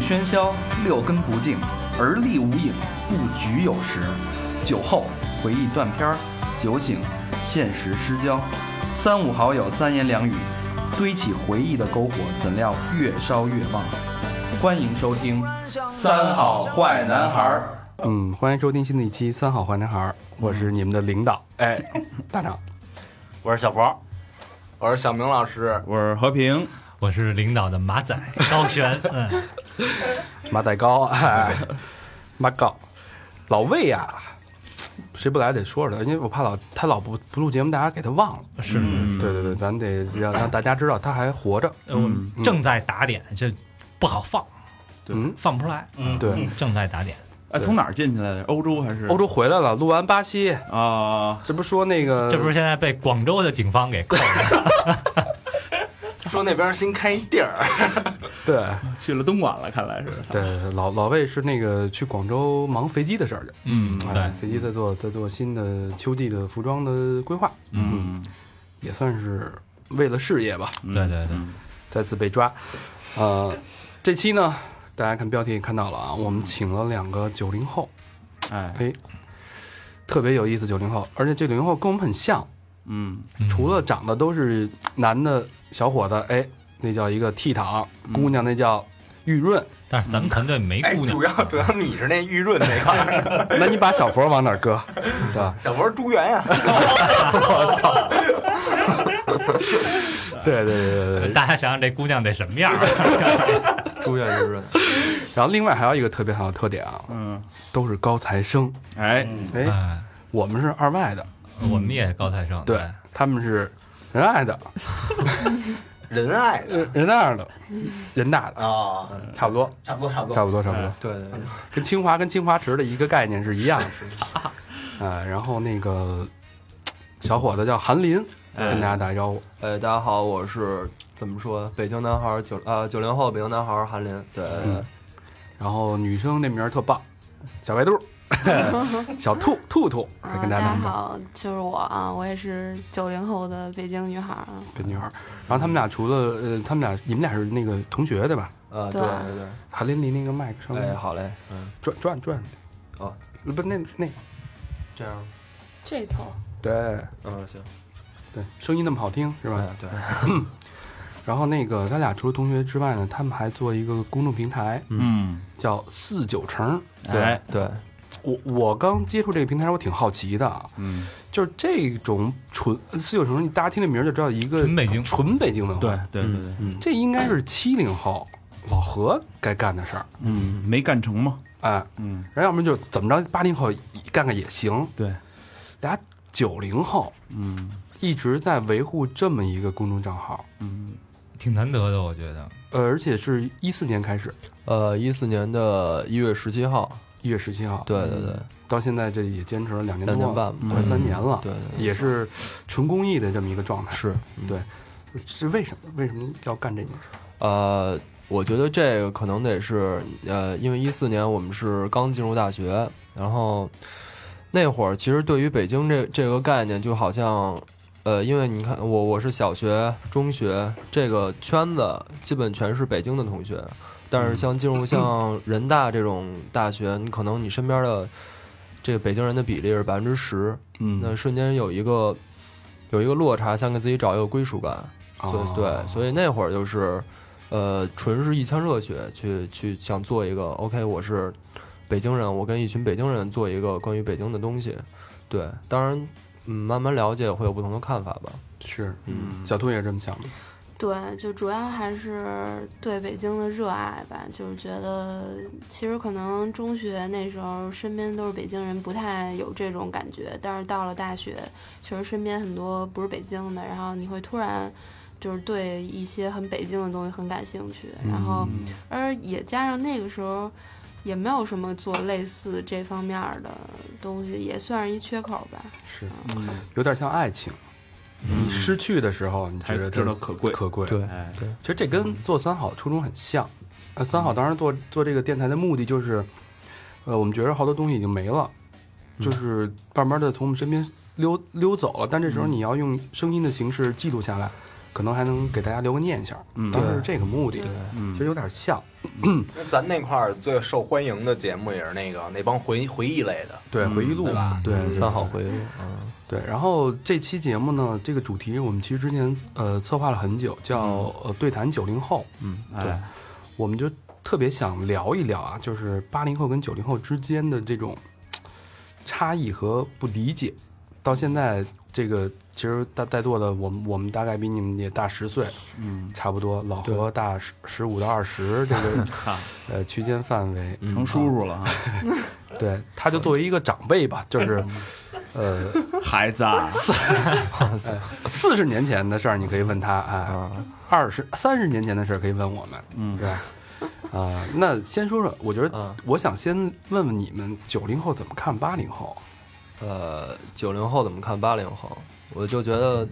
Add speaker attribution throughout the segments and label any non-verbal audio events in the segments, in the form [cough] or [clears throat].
Speaker 1: 喧嚣，六根不净，而立无影，不局有时。酒后回忆断片儿，酒醒现实失焦。三五好友三言两语，堆起回忆的篝火，怎料越烧越旺。欢迎收听《三好坏男孩儿》。
Speaker 2: 嗯，欢迎收听新的一期《三好坏男孩》，儿》，我
Speaker 3: 嗯
Speaker 2: 是你们的领导，哎，大长，
Speaker 4: 我是小佛，
Speaker 5: 我是小明老师，
Speaker 6: 我是和平，
Speaker 7: 我是领导的马仔高璇，嗯，
Speaker 2: 马仔
Speaker 7: [laughs]
Speaker 2: 高，哎，马高，老魏呀、谁不来得说说他，因为我怕老他老不不录节目，大家给他忘了。
Speaker 7: 是
Speaker 6: 嗯
Speaker 2: 对对对，咱得让让大家知道他还活着。
Speaker 7: 呃我们正在打点，这不好放，
Speaker 2: 嗯，
Speaker 7: 放不出来，
Speaker 4: 嗯，
Speaker 2: 对，
Speaker 7: 正在打点，
Speaker 6: 哎，从哪儿进去来的？欧洲还是
Speaker 2: 欧洲回来了，录完巴西，
Speaker 6: 啊？
Speaker 2: 这不说那个，
Speaker 7: 这不是现在被广州的警方给扣了，
Speaker 5: 说那边新开一地儿，
Speaker 3: [laughs]
Speaker 2: 对
Speaker 6: 去了东莞了，看来是。
Speaker 2: 对，老老魏是那个去广州忙飞机的事儿去，
Speaker 7: 嗯，
Speaker 2: 哎
Speaker 7: 对，
Speaker 2: 飞机在做在做新的秋季的服装的规划，
Speaker 6: 嗯，
Speaker 2: 也算是为了事业吧。
Speaker 6: 嗯
Speaker 7: 对对对，
Speaker 2: 再次被抓。呃，这期呢，大家看标题也看到了啊，我们请了两个九零后，
Speaker 6: 哎，
Speaker 2: 哎，特别有意思，九零后，而且这九零后跟我们很像，
Speaker 6: 嗯
Speaker 7: 嗯
Speaker 2: 除了长得都是男的小伙子，哎，那叫一个倜傥，
Speaker 6: 嗯
Speaker 2: 姑娘那叫
Speaker 6: [laughs]
Speaker 2: 玉润。
Speaker 7: 但是咱们团队没
Speaker 5: 哎，
Speaker 7: 姑娘，
Speaker 5: 主要主要你是那玉润那块
Speaker 3: [laughs]
Speaker 5: 儿，
Speaker 2: 那你把小佛往哪
Speaker 6: [laughs]
Speaker 2: 儿搁，对吧？
Speaker 5: 小博朱元
Speaker 3: [laughs]
Speaker 5: 呀，
Speaker 2: 对对对对对，
Speaker 7: 呃大家想想这姑娘得什么样啊？
Speaker 2: 住院玉润。然后另外还有一个特别好的特点啊，
Speaker 6: 嗯，
Speaker 2: 都是高材生。
Speaker 6: 哎，
Speaker 2: 哎，
Speaker 7: 哎，
Speaker 2: 我们是二外的，
Speaker 7: 呃我们也高材生，
Speaker 2: 对，
Speaker 6: 嗯
Speaker 2: 他们是仁爱的，
Speaker 5: 仁爱的
Speaker 2: 人呃人大的，人大
Speaker 3: 嗯
Speaker 2: 的，
Speaker 5: 啊，
Speaker 2: 差不多，
Speaker 5: 差不多差不
Speaker 2: 差
Speaker 5: 多，
Speaker 2: 不多，差不多，
Speaker 5: 对对对，
Speaker 2: 跟清华跟清华池的一个概念是一样的。啊，然后那个小伙子叫韩林，
Speaker 3: 嗯
Speaker 2: 跟大家打招呼。
Speaker 3: 哎，大家好，我是怎么说？北京男孩儿九呃九零后北京男孩儿韩林，对，
Speaker 2: 嗯然后女生那名儿特棒，小白兔， [laughs] 小兔兔兔，来
Speaker 8: 啊，
Speaker 2: 跟大
Speaker 8: 大
Speaker 2: 家
Speaker 8: 家
Speaker 2: 打招呼。
Speaker 8: 好，就是我啊，我也是九零后的北京女孩儿啊。
Speaker 2: 跟女孩儿。然后他们俩除了呃，他们俩你们俩是那个同学对吧？
Speaker 3: 呃，
Speaker 8: 对
Speaker 3: 对对
Speaker 2: 韩林离那个麦克上
Speaker 3: 对，哎，
Speaker 2: 面
Speaker 3: 好嘞，嗯，
Speaker 2: 转转转。
Speaker 3: 哦，
Speaker 2: 不，那那个
Speaker 3: 这样，
Speaker 8: 这头
Speaker 2: 对
Speaker 3: 嗯，行，
Speaker 2: 对，声音那么好听是吧？
Speaker 3: 哎，对，
Speaker 2: 然后那个他俩除了同学之外呢，他们还做一个公众平台，
Speaker 6: 嗯，
Speaker 2: 叫四九城。
Speaker 6: 哎，
Speaker 3: 对，
Speaker 2: 我我刚接触这个平台，我挺好奇的啊，
Speaker 6: 嗯，
Speaker 2: 就是这种纯四九城，大家听这名儿就知道一个
Speaker 7: 纯北京
Speaker 2: 纯北京文化。
Speaker 6: 对，对对对，
Speaker 3: 嗯，
Speaker 2: 这应该是七零后老何该干的事儿，
Speaker 6: 嗯，没干成嘛，
Speaker 2: 哎，
Speaker 6: 嗯，
Speaker 2: 然后要么就怎么着，八零后干干也行。
Speaker 6: 对，
Speaker 2: 大家九零后
Speaker 6: 嗯
Speaker 2: 一直在维护这么一个公众账号，
Speaker 6: 嗯，
Speaker 7: 挺难得的，我觉得，
Speaker 2: 呃，而且是一四年开始，
Speaker 3: 呃，一四年的一月十七号，
Speaker 2: 一月十七号，
Speaker 3: 对对对，
Speaker 2: 到现在这也坚持了两年多
Speaker 3: 两年半，
Speaker 6: 嗯
Speaker 2: 快三年了，
Speaker 3: 对对
Speaker 2: 也是纯公益的这么一个状态。
Speaker 3: 是，嗯
Speaker 2: 对，是为什么？为什么要干这件事？
Speaker 3: 呃，我觉得这个可能得是呃，因为一四年我们是刚进入大学，然后那会儿其实对于北京这这个概念，就好像呃，因为你看我我是小学、中学这个圈子，基本全是北京的同学，但
Speaker 6: 嗯
Speaker 3: 是像进入像人大这种大学，你可能你身边的这个北京人的比例是百分之十，那
Speaker 2: 嗯，
Speaker 3: 瞬间有一个有一个落差，想给自己找一个归属感。
Speaker 2: 啊
Speaker 3: 所
Speaker 2: 哦
Speaker 3: 以对，所以那会儿就是，呃，纯是一腔热血去去想做一个 OK，我是北京人，我跟一群北京人做一个关于北京的东西。对，当然，嗯，慢慢了解会有不同的看法吧。
Speaker 2: 是
Speaker 3: 嗯，
Speaker 2: 小兔也是这么想的。
Speaker 8: 对，就主要还是对北京的热爱吧，就是觉得其实可能中学那时候身边都是北京人，不太有这种感觉，但是到了大学，确实身边很多不是北京的，然后你会突然。就是对一些很北京的东西很感兴趣，然后，
Speaker 1: 嗯
Speaker 8: 而也加上那个时候也没有什么做类似这方面儿的东西，也算是一缺口吧。
Speaker 2: 是，有点像爱情，
Speaker 3: 嗯
Speaker 2: 你失去的时候，你觉得
Speaker 6: 才知道可贵
Speaker 2: 可贵。，
Speaker 3: 对
Speaker 6: 哎，
Speaker 2: 其实这跟做三好初衷很像。呃，三好当时做做这个电台的目的就是，呃，我们觉得好多东西已经没了，嗯就是慢慢的从我们身边溜溜走了，但这时候你要用声音的形式记录下来，可能还能给大家留个念想。
Speaker 9: 嗯
Speaker 2: 当时是这个目的
Speaker 8: 对，
Speaker 2: 其实有点像，
Speaker 3: 咱那块儿最受欢迎的节目也是那个那帮回回忆类的，
Speaker 2: 对回忆录
Speaker 3: 对吧
Speaker 2: 对对
Speaker 10: 三好回忆录，嗯，
Speaker 2: 嗯对，然后这期节目呢，这个主题我们其实之前呃策划了很久，叫呃对谈九零后，
Speaker 9: 嗯，
Speaker 2: 对
Speaker 9: 哎，
Speaker 2: 我们就特别想聊一聊啊，就是八零后跟九零后之间的这种嘖差异和不理解。到现在，这个其实大在座的我们，我们大概比你们也大十岁，
Speaker 9: 嗯，
Speaker 2: 差不多，老何大十十五到二十这个呃区间范围。嗯
Speaker 9: 成叔叔了啊，
Speaker 2: 对，他就作为一个长辈吧，就是呃
Speaker 9: [laughs] 孩子啊，
Speaker 2: 四十年前的事儿你可以问他啊，二十三十年前的事儿可以问我们，
Speaker 9: 嗯
Speaker 2: 是吧？啊、那先说说，我觉得、
Speaker 10: 嗯
Speaker 2: 我想先问问你们九零后怎么看八零后？
Speaker 10: 呃，九零后怎么看八零后？我就觉得，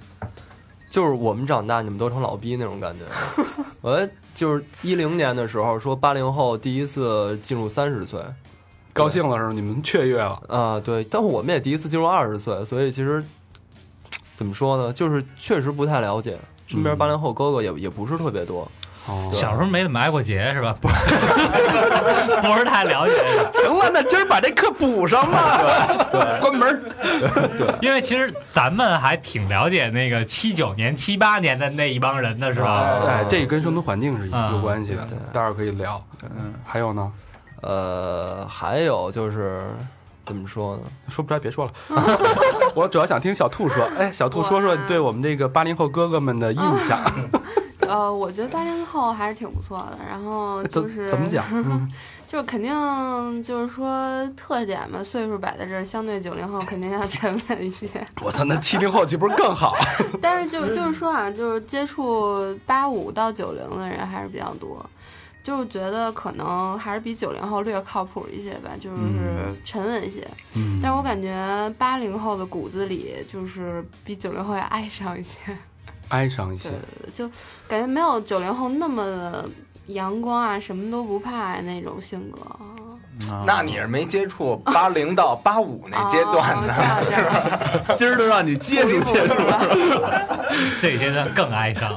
Speaker 10: 就是我们长大，你们都成老逼那种感觉。我觉得就是一零年的时候，说八零后第一次进入三十岁，
Speaker 2: 高兴了是吧？你们雀跃了，
Speaker 10: 啊，对，但我们也第一次进入二十岁，所以其实怎么说呢，就是确实不太了解，身边八零后哥哥也、也不是特别多。
Speaker 2: 哦
Speaker 7: 小时候没怎么挨过劫是吧？不是，不是太了解，
Speaker 2: 行了，那今儿把这课补上吧，关门。
Speaker 7: 因为其实咱们还挺了解那个七九年、七八年的那一帮人的是吧？
Speaker 2: [laughs] 哎，这个跟生存环境是
Speaker 7: 啊
Speaker 2: 有关系的，待会儿可以聊。嗯，还有呢，
Speaker 10: 呃，还有就是怎么说呢？
Speaker 2: 说不出来别说 [laughs] 了，我主要想听小兔说。哎，小兔说说
Speaker 8: 哇
Speaker 2: 对我们这个八零后哥哥们的印象，
Speaker 8: 呃，我觉得八零后还是挺不错的，然后 [laughs] 就
Speaker 2: 哎怎
Speaker 8: 是
Speaker 2: 怎么讲？嗯。
Speaker 8: 就是肯定就是说特点嘛，岁数摆在这儿，相对九零后肯定要 [laughs] 沉稳一些。
Speaker 2: 我操，那七零后岂不是更好？
Speaker 8: 但是就就是说啊，就是接触八五到九零的人还是比较多，就是觉得可能还是比九零后略靠谱一些吧，就是沉稳一些。
Speaker 2: 嗯
Speaker 8: 但是我感觉八零后的骨子里就是比九零后要哀伤一些，
Speaker 2: 哀伤一些
Speaker 8: 对，，就感觉没有九零后那么阳光啊，什么都不怕、那种性格。
Speaker 3: 那你是没接触八零到八五那阶段呢？
Speaker 8: 哦这样这样
Speaker 9: [laughs] 今儿就让
Speaker 3: [laughs]
Speaker 9: 你接触接触，
Speaker 7: 这些呢更
Speaker 2: [laughs]
Speaker 7: 哀伤。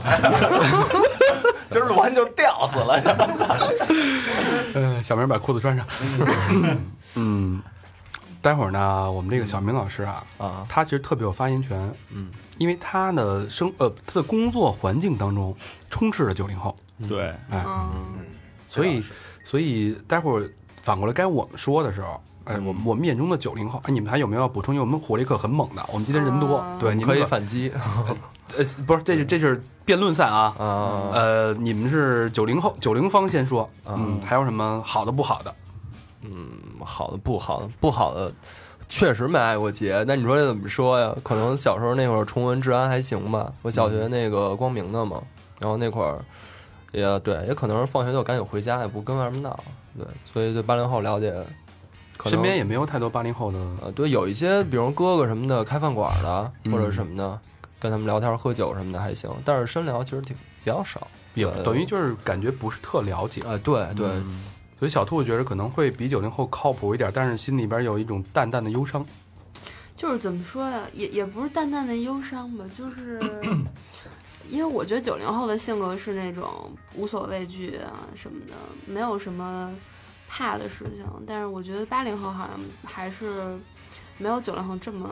Speaker 3: 今儿录完就吊死了。
Speaker 2: [laughs] 嗯、小明把裤子穿上。嗯，待会儿呢，我们这个小明老师啊，
Speaker 10: 啊，
Speaker 2: 他其实特别有发言权。嗯，因为他的生呃他的工作环境当中充斥着九零后，
Speaker 9: 对，
Speaker 2: 哎，
Speaker 8: 嗯，
Speaker 2: 所以所以待会儿反过来该我们说的时候。哎，我们我们眼中的九零后，哎，你们还有没有要补充？因为我们火力课很猛的，我们今天人多，
Speaker 8: 啊
Speaker 2: 对，你们
Speaker 10: 可以
Speaker 2: 可
Speaker 10: 反击
Speaker 2: 呃，不是，这是这是辩论赛啊，
Speaker 10: 啊。
Speaker 2: 呃，你们是九零后，九零方先说，嗯，还有什么好的不好的？
Speaker 10: 嗯好的不好的不好的，确实没挨过劫。那你说这怎么说呀？可能小时候那会儿崇文治安还行吧，我小学那个光明的嘛，然后那会儿也对，也可能是放学就赶紧回家，也不跟外面闹，对，所以对八零后了解，可能
Speaker 2: 身边也没有太多八零后的，
Speaker 10: 呃对有一些，比如哥哥什么的开饭馆的
Speaker 2: 嗯
Speaker 10: 或者什么的，跟他们聊天喝酒什么的还行，但是深聊其实挺比较少，
Speaker 2: 也
Speaker 10: 呃
Speaker 2: 等于就是感觉不是特了解，
Speaker 10: 啊、对对，
Speaker 2: 所以小兔觉得可能会比九零后靠谱一点，但是心里边有一种淡淡的忧伤。
Speaker 8: 就是怎么说呀，也也不是淡淡的忧伤吧，就是
Speaker 3: [clears throat]
Speaker 8: 因为我觉得九零后的性格是那种无所畏惧啊什么的，没有什么怕的事情。但是我觉得八零后好像还是没有九零后这么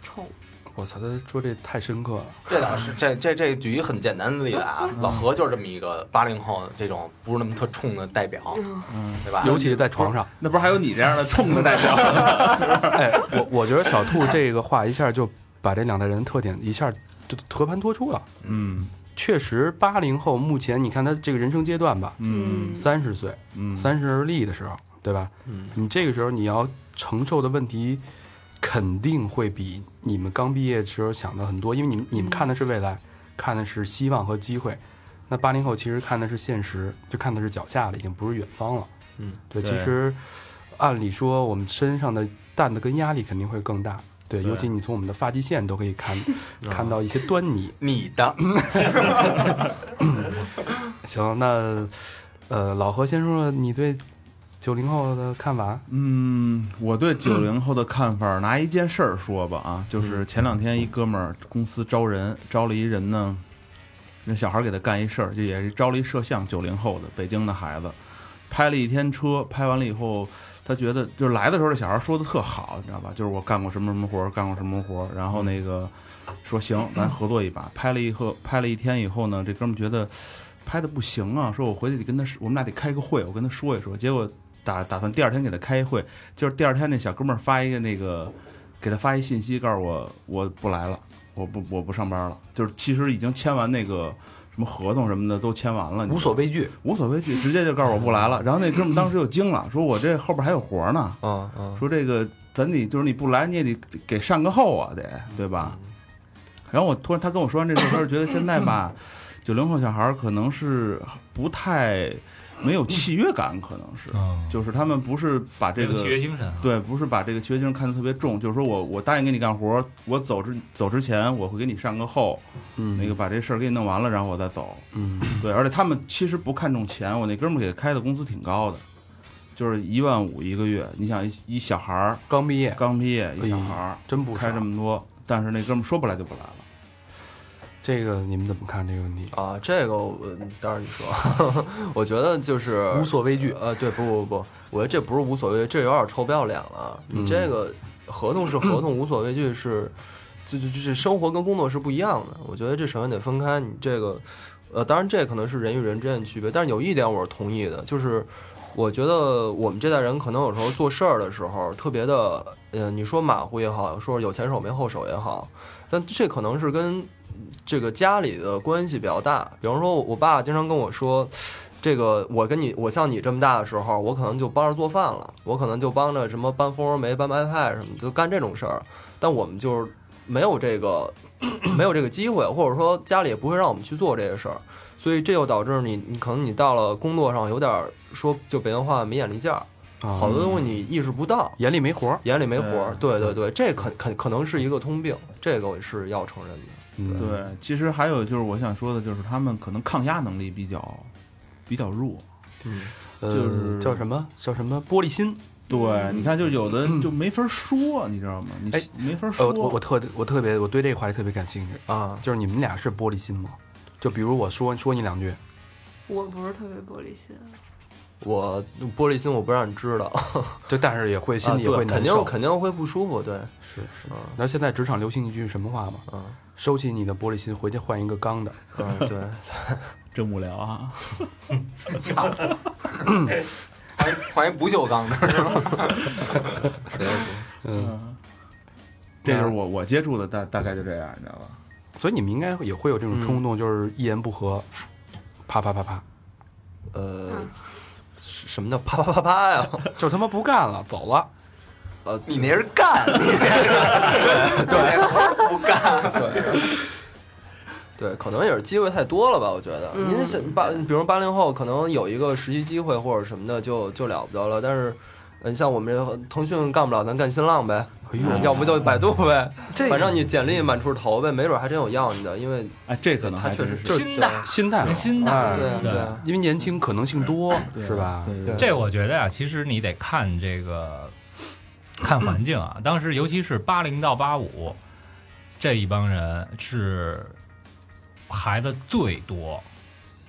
Speaker 8: 冲。
Speaker 2: 我操，他说这太深刻了，
Speaker 3: 这倒是，这这这举一个很简单的例子啊，老何就是这么一个八零后这种不是那么特冲的代表，对
Speaker 10: 啊
Speaker 3: 吧？
Speaker 2: 尤其在床
Speaker 10: [laughs]
Speaker 2: 上。
Speaker 9: 那不是还有你这样的冲的代表？
Speaker 2: 哎，我我觉得小兔这个话一下就把这两代人的特点一下就和盘托出了。
Speaker 9: [laughs] 嗯
Speaker 2: 确实，八零后目前你看他这个人生阶段吧，
Speaker 9: 嗯
Speaker 2: 三十岁，
Speaker 9: 嗯，
Speaker 2: 三十而立的时候，对吧？
Speaker 10: 嗯，
Speaker 2: 你这个时候你要承受的问题，肯定会比你们刚毕业的时候想的很多，因为你们你
Speaker 9: 嗯
Speaker 2: 们看的是未来，看的是希望和机会，那八零后其实看的是现实，就看的是脚下了，已经不是远方了。
Speaker 10: 嗯，
Speaker 2: 对，
Speaker 9: 对
Speaker 2: 其实按理说我们身上的担子跟压力肯定会更大。对，
Speaker 9: 对
Speaker 2: 尤其你从我们的发际线都可以
Speaker 9: [laughs]
Speaker 2: 看看到一些端倪。
Speaker 3: 你的
Speaker 2: 行，那呃，老何先说说你对九零后的看法。
Speaker 9: 嗯，我对九 [laughs] 零后的看法，拿一件事儿说吧啊，就是前两天一哥们儿公司招人，招了一人呢，那小孩儿给他干一事儿，就也是招了一摄像，九零后的北京的孩子，拍了一天车，拍完了以后，他觉得就是来的时候，这小孩儿说的特好，你知道吧？就是我干过什么什么活儿，干过什么活儿，然后那个说行，咱合作一把。
Speaker 2: 嗯
Speaker 9: 拍了以后，拍了一天以后呢，这哥们儿觉得拍的不行啊，说我回去得跟他，我们俩得开个会，我跟他说一说。结果打打算第二天给他开会，就是第二天那小哥们儿发一个那个，给他发一信息，告诉我我不来了。我不我不上班了，就是其实已经签完那个什么合同什么的都签完了，你
Speaker 1: 无所畏惧，
Speaker 9: 无所畏惧，直接就告诉我不
Speaker 1: [laughs]
Speaker 9: 来了。然后那哥们当时就惊了，说我这后边还有活呢，
Speaker 3: 嗯嗯，
Speaker 9: 说这个咱得就是你不来你也得给上个后啊，得对吧？然后我突然他跟我说完这事儿，他就觉得现在吧，
Speaker 1: [laughs]
Speaker 9: 九零后小孩儿可能是不太没有契约感，可能是
Speaker 7: 嗯，
Speaker 9: 就是他们不是把这个
Speaker 7: 契约精神啊，
Speaker 9: 对，不是把这个契约精神看得特别重，就是说我我答应给你干活，我走之走之前我会给你上个后，
Speaker 2: 嗯
Speaker 9: 那个把这事儿给你弄完了，然后我再走。
Speaker 2: 嗯，
Speaker 9: 对，而且他们其实不看重钱，我那哥们儿给开的工资挺高的，就是一万五一个月。你想一一小孩儿
Speaker 2: 刚毕业
Speaker 9: 刚毕业，一小孩儿、
Speaker 2: 真哎不
Speaker 9: 开
Speaker 2: 少
Speaker 9: 这么多，但是那哥们儿说不来就不来了。
Speaker 2: 这个你们怎么看这个问题？
Speaker 3: 啊，这个我待会儿你说， [laughs] 我觉得就是
Speaker 2: 无所畏惧
Speaker 3: 呃，对，不不不，我觉得这不是无所谓，这有点臭不要脸了。你
Speaker 2: 嗯
Speaker 3: 这个合同是合同，无所畏惧是，就就就是生活跟工作是不一样的。我觉得这首先得分开。你这个，呃，当然这可能是人与人之间的区别，但是有一点我是同意的，就是我觉得我们这代人可能有时候做事儿的时候特别的，呃，你说马虎也好，说有前手没后手也好，但这可能是跟这个家里的关系比较大。比方说，我爸经常跟我说。这个我跟你，我像你这么大的时候，我可能就帮着做饭了，我可能就帮着什么搬蜂窝煤、搬白菜什么，就干这种事儿。但我们就是没有这个， [clears throat] 没有这个机会，或者说家里也不会让我们去做这个事儿，所以这又导致你，你可能你到了工作上有点儿说就北京话没眼力见儿，
Speaker 2: 啊
Speaker 3: 好多东西你意识不到，
Speaker 2: 眼里没活儿。
Speaker 3: 眼里没活儿。对对对，这可可可能是一个通病，这个我是要承认的。
Speaker 2: 嗯，
Speaker 9: 对，其实还有就是我想说的，就是他们可能抗压能力比较比较弱。
Speaker 3: 嗯，
Speaker 2: 呃
Speaker 9: 就是
Speaker 2: 叫什么叫什么玻璃心。
Speaker 9: 对，你看，就有的就没法说，你知道吗？你
Speaker 2: 哎
Speaker 9: 没法
Speaker 2: 呃，
Speaker 9: 说。
Speaker 2: 我我我特我特别我对这个话题特别感兴趣，
Speaker 3: 啊，
Speaker 2: 就是你们俩是玻璃心吗？就比如我说说你两句，
Speaker 8: 我不是特别玻璃心，
Speaker 3: 我玻璃心，我不让你知道，
Speaker 2: 就但是也会 [laughs] 心里也
Speaker 3: 啊对
Speaker 2: 会
Speaker 3: 肯
Speaker 2: 难受。
Speaker 3: 定肯定会不舒服，对，
Speaker 2: 是是。
Speaker 3: 嗯
Speaker 2: 那现在职场流行一句什么话吗？
Speaker 3: 嗯。
Speaker 2: 收起你的玻璃心，回去换一个钢的。 [laughs]
Speaker 3: 嗯，对，
Speaker 9: 真无聊啊！
Speaker 1: 还还不锈钢的，
Speaker 2: 嗯，
Speaker 9: 这就是我我接触的大大概就这样，你知道吧？
Speaker 2: 所以你们应该也会有这种冲动，就是一言不合，啪啪啪啪，
Speaker 3: 呃
Speaker 8: 嗯，
Speaker 3: 是什么叫啪啪啪啪呀？ [laughs]
Speaker 2: 就他妈不干了，走了。
Speaker 3: 呃，
Speaker 1: 你那是
Speaker 2: [laughs]
Speaker 1: 干，你那是对，活儿不干，
Speaker 3: 对，可能也是机会太多了吧？我觉得，
Speaker 8: 嗯
Speaker 3: 您想八，比如八零后，可能有一个实习机会或者什么的，就就了不得了。但是，嗯，像我们这腾讯干不了，咱干新浪呗，
Speaker 2: 哎呦，
Speaker 3: 要不就百度呗，
Speaker 2: 这
Speaker 3: 反正你简历满处投呗，没准还真有要你的，因为
Speaker 9: 哎，这可能
Speaker 3: 他
Speaker 9: 还
Speaker 3: 确
Speaker 9: 真
Speaker 3: 实
Speaker 9: 是。
Speaker 3: 就是
Speaker 7: 心大
Speaker 2: 心态好
Speaker 7: 人心大，
Speaker 2: 哎
Speaker 3: 对啊对啊，
Speaker 2: 因为年轻可能性多，是吧？
Speaker 3: 对
Speaker 7: 这我觉得呀、其实你得看这个，看环境啊。当时尤其是八零到八五这一帮人是孩子最多，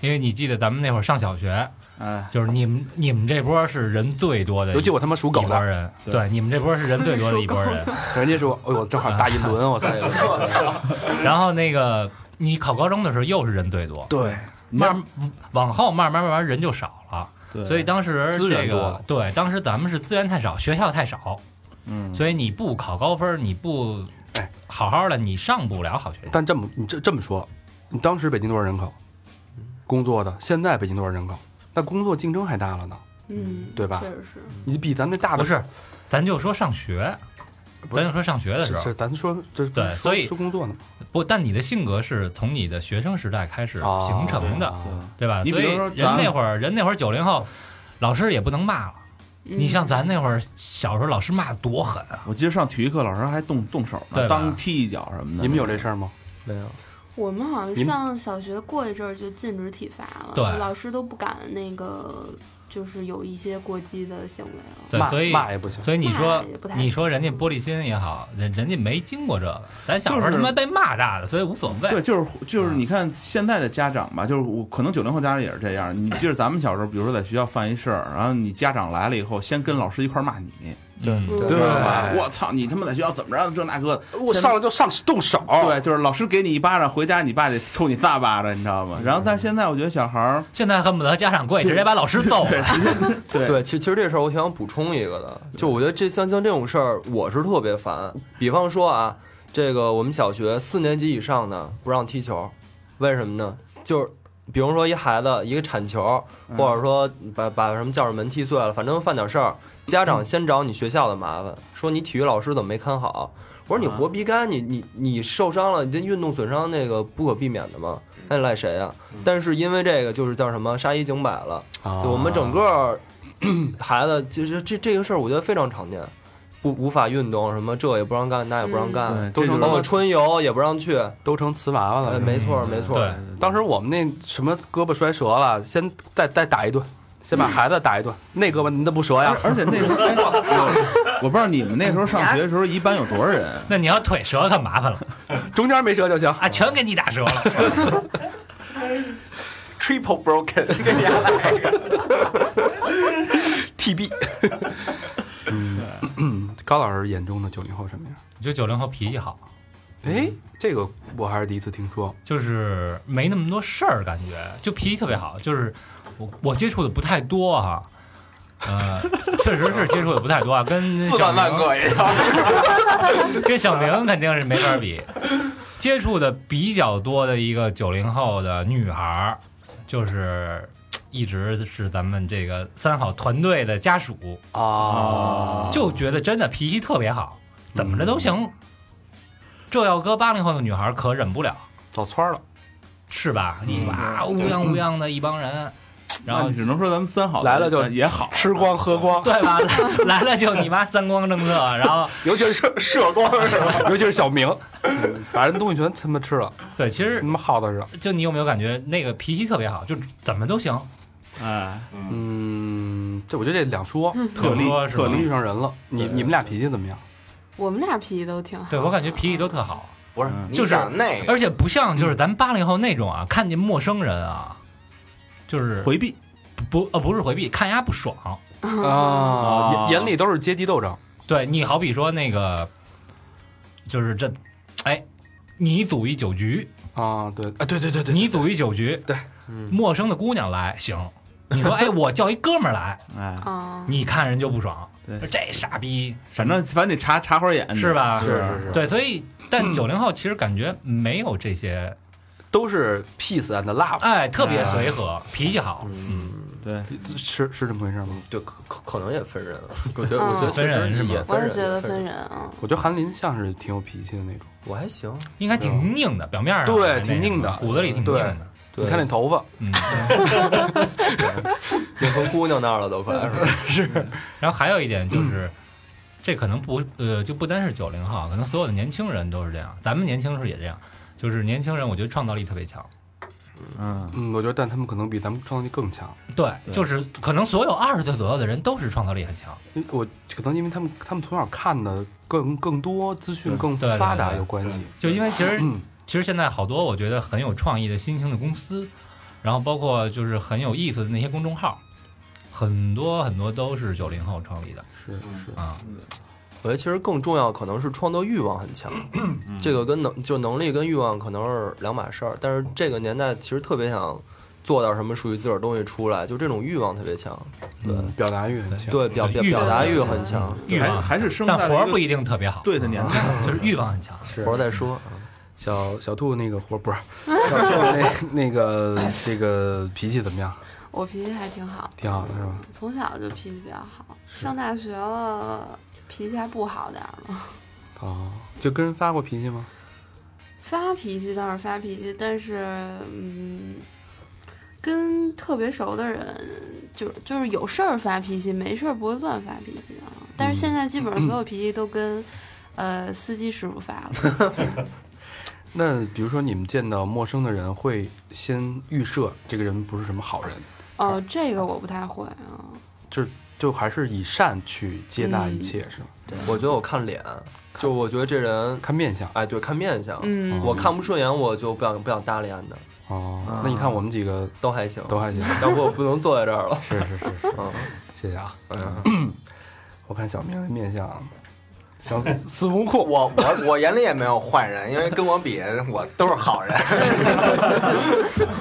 Speaker 7: 因为你记得咱们那会儿上小学，
Speaker 9: 哎，
Speaker 7: 就是你们你们这波是人最多的一，
Speaker 2: 尤其我他妈属狗
Speaker 7: 一波
Speaker 2: 的，
Speaker 7: 人，
Speaker 9: 对
Speaker 7: 对，你们这波是人最多的一波 [laughs] 人。
Speaker 2: 人家说，哎呦，正好大一
Speaker 7: [laughs]
Speaker 2: 轮，我操！
Speaker 7: 然后那个你考高中的时候又是人最多，
Speaker 2: 对，
Speaker 7: 慢往后慢慢慢慢人就少了。
Speaker 9: 对，
Speaker 7: 所以当时
Speaker 2: 资源
Speaker 7: 这
Speaker 2: 多
Speaker 7: 个对，当时咱们是资源太少，学校太少，
Speaker 9: 嗯，
Speaker 7: 所以你不考高分儿，你不
Speaker 2: 哎
Speaker 7: 好好的，你上不了好学校。
Speaker 2: 但这么你这这么说，你当时北京多少人口？工作的，现在北京多少人口？那工作竞争还大了呢，
Speaker 8: 嗯，
Speaker 2: 对吧
Speaker 8: 确实是，
Speaker 2: 你比咱们那大
Speaker 7: 不
Speaker 2: 的
Speaker 7: 是，咱就说上学，
Speaker 2: 不
Speaker 7: 咱
Speaker 2: 是
Speaker 7: 就说上学的时候
Speaker 2: 是，啊咱说这
Speaker 7: 对
Speaker 2: 说
Speaker 7: 所以
Speaker 2: 说工作呢
Speaker 7: 不，但你的性格是从你的学生时代开始形成的，
Speaker 2: 啊
Speaker 7: 对吧？
Speaker 9: 你比
Speaker 7: 所以
Speaker 9: 如说
Speaker 7: 人
Speaker 9: 咱
Speaker 7: 那会儿，人那会儿九零后，老师也不能骂了。
Speaker 2: 嗯
Speaker 8: 嗯
Speaker 7: 你像咱那会儿小时候，老师骂得多狠啊！
Speaker 9: 我记得上体育课老师还动动手
Speaker 7: 对吧
Speaker 9: 呢，当踢一脚什么的。
Speaker 2: 你们有这事儿吗？
Speaker 3: 没有，
Speaker 8: 我们好像
Speaker 9: 您
Speaker 8: 上小学过一阵儿就禁止体罚了，
Speaker 7: 对
Speaker 8: 老师都不敢那个就是有一些过激的行为了。
Speaker 7: 对，
Speaker 2: 骂
Speaker 7: 所以
Speaker 2: 骂也不行。
Speaker 7: 所以你说
Speaker 8: 骂也不太
Speaker 7: 你说人家玻璃心也好，人人家没经过这个，咱小时候
Speaker 9: 就
Speaker 7: 他
Speaker 9: 是
Speaker 7: 妈被骂大的，所以无所谓。
Speaker 9: 对，就是就是，你看现在的家长吧，就是我可能九零后家长也是这样。你记得咱们小时候，比如说在学校犯一事儿，然后你家长来了以后，先跟老师一块儿骂你，
Speaker 2: 哎
Speaker 8: 对
Speaker 7: 嗯
Speaker 9: 对
Speaker 2: 对
Speaker 9: 吧？我操，你他妈在学校怎么着这那个的？
Speaker 2: 我上来就上动手，
Speaker 9: 对，就是老师给你一巴掌，回家你爸得抽你仨巴掌，你知道吗？然后，但是现在我觉得小孩儿，
Speaker 7: 现在恨不得家长跪，直接把老师揍了。
Speaker 9: 对
Speaker 3: 对，其其实这事儿我挺想补充一个的，就我觉得这像像这种事儿，我是特别烦。比方说啊，这个我们小学四年级以上的不让踢球，为什么呢？就是比如说一孩子一个铲球，或者说把把什么教室门踢碎了，反正犯点事儿，家长先找你学校的麻烦，说你体育老师怎么没看好。我说你活逼干，你你你受伤了，你这运动损伤那个不可避免的嘛，那你赖谁啊？但是因为这个就是叫什么杀一儆百了，
Speaker 2: 啊
Speaker 3: 就我们整个 [clears throat] 孩子，其实这这个事儿，我觉得非常常见，不无法运动，什么这也不让干，那也不让干，
Speaker 7: 嗯
Speaker 9: 对，
Speaker 2: 都是
Speaker 9: 这就是
Speaker 3: 包括春游也不让去。
Speaker 2: 都成瓷娃娃了。
Speaker 3: 呃，没错，没错。
Speaker 7: 对，
Speaker 2: 当时我们那什么胳膊摔折了，先再再打一顿，先把孩子打一顿，那胳膊你怎么不折呀
Speaker 9: [laughs] 而？而且那时候，哎我我不知道你们那时候上学的时候，一班有多少人？ [laughs]
Speaker 7: 那你要腿折了可麻烦了
Speaker 2: 中间没折就行。
Speaker 7: 啊，全给你打折了。 [laughs]
Speaker 3: Triple broken，给你来一个 TB。
Speaker 2: 高老师眼中的九零后什么样？
Speaker 7: 我觉得九零后脾气好，
Speaker 2: 哎，这个我还是第一次听说。
Speaker 7: 就是没那么多事儿，感觉就脾气特别好。就是我我接触的不太多哈、呃，
Speaker 11: [laughs]
Speaker 7: 确实是接触的不太多啊，跟
Speaker 11: 四
Speaker 7: 小
Speaker 11: 万万
Speaker 7: 明
Speaker 11: 个也要。
Speaker 7: [laughs] 跟小明肯定是没法比。接触的比较多的一个九零后的女孩儿，就是一直是咱们这个三好团队的家属，
Speaker 2: 啊
Speaker 7: 就觉得真的脾气特别好，怎么着都
Speaker 11: 嗯
Speaker 7: 行。这要搁八零后的女孩儿可忍不了，
Speaker 2: 走圈了，
Speaker 7: 是吧？你哇乌泱乌泱的一帮人，然
Speaker 9: 嗯那
Speaker 7: 后
Speaker 9: 你只能说咱们三好
Speaker 2: 来了就
Speaker 9: 也好，
Speaker 2: 吃光喝 [laughs] 光，
Speaker 7: 对吧？来来了就你妈三光政策，然后
Speaker 2: 尤其是
Speaker 3: 射光是吧？
Speaker 2: 尤其是小明，嗯把人东西全他妈吃了，
Speaker 7: 对，其
Speaker 2: 他
Speaker 7: 实
Speaker 2: 妈耗子着。
Speaker 7: 就你有没有感觉那个脾气特别好，就怎么都行，
Speaker 9: 哎，
Speaker 2: 嗯，这我觉得这两说，
Speaker 7: 嗯
Speaker 9: 特例
Speaker 7: 两说是吧
Speaker 9: 特
Speaker 2: 你遇
Speaker 9: 例，
Speaker 2: 上人了。你你们俩脾气怎么样？
Speaker 8: 我们俩脾气都挺好的。
Speaker 7: 对我感觉脾气都特好，
Speaker 11: 不是，
Speaker 9: 嗯
Speaker 11: 你
Speaker 7: 就是
Speaker 11: 想那个
Speaker 7: 而且不像就是咱八零后那种啊，看见陌生人啊，就是
Speaker 9: 回避
Speaker 7: 不呃不是回避，看人家不爽。
Speaker 2: 啊
Speaker 8: [laughs]
Speaker 9: 啊
Speaker 2: 眼眼里都是阶级斗争。
Speaker 7: 对你好比说那个，就是这，哎，你组一酒局，
Speaker 2: 啊，对，啊，对对对对，
Speaker 7: 你组一酒局，
Speaker 2: 对，嗯
Speaker 7: 陌生的姑娘来行，你说哎，我叫一哥们儿来，
Speaker 9: 哎，
Speaker 8: 啊，
Speaker 7: 你看人就不爽
Speaker 9: 对，
Speaker 7: 说这傻逼，
Speaker 9: 反正反正得查查会儿眼，
Speaker 7: 是？吧？
Speaker 2: 是是是，
Speaker 7: 对，所以但九零后其实感觉没有这些，
Speaker 2: 都是 peace and love，
Speaker 7: 哎，特别
Speaker 2: 嗯
Speaker 7: 随和，脾气好，嗯
Speaker 9: 对，
Speaker 2: 是是这么回事吗？
Speaker 3: 对，嗯可可可能也分人了。我觉得，
Speaker 8: 嗯
Speaker 3: 我觉得确
Speaker 7: 哦分人是
Speaker 3: 实
Speaker 7: 吗
Speaker 3: 也
Speaker 8: 我
Speaker 3: 分
Speaker 8: 也
Speaker 3: 人，
Speaker 8: 觉得
Speaker 3: 也
Speaker 8: 分
Speaker 3: 人。
Speaker 8: 人啊。
Speaker 2: 我觉得韩林像是挺有脾气的那种，
Speaker 3: 我还行，
Speaker 7: 应该挺拧的，表面上
Speaker 2: 对
Speaker 7: 还那
Speaker 2: 挺
Speaker 7: 什么
Speaker 2: 拧的
Speaker 7: 骨子里挺拧
Speaker 2: 对
Speaker 7: 的。
Speaker 3: 对
Speaker 2: 你看那头发，
Speaker 7: 嗯，
Speaker 3: 拧成姑娘那儿了都快。是吧
Speaker 7: 然后还有一点就是，这可能不呃，就不单是九零后，可能所有的年轻人都是这样。咱们年轻时候也这样，就是年轻人，我觉得创造力特别强。
Speaker 9: 嗯，
Speaker 2: 嗯，我觉得但他们可能比咱们创造力更强。
Speaker 7: 对，就是可能所有二十岁左右的人都是创造力很强。
Speaker 2: 因为我可能因为他们他们从小看的更更多资讯更
Speaker 7: 对对
Speaker 2: 发达
Speaker 7: 对
Speaker 2: 有关系。
Speaker 7: 就因为其实
Speaker 2: 嗯
Speaker 7: 其实现在好多我觉得很有创意的新兴的公司，然后包括就是很有意思的那些公众号，很多很多都是九零后创立的
Speaker 2: 是是，
Speaker 7: 啊。
Speaker 9: 嗯
Speaker 3: 我觉得其实更重要可能是创作欲望很强， [clears throat] 这个跟能就能力跟欲望可能是两码事儿。但是这个年代其实特别想做点什么属于自个儿东西出来，就这种欲望特别强。对
Speaker 7: 嗯
Speaker 2: 表达欲很强。
Speaker 3: 对，表表
Speaker 7: 欲望
Speaker 3: 表达欲很强。
Speaker 7: 欲
Speaker 9: 还
Speaker 7: 望
Speaker 9: 还是生
Speaker 7: 但
Speaker 9: 在
Speaker 7: 活儿
Speaker 9: 了
Speaker 7: 不
Speaker 9: 一
Speaker 7: 一定特别好，啊
Speaker 9: 对的年代，
Speaker 7: 就是欲望很强。
Speaker 2: 是
Speaker 3: 活儿再说，
Speaker 2: 小小兔那个活不是小兔那那个这个脾气怎么样？
Speaker 8: 我脾气还挺好，
Speaker 2: 挺好的是吧？
Speaker 8: 从小就脾气比较好，上大学了脾气还不好点儿吗？
Speaker 2: 哦，就跟人发过脾气吗？
Speaker 8: 发脾气倒是发脾气，但是嗯，跟特别熟的人，就就是有事儿发脾气，没事儿不会乱发脾气啊。但是现在基本
Speaker 2: 嗯
Speaker 8: 上所有脾气都跟、呃司机师傅发
Speaker 2: [laughs]
Speaker 8: 了，
Speaker 2: 那比如说你们见到陌生的人，会先预设这个人不是什么好人，
Speaker 8: 哦，这个我不太会啊。
Speaker 2: 就还是以善去接纳一切，是吗？
Speaker 10: 我觉得我看脸，就我觉得这人，
Speaker 2: 看面相
Speaker 10: 哎，对，看面相，
Speaker 8: 嗯，
Speaker 10: 我看不顺眼，我就不想不想搭理他的，
Speaker 2: 哦
Speaker 10: 嗯。
Speaker 2: 那你看我们几个
Speaker 10: 都还行，
Speaker 2: 都还行，
Speaker 10: 要不我不能坐在这儿了。
Speaker 2: [laughs] 是是是，是
Speaker 10: 嗯，
Speaker 2: 谢谢啊。
Speaker 3: 哎
Speaker 10: 嗯
Speaker 2: 我看小明的面相，啊小子不酷，
Speaker 3: 我我我眼里也没有坏人，因为跟我比，我都是好人。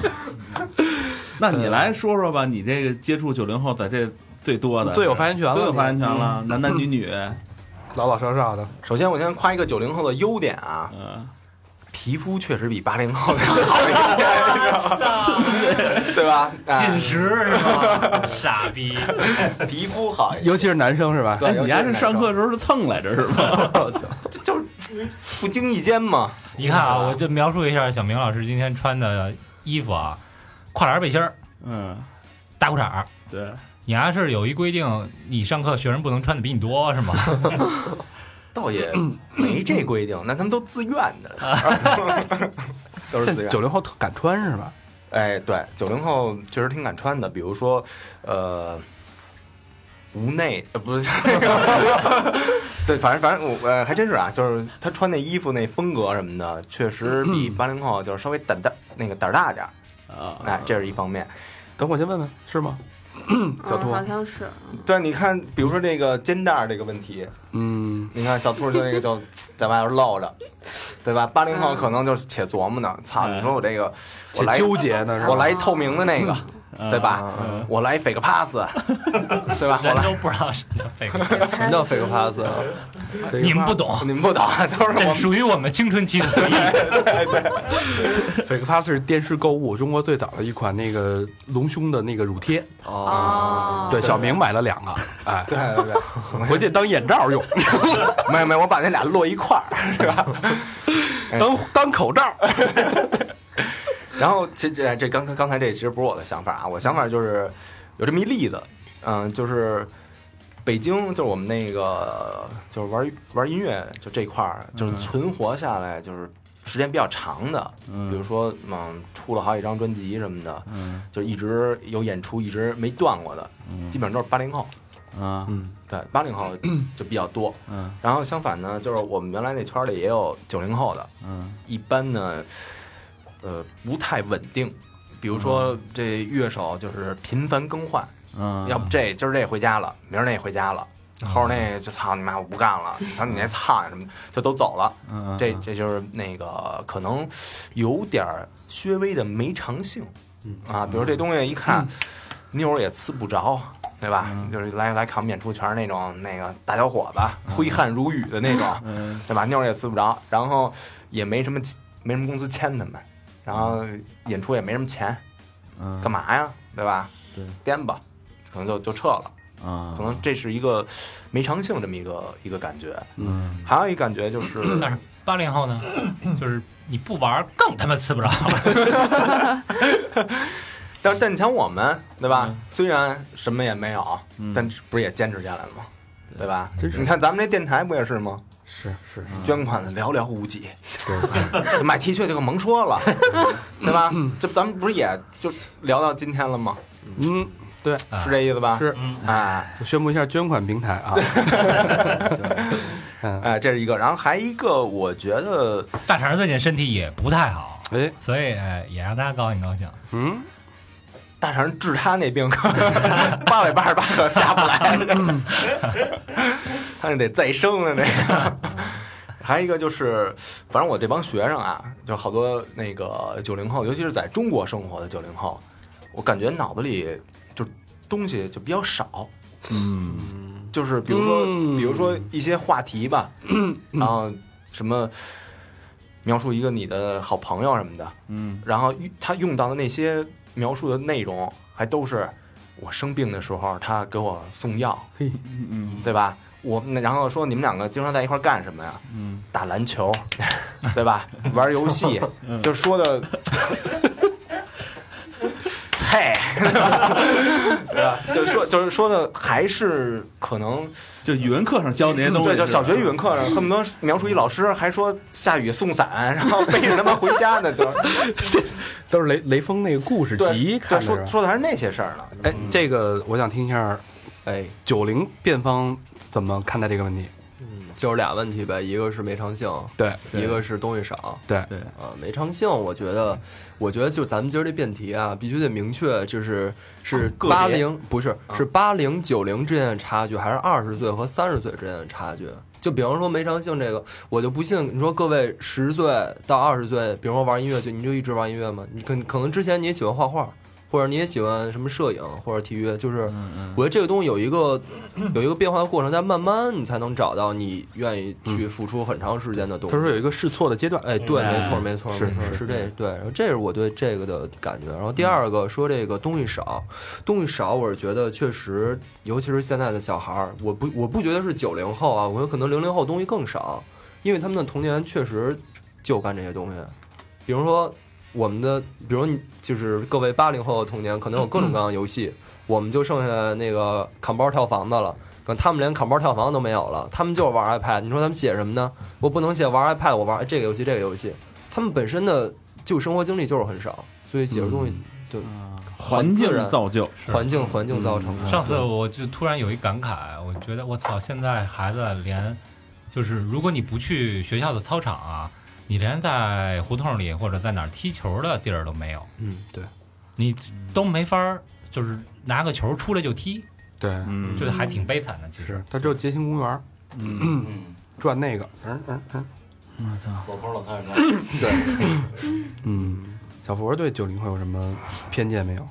Speaker 9: [laughs] 那你来说说吧，你这个接触九零后在这最多的，
Speaker 2: 最有发言权了
Speaker 9: 最有发言权
Speaker 3: 嗯
Speaker 9: 了，男男女女，
Speaker 3: [laughs]
Speaker 2: 老老少少的，
Speaker 3: 首先，我先夸一个九零后的优点啊，
Speaker 9: 嗯，
Speaker 3: 皮肤确实比八零后要好一些，
Speaker 9: [laughs]
Speaker 3: 对吧？
Speaker 9: 嗯
Speaker 3: 哎
Speaker 7: 进食是吗？ [laughs] 傻逼，
Speaker 3: 皮肤好一些，
Speaker 2: 尤其是男生是吧？
Speaker 3: 对，
Speaker 9: 哎，
Speaker 3: 尤
Speaker 9: 你
Speaker 3: 其
Speaker 9: 还是
Speaker 3: 男
Speaker 9: 上
Speaker 3: 生
Speaker 9: 课的时候是蹭来着是
Speaker 3: [laughs]
Speaker 9: 吧？
Speaker 3: 就就是不经意间嘛，
Speaker 7: 你看啊，我就描述一下小明老师今天穿的衣服啊，跨栏背心儿、
Speaker 9: [laughs] 嗯，
Speaker 7: 大裤衩儿。
Speaker 9: 对，
Speaker 7: 你还是有一规定，你上课学生不能穿的比你多是吗？
Speaker 3: 倒也
Speaker 9: 嗯
Speaker 3: 没这规定，那他们都自愿的，
Speaker 9: [laughs]
Speaker 3: [laughs] 都是自愿。
Speaker 2: 九零后特敢穿是吧？
Speaker 3: 哎，对，九零后确实挺敢穿的，比如说，呃，无内呃不是那个，对，反正反正我呃还真是啊，就是他穿那衣服那风格什么的，确实比八零后就是稍微胆大那个胆儿大点儿，
Speaker 9: 啊，
Speaker 3: 哎，这是一方面。
Speaker 2: 等我先问问是吗？小
Speaker 8: 嗯，
Speaker 2: 兔
Speaker 8: 好，像是，
Speaker 3: 对，你看，比如说这个肩带儿这个问题，
Speaker 2: 嗯，
Speaker 3: 你看小兔就那个就在外边露着，对吧？八零后
Speaker 8: 嗯
Speaker 3: 可能就是且琢磨呢，操，
Speaker 9: 嗯
Speaker 3: 你说我这个，我
Speaker 2: 且
Speaker 3: 来
Speaker 2: 纠结呢是
Speaker 3: 我
Speaker 2: 吧？
Speaker 3: 来一透明的那个，对吧？
Speaker 9: 嗯
Speaker 3: 我来一 fake pass，对吧？ [laughs] 我
Speaker 7: 人
Speaker 3: 来，
Speaker 7: 都不知道是这个，
Speaker 10: 什么叫 fake pass？啊
Speaker 2: 这个
Speaker 7: 你们不
Speaker 2: [laughs]
Speaker 7: 懂，
Speaker 3: 你们不懂，都是
Speaker 7: 这
Speaker 3: 我
Speaker 7: 属于我们青春期的回忆。
Speaker 2: Fake Pass 是电视购物中国最早的一款那个隆胸的那个乳贴，
Speaker 10: 哦，
Speaker 8: 哦，
Speaker 2: 啊对，小明买了两 [laughs] 个，哎，
Speaker 3: 对对对，
Speaker 2: 回去当眼罩用，
Speaker 3: 没有没有，我把那俩摞一块儿，对吧？
Speaker 2: 当当口罩。
Speaker 3: 然后其实这这刚刚刚才这其实不是我的想法啊，我想法就是有这么一例子，嗯，就是北京就是我们那个就是玩玩音乐就这块儿，就是存活下来就是时间比较长的，
Speaker 9: 嗯
Speaker 3: 比如说嗯出了好几张专辑什么的，
Speaker 9: 嗯
Speaker 3: 就一直有演出一直没断过的，基本上都是八零后，
Speaker 9: 啊
Speaker 2: 嗯，
Speaker 3: 对八零
Speaker 9: [clears throat]
Speaker 3: 后就比较多。
Speaker 9: 嗯
Speaker 3: 然后相反呢，就是我们原来那圈儿里也有九零后的，
Speaker 9: 嗯
Speaker 3: 一般呢，呃，不太稳定。比如说这乐手就是频繁更换，
Speaker 9: 嗯，
Speaker 3: 要不这今儿这回家了，明儿那回家了，后儿那就操你妈我不干了，瞧你那操什么就都走了。
Speaker 9: 嗯
Speaker 3: 这这就是那个可能有点儿略微的没长性
Speaker 9: 嗯
Speaker 3: 啊，比如这东西一看妞儿也呲不着，对吧？
Speaker 9: 嗯
Speaker 3: 就是来来看我们演出全是那种那个大小伙子，挥汗如雨的那种，
Speaker 9: 嗯
Speaker 3: 对吧？妞儿也呲不着，然后也没什么没什么公司签他们，然后演出也没什么钱，
Speaker 9: 嗯
Speaker 3: 干嘛呀？对吧？
Speaker 9: 对，
Speaker 3: 颠吧，可能就就撤了。
Speaker 9: 啊，
Speaker 3: 可能这是一个没长性这么一个一个感觉。
Speaker 2: 嗯，
Speaker 3: 还有一感觉就是，
Speaker 9: [coughs]
Speaker 7: 但是八零后呢，就是你不玩儿更他妈吃不着。 [laughs]
Speaker 3: 但但你像我们，对吧？
Speaker 9: 嗯
Speaker 3: 虽然什么也没有，
Speaker 9: 嗯
Speaker 3: 但不是也坚持下来了吗？对吧？
Speaker 2: 真是
Speaker 3: 你看咱们这电台不也是吗？
Speaker 2: 是是
Speaker 3: 捐款的寥寥无几，
Speaker 2: 是，
Speaker 3: [laughs] 买 T 恤就更甭说了，对吧？这咱们不是也就聊到今天了吗？
Speaker 2: 嗯，对，
Speaker 7: 啊
Speaker 3: 是这意思吧？
Speaker 2: 是
Speaker 3: 哎，
Speaker 2: 我宣布一下捐款平台 [laughs] 啊，嗯，
Speaker 3: 哎，这是一个，然后还一个，我觉得
Speaker 7: 大肠最近身体也不太好，
Speaker 2: 哎，
Speaker 7: 所以哎也让大家高兴高兴。
Speaker 2: 嗯，
Speaker 3: 大肠治他那病， [laughs] 八百八十八可下不来，他那得再生了那个。 [laughs] 还有一个就是，反正我这帮学生啊，就好多那个九零后，尤其是在中国生活的九零后，我感觉脑子里就东西就比较少，
Speaker 9: 嗯
Speaker 3: 就是比如说，
Speaker 2: 嗯
Speaker 3: 比如说一些话题
Speaker 9: [clears throat]
Speaker 3: 吧，然后什么描述一个你的好朋友什么的，
Speaker 9: 嗯
Speaker 3: 然后他用到的那些描述的内容，还都是我生病的时候他给我送
Speaker 9: [laughs]
Speaker 3: 药，
Speaker 9: 嗯
Speaker 3: 对吧？我那然后说你们两个经常在一块儿干什么呀？
Speaker 9: 嗯
Speaker 3: 打篮球，
Speaker 9: [laughs] 嗯
Speaker 3: [laughs] 对吧？玩游戏，就说的， [laughs] 嘿，对吧？就说就是说的还是可能
Speaker 9: 就语文课上教那些东
Speaker 3: 嗯
Speaker 9: 西，
Speaker 3: 对，就小学语文课上恨不得描述一老师还说下雨送伞，然后背着他妈回家呢， [laughs] 就
Speaker 2: 都是雷雷锋那个故事
Speaker 3: 对，
Speaker 2: 集
Speaker 3: 对
Speaker 2: 看的是
Speaker 3: 说
Speaker 2: 吧。
Speaker 3: 说的还是那些事儿呢。
Speaker 2: 哎，这个我想听一下
Speaker 10: 哎，
Speaker 2: 九零辩方怎么看待这个问题？
Speaker 10: 就是俩问题呗，一个是没偿性，
Speaker 2: 对，
Speaker 10: 一个是东西少。
Speaker 2: 对
Speaker 9: 对
Speaker 10: 啊，没偿性，我觉得，我觉得就咱们今儿这辩题啊，必须得明确，就是是
Speaker 3: 个
Speaker 10: 八
Speaker 3: 别
Speaker 10: 零啊不是是八零九零之间的差距，还是二十岁和三十岁之间的差距？就比方说没偿性这个，我就不信你说各位十岁到二十岁，比如说玩音乐就你就一直玩音乐吗？你可可能之前你也喜欢画画，或者你也喜欢什么摄影或者体育，就是我觉得这个东西有一个有一个变化的过程，但慢慢你才能找到你愿意去付出很长时间的东西。
Speaker 2: 他说有一个试错的阶段。
Speaker 10: 哎，对，
Speaker 7: 哎
Speaker 10: 没错，没错，
Speaker 2: 是
Speaker 10: 没错，
Speaker 2: 是
Speaker 10: 是这，对。然后这是我对这个的感觉。然后第二
Speaker 2: 嗯
Speaker 10: 个说这个东西少，东西少，我是觉得确实，尤其是现在的小孩儿，我不我不觉得是九零后啊，我觉得可能零零后东西更少，因为他们的童年确实就干这些东西，比如说我们的，比如你就是各位八零后的童年，可能有各种各样的游戏，我们就剩下那个砍包跳房的了。可能他们连砍包跳房都没有了，他们就是玩 iPad。你说他们写什么呢？我不能写玩 iPad，我玩这个游戏这个游戏。他们本身的就生活经历就是很少，所以写的东西
Speaker 9: 环境造就，
Speaker 10: 环境、环境造成的。
Speaker 7: 嗯上次我就突然有一感慨，我觉得我操，现在孩子连就是如果你不去学校的操场啊，你连在胡同里或者在哪儿踢球的地儿都没有，
Speaker 10: 嗯，对，
Speaker 7: 你都没法儿就是拿个球出来就踢，
Speaker 2: 对，
Speaker 9: 嗯，
Speaker 7: 这还挺悲惨的。其实
Speaker 2: 是他只有街心公园儿
Speaker 9: 嗯，
Speaker 2: 转那个，嗯嗯嗯
Speaker 9: 我操，
Speaker 12: 老头儿老太太，
Speaker 2: 嗯。小佛对九零后有什么偏见没有？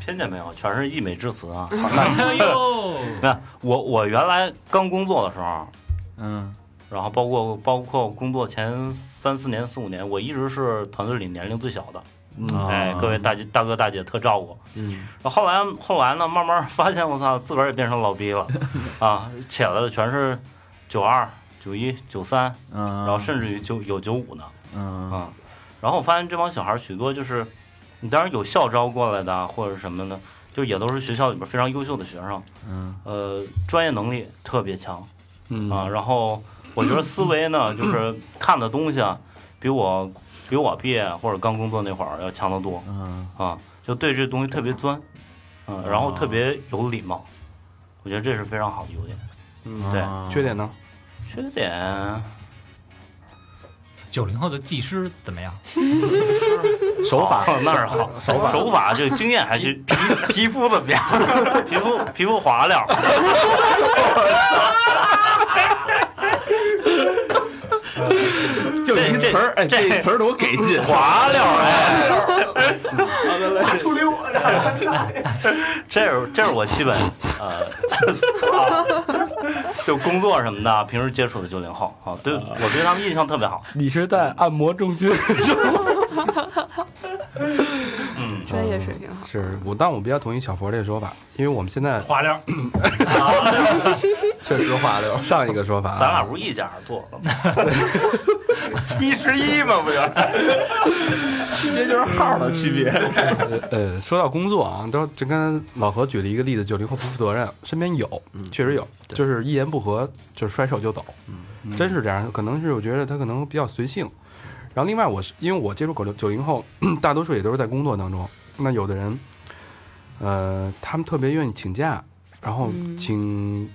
Speaker 12: 偏见没有，全是溢美之
Speaker 3: [laughs]
Speaker 12: 词啊！
Speaker 7: 哎呦，
Speaker 12: 没有，我我原来刚工作的时候，
Speaker 9: 嗯
Speaker 12: 然后包括包括工作前三四年、四五年，我一直是团队里年龄最小的。哎，各位大姐、大哥、大姐特照顾。
Speaker 10: 嗯，
Speaker 12: 然后后来后来呢，慢慢发现我操，自个儿也变成老逼了啊！起来的全是九二、九一、九三，
Speaker 9: 嗯，
Speaker 12: 然后甚至于九有九五呢
Speaker 9: 嗯
Speaker 12: 啊。然后我发现这帮小孩儿许多就是，你当然有校招过来的啊或者什么的，就也都是学校里边非常优秀的学生，
Speaker 9: 嗯
Speaker 12: 呃，专业能力特别强，
Speaker 2: 嗯
Speaker 12: 啊，然后我觉得思维呢，就是看的东西啊，比我比我毕业或者刚工作那会儿要强得多
Speaker 9: 嗯哦
Speaker 12: 啊，就对这东西特别钻，嗯、然后特别有礼貌，我觉得这是非常好的优点。
Speaker 2: 嗯，
Speaker 12: 对
Speaker 9: 啊
Speaker 2: 缺点呢？
Speaker 12: 缺点
Speaker 7: 九零后的技师怎么样？
Speaker 12: 手法哦那是好， [laughs] 手法手法这个经验还是皮
Speaker 3: 皮肤怎么样？
Speaker 12: [laughs] 皮肤皮肤滑溜儿。
Speaker 9: 就一
Speaker 12: 这
Speaker 9: 词儿，哎，
Speaker 12: 这
Speaker 9: 这词儿多给 [laughs] 劲，
Speaker 12: 滑溜儿哎，出溜，这是这是我基本 [laughs] 呃，就工作什么的，平时接触的九零后啊，对我对他们印象特别好，
Speaker 2: 你是在按摩中心？
Speaker 12: 嗯，
Speaker 8: 专业水平好。
Speaker 2: 是我，但我比较同意小佛这个说法，因为我们现在
Speaker 12: 滑溜儿，
Speaker 10: 确实滑溜。
Speaker 2: 上一个说法啊，
Speaker 12: 咱俩不是一家做的 [laughs] 吗？
Speaker 3: 七十一嘛，不就是？区别就是号的区别。
Speaker 2: 呃，说到工作啊，都就跟老何举了一个例子，九零后不负责任，身边有，确实有，就是一言不合就甩手就走，真是这样。可能是我觉得他可能比较随性。然后另外我是因为我接触九零九零后， [clears throat] 大多数也都是在工作当中。那有的人，呃，他们特别愿意请假，然后
Speaker 8: 嗯
Speaker 2: 请、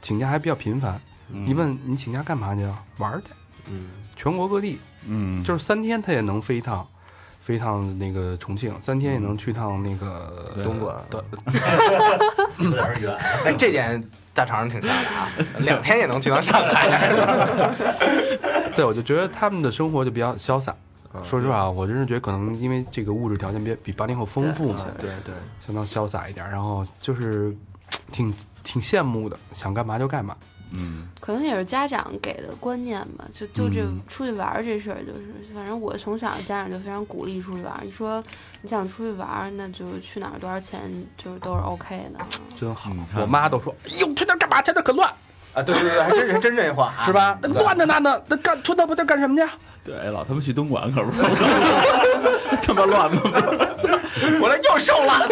Speaker 2: 请假还比较频繁。一问你请假干嘛去啊？玩儿去，
Speaker 10: 嗯，
Speaker 2: 全国各地。
Speaker 9: 嗯，
Speaker 2: 就是是三天他也能飞一趟，飞一趟那个重庆，三天也能去趟那个
Speaker 9: 对
Speaker 2: 东莞。对，
Speaker 12: 有点远，
Speaker 3: 哎，这点大肠挺像的啊，两天也能去趟上海。
Speaker 2: 对我就觉得他们的生活就比较潇洒。说实话，我真是觉得可能因为这个物质条件比比八零后丰富嘛，
Speaker 10: 对对，
Speaker 2: 相当潇洒一点，然后就是挺挺羡慕的，想干嘛就干嘛。
Speaker 9: 嗯
Speaker 8: 可能也是家长给的观念吧，就就这
Speaker 2: 嗯
Speaker 8: 出去玩儿这事儿，就是反正我从小家长就非常鼓励出去玩儿。你说你想出去玩儿，那就去哪儿多少钱，就是都是 OK 的。
Speaker 2: 真好
Speaker 9: 你，看
Speaker 2: 我妈都说：“哎呦，去那儿干嘛？去那儿可乱，
Speaker 3: [laughs] 啊，对对对，还真是真这话啊，
Speaker 2: 是吧？那乱着呢呢，那干去那
Speaker 9: 哎
Speaker 2: 不知道干什么去？
Speaker 9: [laughs] 对，老他妈去东莞可不是，他妈乱吗？
Speaker 3: 我这又瘦了。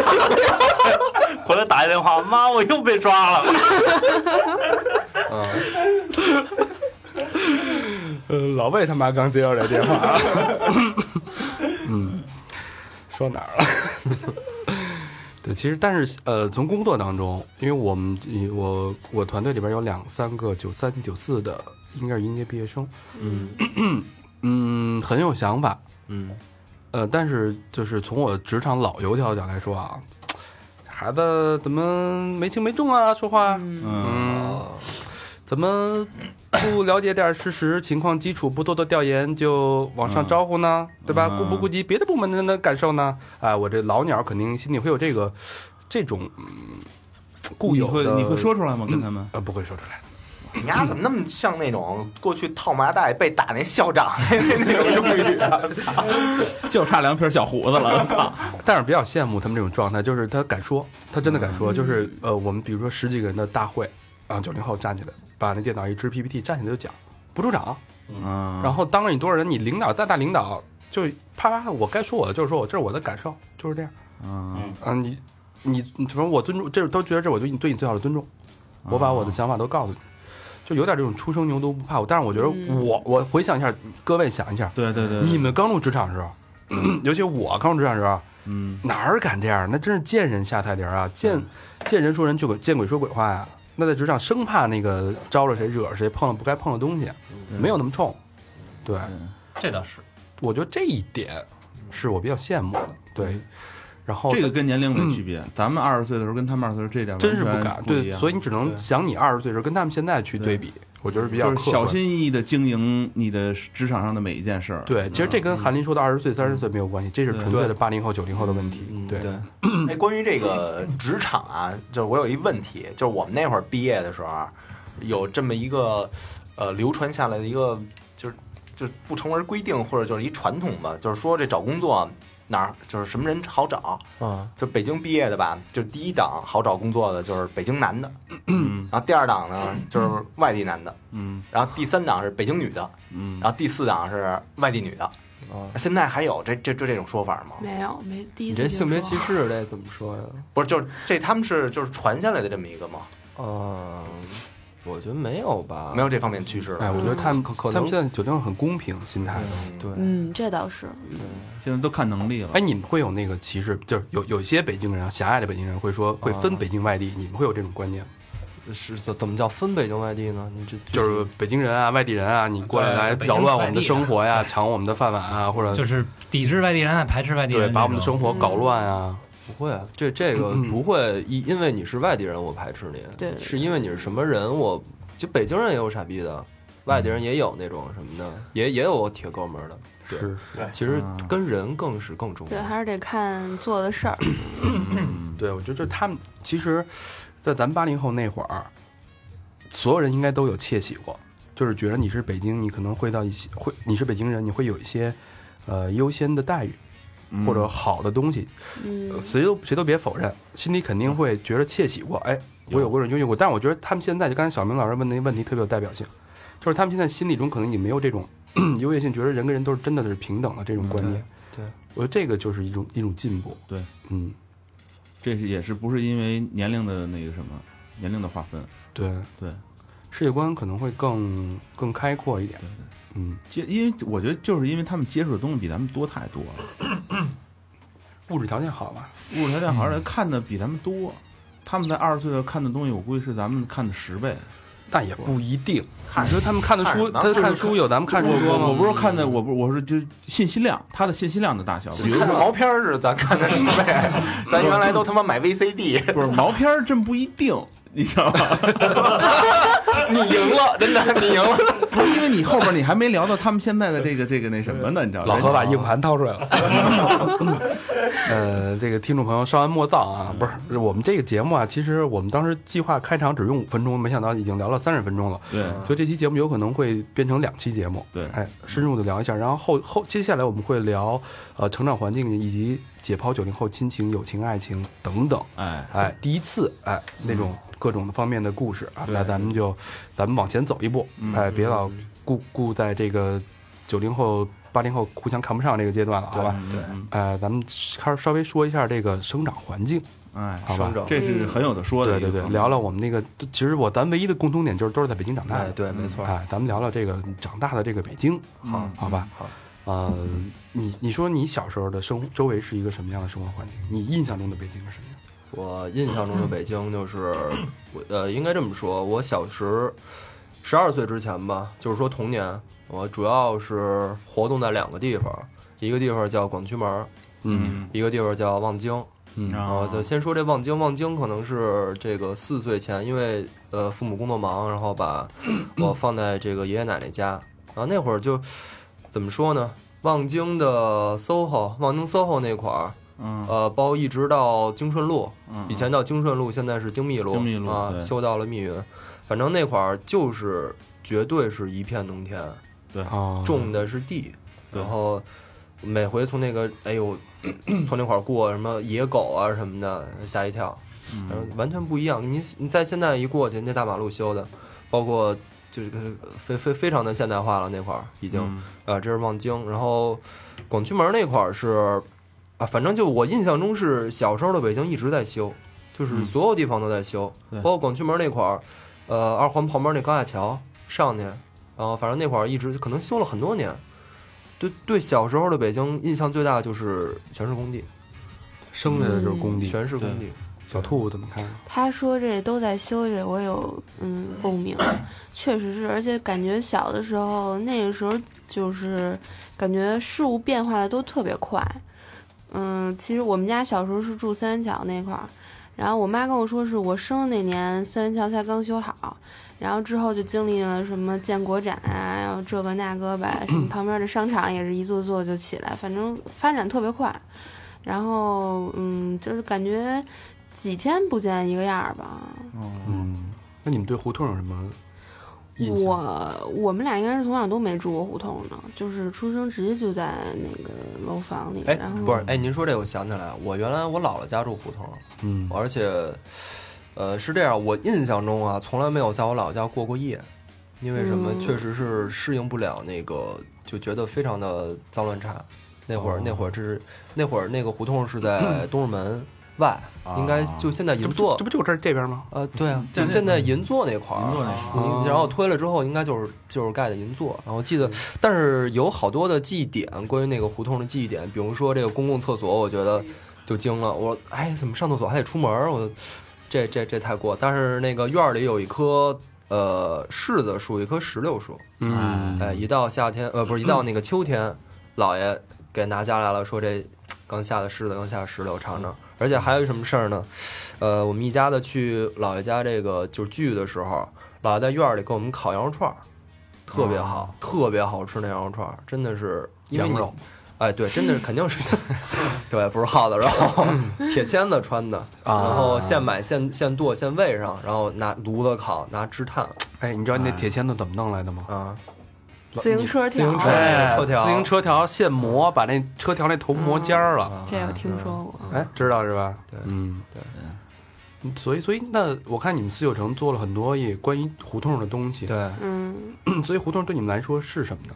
Speaker 12: 回来打一电话，妈，我又被抓了。
Speaker 2: 呃，老魏他妈刚接到这电话啊，嗯，说哪儿了？对，其实但是呃，从工作当中，因为我们呃我我团队里边有两三个九三九四的，应该是应届毕业生，
Speaker 10: 嗯
Speaker 2: 嗯，很有想法，
Speaker 10: 嗯
Speaker 2: 呃，但是就是从我职场老油条的角度来说啊，孩子怎么没轻没重啊，说话，
Speaker 9: 嗯，
Speaker 2: 嗯，怎么不了解点事实情况基础，不做做调研就往上招呼呢？对吧？
Speaker 9: 嗯
Speaker 2: 顾不顾及别的部门的感受呢？啊，我这老鸟肯定心里会有这个这种嗯固
Speaker 9: 你
Speaker 2: 有
Speaker 9: 会
Speaker 2: 的
Speaker 9: 你会说出来吗？跟他们？
Speaker 2: 啊，不会说出来。
Speaker 3: 你丫怎么那么像那种过去套麻袋被打那校长 [laughs] 那种用语啊？
Speaker 9: 就差两撇小胡子了，我操！
Speaker 2: 但是比较羡慕他们这种状态，就是他敢说，他真的敢说。就是呃，我们比如说十几个人的大会，啊，九零后站起来，把那电脑一支 PPT，站起来就讲，不助长。
Speaker 9: 嗯，
Speaker 2: 然后当着你多少人，你领导再大领导，就啪啪，我该说我的就是说我这是我的感受，就是这样。
Speaker 9: 嗯，
Speaker 2: 啊，你你你反正我尊重，这都觉得这我对你对你最好的尊重，我把我的想法都告诉你，就有点这种初生牛犊不怕虎。但是我觉得
Speaker 8: 嗯
Speaker 2: 我我回想一下，各位想一下，
Speaker 9: 对对对，
Speaker 2: 你们刚入职场的时候， [clears throat] 尤其我刚入职场的时候，
Speaker 9: 嗯
Speaker 2: 哪儿敢这样？那真是见人下菜碟儿啊，见见人说人，就鬼见鬼说鬼话呀、那在职场生怕那个招了谁惹了谁，碰了不该碰的东西，
Speaker 9: 嗯
Speaker 2: 没有那么冲。对，
Speaker 7: 这倒是，
Speaker 2: 我觉得这一点是我比较羡慕的。对，然后
Speaker 9: 嗯这个跟年龄没区别，咱们二十岁的时候跟他们二十岁的时候这点
Speaker 2: 真是
Speaker 9: 完
Speaker 2: 不
Speaker 9: 全
Speaker 2: 敢，
Speaker 9: 嗯不一
Speaker 2: 对，
Speaker 9: 样
Speaker 2: 所以你只能想你二十岁的时候跟他们现在去对比，我觉得比较
Speaker 9: 就是
Speaker 2: 客
Speaker 9: 小
Speaker 2: 观。
Speaker 9: 心翼翼的经营你的职场上的每一件事儿。嗯
Speaker 2: 对，其实这跟韩林说的二十岁、三十岁没有关系，这是纯粹的八零后、九零后的问题
Speaker 10: 嗯。
Speaker 2: 对，
Speaker 10: 对，
Speaker 3: 哎，关于这个职场啊，就是我有一问题，就是我们那会儿毕业的时候，啊有这么一个呃流传下来的一个就是就是不成文规定或者就是一传统吧，就是说这找工作哪儿就是什么人好找，
Speaker 10: 啊，
Speaker 3: 就北京毕业的吧，就第一档好找工作的就是北京男的，
Speaker 9: 嗯
Speaker 3: 然后第二档呢就是外地男的，
Speaker 9: 嗯
Speaker 3: 然后第三档是北京女的，
Speaker 9: 嗯，
Speaker 3: 然后第四档是外地女的。
Speaker 10: 哦
Speaker 3: 现在还有这这这这种说法吗？
Speaker 8: 没有没第一
Speaker 10: 你
Speaker 8: 次
Speaker 10: 这性别
Speaker 8: 听
Speaker 10: 歧
Speaker 8: 说
Speaker 10: 视这怎么说呀？
Speaker 3: 不是，就是这他们是就是传下来的这么一个吗？
Speaker 10: 嗯，我觉得没有吧，
Speaker 3: 没有这方面趋势
Speaker 2: 哎，
Speaker 3: 了。
Speaker 2: 我觉得他们
Speaker 10: 可可
Speaker 2: 他们
Speaker 10: 能
Speaker 2: 现在九零后很公平心态的。
Speaker 10: 对，
Speaker 8: 嗯，这倒是，
Speaker 9: 现在都看能力了。
Speaker 2: 哎，你们会有那个歧视，就是有有一些北京人啊，狭隘的北京人会说会
Speaker 7: 啊
Speaker 2: 分北京外地，你们会有这种观念吗，
Speaker 10: 是怎怎么叫分北京外地呢？你这
Speaker 2: 就是北京人啊、外地人啊，你过来
Speaker 7: 对
Speaker 2: 来
Speaker 7: 北京
Speaker 2: 扰乱我们
Speaker 7: 外
Speaker 2: 的
Speaker 7: 地
Speaker 2: 生活呀，
Speaker 7: 对
Speaker 2: 抢我们的饭碗啊，或者
Speaker 7: 就是抵制外地人，啊排斥外地人
Speaker 2: 对
Speaker 7: 这种，
Speaker 2: 把我们的生活搞乱啊。
Speaker 10: 不会啊，这这个
Speaker 2: 嗯嗯
Speaker 10: 不会，因因为你是外地人，我排斥你，
Speaker 8: 对
Speaker 10: 是因为你是什么人，我就北京人也有傻逼
Speaker 2: 嗯
Speaker 10: 的，外地人也有那种什么的，也也有铁哥们儿的，对
Speaker 2: 是，
Speaker 10: 其实
Speaker 2: 嗯
Speaker 10: 跟人更是更重
Speaker 8: 对，
Speaker 10: 要，
Speaker 8: 还是得看做的事儿。
Speaker 7: 嗯
Speaker 2: 对，我觉得就是他们其实，在咱八零后那会儿，所有人应该都有窃喜过，就是觉得你是北京，你可能会到一些会你是北京人，你会有一些呃优先的待遇
Speaker 7: 嗯
Speaker 2: 或者好的东西，
Speaker 8: 嗯
Speaker 2: 呃，谁都谁都别否认，心里肯定会觉得窃喜过，哎，我有过这种优越过。但是我觉得他们现在就刚才小明老师问的那问题特别有代表性，就是他们现在心里中可能也没有这种 [clears throat] 优越性，觉得人跟人都是真的是平等的这种观念。
Speaker 10: 对对
Speaker 2: 我觉得这个就是一种一种进步。
Speaker 9: 对，
Speaker 2: 嗯，
Speaker 9: 这是也是不是因为年龄的那个什么年龄的划分？
Speaker 2: 对
Speaker 9: 对，
Speaker 2: 世界观可能会更更开阔一点。嗯，
Speaker 9: 接因为我觉得就是因为他们接触的东西比咱们多太多了，
Speaker 2: 物质条件好吧？
Speaker 9: 物质条件好
Speaker 2: 嗯
Speaker 9: 像看的比咱们多。他们在二十岁的看的东西，我估计是咱们看的十倍。
Speaker 2: 那也不一定。
Speaker 3: 看
Speaker 2: 你说他们看的
Speaker 3: 看
Speaker 2: 书，
Speaker 3: 什么
Speaker 2: 他
Speaker 3: 就是
Speaker 2: 看书有咱们看书多
Speaker 9: 我我
Speaker 2: 吗？嗯
Speaker 9: 不是看的，我不我是就信息量，他的信息量的
Speaker 2: [laughs]
Speaker 9: 大小，比如
Speaker 3: 看
Speaker 9: 说
Speaker 3: 毛片儿 [laughs] 是咱看的是呗，咱原来都他妈买 VCD，
Speaker 9: 不是毛片儿真不一定，你知道吗？
Speaker 3: [laughs]
Speaker 9: [laughs]
Speaker 3: 你赢了，真的你 [laughs] 赢了。
Speaker 9: 不是因为你后边你还没聊到他们现在的这个这个那什么呢，你知道吗？
Speaker 2: 老何把硬盘掏出来了。 [laughs] 呃，这个听众朋友稍安莫躁啊，不是我们这个节目啊，其实我们当时计划开场只用五分钟，没想到已经聊了三十分钟了，
Speaker 9: 对
Speaker 2: 所以这期节目有可能会变成两期节目。
Speaker 9: 对
Speaker 2: 哎，深入的聊一下，然后后后接下来我们会聊呃成长环境以及解剖九零后亲情、友情、爱情等等。
Speaker 9: 哎，
Speaker 2: 哎，第一次哎那种各种方面的故事啊，
Speaker 9: 对
Speaker 2: 那咱们就咱们往前走一步，
Speaker 9: 嗯
Speaker 2: 哎，别老顾顾在这个九零后八零后互相看不上这个阶段了，好吧？
Speaker 9: 对，
Speaker 2: 呃，咱们开始稍微说一下这个生长环境，
Speaker 9: 哎，
Speaker 2: 好吧？
Speaker 9: 这是很有的说
Speaker 2: 对
Speaker 9: 的一个
Speaker 2: 对
Speaker 9: 方面，
Speaker 2: 对，聊聊我们那个，其实我咱唯一的共通点就是都是在北京长大
Speaker 10: 哎，
Speaker 2: 的，
Speaker 10: 对，没错。
Speaker 2: 啊，咱们聊聊这个长大的这个北京，
Speaker 9: 嗯
Speaker 10: 好
Speaker 2: 好吧？
Speaker 10: 好，
Speaker 2: 呃，你你说你小时候的生周围是一个什么样的生活环境？你印象中的北京是什么样？
Speaker 10: 我印象中的北京就是，我呃，应该这么说，我小时十二岁之前吧，就是说童年，我主要是活动在两个地方，一个地方叫广渠门儿，
Speaker 2: 嗯
Speaker 10: 一个地方叫望京。
Speaker 2: 嗯
Speaker 9: 啊
Speaker 10: 然后就先说这望京，望京可能是这个四岁前，因为呃父母工作忙，然后把我放在这个爷爷奶奶家。然后那会儿就怎么说呢？望京的 SOHO，望京 SOHO 那块儿，
Speaker 9: 嗯
Speaker 10: 呃，包一直到京顺路，
Speaker 9: 嗯
Speaker 10: 以前叫京顺路，现在是京密路，
Speaker 9: 京密路
Speaker 10: 啊，
Speaker 9: 对
Speaker 10: 修到了密云。反正那块儿就是绝对是一片农田，
Speaker 2: 哦，
Speaker 10: 种的是地，
Speaker 9: 对
Speaker 10: 然后每回从那个哎呦 [clears throat] 从那块儿过什么野狗啊什么的，吓一跳，然
Speaker 9: 嗯
Speaker 10: 后完全不一样。你你在现在一过去，那大马路修的，包括就是呃非非非常的现代化了那块儿已经。
Speaker 9: 嗯
Speaker 10: 啊，这是望京，然后广渠门那块儿是啊，反正就我印象中是小时候的北京一直在修，就是所有地方都在修，
Speaker 9: 对
Speaker 10: 包括广渠门那块儿，呃，二环旁边那高架桥上去，然、后反正那块儿一直可能修了很多年。对对，小时候的北京印象最大就是全是工地，
Speaker 2: 生下来就是工地，
Speaker 10: 全是工地。
Speaker 2: 小兔怎么看？
Speaker 8: 他说这都在修这，我有嗯共鸣，确实是，而且感觉小的时候那个时候就是感觉事物变化的都特别快。嗯，其实我们家小时候是住三元桥那块儿，然后我妈跟我说是我生的那年三元桥才刚修好，然后之后就经历了什么建国展啊，然后这个那个吧，什么旁边的商场也是一座座就起来，反正发展特别快。然后嗯，就是感觉几天不见一个样儿吧。
Speaker 2: 嗯，那你们对胡同有什么印象？
Speaker 8: 我我们俩应该是从小都没住过胡同的，就是出生直接就在那个楼房里。
Speaker 10: 哎
Speaker 8: 然后，
Speaker 10: 不是，哎，您说这我想起来，我原来我姥姥家住胡同，
Speaker 2: 嗯，
Speaker 10: 而且，呃，是这样，我印象中啊，从来没有在我老家过过夜，因为什么？
Speaker 8: 嗯
Speaker 10: 确实是适应不了那个，就觉得非常的脏乱差。那会儿，那会儿这是那会儿那个胡同是在东直门外，应该就现在
Speaker 2: 这
Speaker 10: 银
Speaker 2: 不
Speaker 10: 座
Speaker 2: 这，不就这这边吗？
Speaker 10: 呃，对啊，就现在银座那块儿，
Speaker 9: 银座那
Speaker 2: 块儿
Speaker 10: 嗯然后推了之后，应该就是就是盖的银座。然后记得，但是有好多的记忆点，关于那个胡同的记忆点，比如说这个公共厕所，我觉得就惊了。我哎，怎么上厕所还得出门儿？我这这这太过。但是那个院儿里有一棵呃柿子树，一棵石榴树。
Speaker 2: 嗯，
Speaker 10: 哎，一到夏天，呃，不是一到那个秋天，老爷给拿家来了，说这刚下的柿子，刚下的石榴，尝
Speaker 2: 嗯
Speaker 10: 尝。而且还有一什么事儿呢？呃，我们一家子去姥爷家这个就是聚的时候，姥爷在院儿里给我们烤羊肉串儿，特别好，特别好吃那羊肉串儿，真的是因为
Speaker 2: 啊羊
Speaker 10: 你
Speaker 2: 肉。
Speaker 10: 哎，对，真的是肯定是，
Speaker 2: [laughs]
Speaker 10: 对，不是耗子肉，铁签子穿的，然
Speaker 2: 啊
Speaker 10: 后现买现现剁现喂上，然后拿炉子烤，拿支炭
Speaker 2: 哎，你知道你那铁签子怎么弄来的吗？
Speaker 10: 啊，
Speaker 8: 自行车
Speaker 10: 自行
Speaker 8: 条，
Speaker 10: 车
Speaker 2: 哎
Speaker 10: 车条
Speaker 2: 自行车条现磨，把那车条那头磨尖儿了。
Speaker 10: 啊
Speaker 8: 这我听说过。
Speaker 2: 哎，知道是吧？
Speaker 10: 嗯对
Speaker 2: 嗯，对。所以，所以那我看你们四九城做了很多也关于胡同的东西，
Speaker 10: 对。
Speaker 8: 嗯，
Speaker 2: 所以胡同对你们来说是什么呢？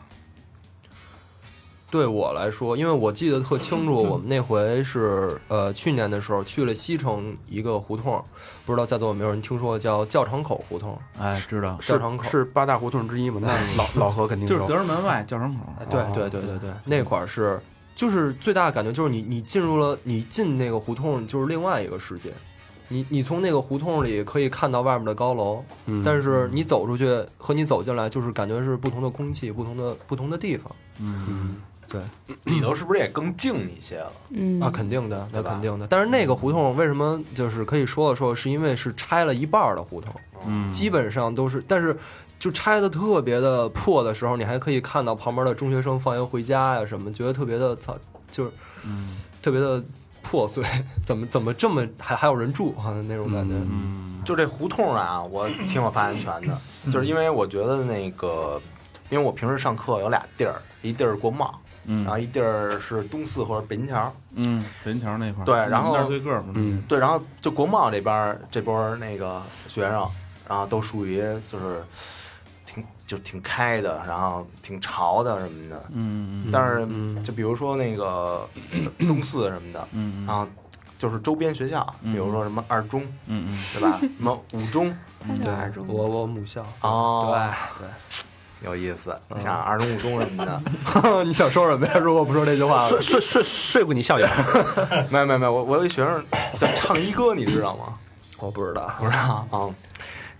Speaker 10: 对我来说，因为我记得特清楚，我们那回是呃去年的时候去了西城一个胡同，不知道在座有没有人听说叫教场口胡同？
Speaker 9: 哎，知道，
Speaker 10: 教场口
Speaker 2: 是是八大胡同之一嘛？那
Speaker 10: [laughs]
Speaker 2: 老老何肯定
Speaker 9: 就是
Speaker 2: 有
Speaker 9: 德胜门外教场口，
Speaker 10: 哎对对对对对，那块儿是就是最大的感觉就是你你进入了你进那个胡同就是另外一个世界，你你从那个胡同里可以看到外面的高楼，
Speaker 2: 嗯
Speaker 10: 但是你走出去和你走进来就是感觉是不同的空气，不同的不同的地方。
Speaker 9: 嗯，
Speaker 3: 里头是不是也更静一些了？
Speaker 8: 嗯
Speaker 10: 啊，肯定的，那
Speaker 3: 对吧
Speaker 10: 肯定的。但是那个胡同为什么就是可以说了说，是因为是拆了一半儿的胡同，
Speaker 9: 嗯
Speaker 10: 基本上都是，但是就拆的特别的破的时候，你还可以看到旁边的中学生放学回家呀、什么，觉得特别的操，就是
Speaker 9: 嗯
Speaker 10: 特别的破碎， [laughs] 怎么怎么这么还还有人住啊那种感觉。
Speaker 9: 嗯
Speaker 3: 就这胡同啊，我挺有发言权的，就是因为我觉得那个，因为我平时上课有俩地儿，一地儿是国贸，然后
Speaker 9: 嗯
Speaker 3: 一地儿是东四或者北新桥。
Speaker 9: 嗯，人桥那块儿，
Speaker 3: 对然后
Speaker 9: 你们那儿对个儿嘛，
Speaker 2: 嗯
Speaker 3: 对，然后就国贸这边儿这波儿那个学生，然后都属于就是挺就就挺开的，然后挺潮的什么的。
Speaker 9: 嗯
Speaker 3: 但是
Speaker 10: 嗯
Speaker 3: 就比如说那个呃东四什么的，
Speaker 9: 嗯
Speaker 3: 然后就是周边学校，比如说什么二中，
Speaker 9: 嗯嗯，
Speaker 3: 对吧？什么五
Speaker 9: [laughs]
Speaker 3: 中，
Speaker 8: 他叫二中，
Speaker 10: 我我母校
Speaker 3: 哦，
Speaker 10: 对
Speaker 3: 有意思，
Speaker 9: 嗯
Speaker 3: 像二中、五中什么的。
Speaker 10: [laughs] 对，你想说什么呀？如果不说这句话，
Speaker 3: 睡睡睡睡过你校友？没有没有没有，我我有一学生叫唱一哥，你知道吗？
Speaker 10: 我不知道。
Speaker 3: 不知道啊、嗯，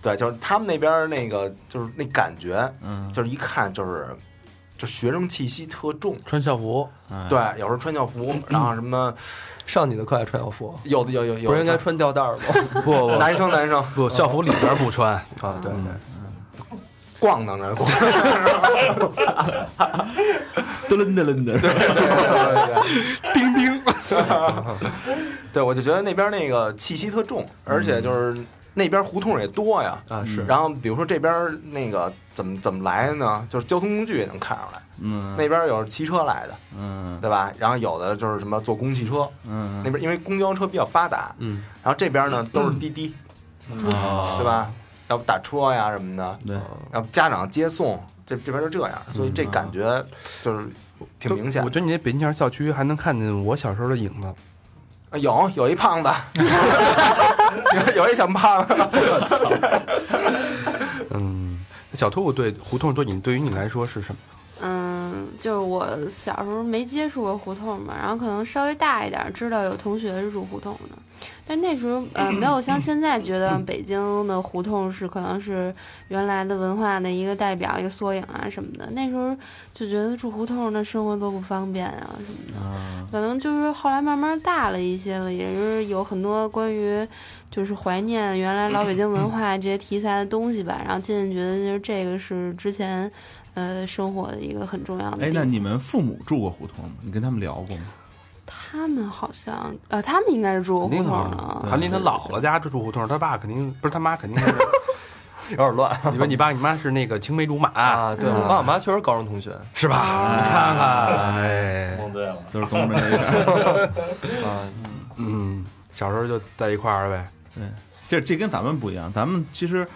Speaker 3: 对，就是他们那边儿那个就是那感觉，
Speaker 9: 嗯
Speaker 3: 就是一看就是就学生气息特重，
Speaker 2: 穿校服，
Speaker 10: 哎
Speaker 3: 对，有时候穿校服，然后什么
Speaker 10: 上你的课还穿校服，
Speaker 3: 有的有有有啊
Speaker 10: 不是应该
Speaker 3: 的
Speaker 10: 穿吊带儿吗？
Speaker 2: 不不
Speaker 3: 男生男生
Speaker 2: 不，校服里边不穿，
Speaker 10: 啊，对对，
Speaker 3: 逛荡着
Speaker 10: [laughs]
Speaker 3: 逛，
Speaker 13: 噔楞噔楞的，
Speaker 3: [laughs] 钉钉，对，我就觉得那边那个气息特重，而且就是那边胡同也多呀，
Speaker 10: 嗯啊是，
Speaker 3: 然后比如说这边那个怎么怎么来的呢？就是交通工具也能看出来，
Speaker 9: 嗯
Speaker 3: 那边有骑车来的，
Speaker 9: 嗯
Speaker 3: 对吧？然后有的就是什么坐公汽车，
Speaker 9: 嗯
Speaker 3: 那边因为公交车比较发达，
Speaker 10: 嗯，
Speaker 3: 然后这边呢都是滴滴，嗯对吧？要不打车呀什么的，嗯
Speaker 9: 对，
Speaker 3: 要不家长接送，这这边就这样，所以这感觉就是挺明显
Speaker 2: 我。觉得你这北京桥校区还能看见我小时候的影子，
Speaker 3: 啊有有一胖子， [laughs] 有有一小胖子，
Speaker 2: 嗯，小兔对胡同对你对于你来说是什么？
Speaker 8: 嗯，就是我小时候没接触过胡同嘛，然后可能稍微大一点儿知道有同学是住胡同的，但那时候呃没有像现在觉得北京的胡同是可能是原来的文化的一个代表、一个缩影啊什么的。那时候就觉得住胡同那生活多不方便啊什么的。可能就是后来慢慢大了一些了，也就是有很多关于就是怀念原来老北京文化这些题材的东西吧。然后渐渐觉得就是这个是之前呃生活的一个很重要的地
Speaker 9: 哎，
Speaker 8: 方。
Speaker 9: 那你们父母住过胡同吗？你跟他们聊过吗？
Speaker 8: 他们好像呃，他们应该是住过胡同的。啊
Speaker 2: 啊韩林他姥姥家就住胡同，他爸肯定不是他妈肯
Speaker 9: [laughs]
Speaker 2: 定是，
Speaker 10: 有点乱
Speaker 2: 你说你爸你妈是那个青梅竹马
Speaker 10: [laughs] 啊。对，我爸我妈确实高中同学，
Speaker 2: 是吧？
Speaker 8: 啊
Speaker 2: 你看看，哎，
Speaker 12: 蒙对了，
Speaker 9: 都是东边那边。
Speaker 10: 啊，
Speaker 2: 嗯，小时候就在一块儿呗。
Speaker 9: 这这跟咱们不一样，咱们其实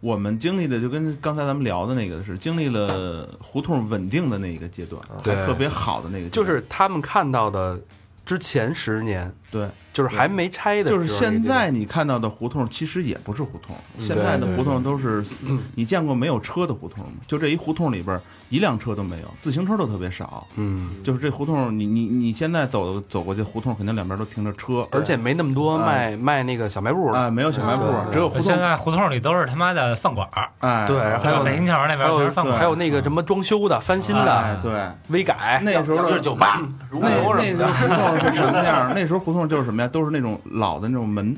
Speaker 9: 我们经历的就跟刚才咱们聊的那个是经历了胡同稳定的那一个阶段，
Speaker 2: 对
Speaker 9: 还特别好的那个阶段，
Speaker 2: 就是他们看到的之前十年，
Speaker 9: 对，
Speaker 2: 就是还没拆的时候
Speaker 9: 就
Speaker 2: 那
Speaker 9: 是
Speaker 2: 个地方，
Speaker 9: 现在你看到的胡同其实也不是胡同，
Speaker 2: 嗯
Speaker 9: 现在的胡同都是私你见过没有车的胡同吗？就这一胡同里边儿一辆车都没有，自行车都特别少。
Speaker 2: 嗯，
Speaker 9: 就是这胡同，你你你现在走走过去胡同，肯定两边都停着车，
Speaker 2: 而且没那么多
Speaker 9: 哎
Speaker 2: 卖卖那个小卖部
Speaker 9: 啊、
Speaker 2: 了。
Speaker 9: 没有小卖部
Speaker 8: 啊，
Speaker 9: 只有胡同
Speaker 7: 现。在胡同里都是他妈的饭馆儿，
Speaker 9: 哎，
Speaker 2: 对，还有
Speaker 7: 北京桥那
Speaker 2: 还
Speaker 7: 边全
Speaker 2: 有
Speaker 7: 是饭馆
Speaker 2: 还
Speaker 7: 儿。
Speaker 2: 有那个什么装修的、翻新
Speaker 9: 哎
Speaker 2: 的、
Speaker 9: 对。
Speaker 2: 微改，
Speaker 9: 嗯那时候
Speaker 3: 就
Speaker 9: 的
Speaker 3: 是酒吧、如
Speaker 9: 那
Speaker 3: 牛什
Speaker 9: 那
Speaker 3: 么
Speaker 9: 时候
Speaker 3: 的，
Speaker 9: 胡同是什
Speaker 2: [laughs]
Speaker 9: 么样儿？那时候胡同就是什么呀？都是那种老的那种门，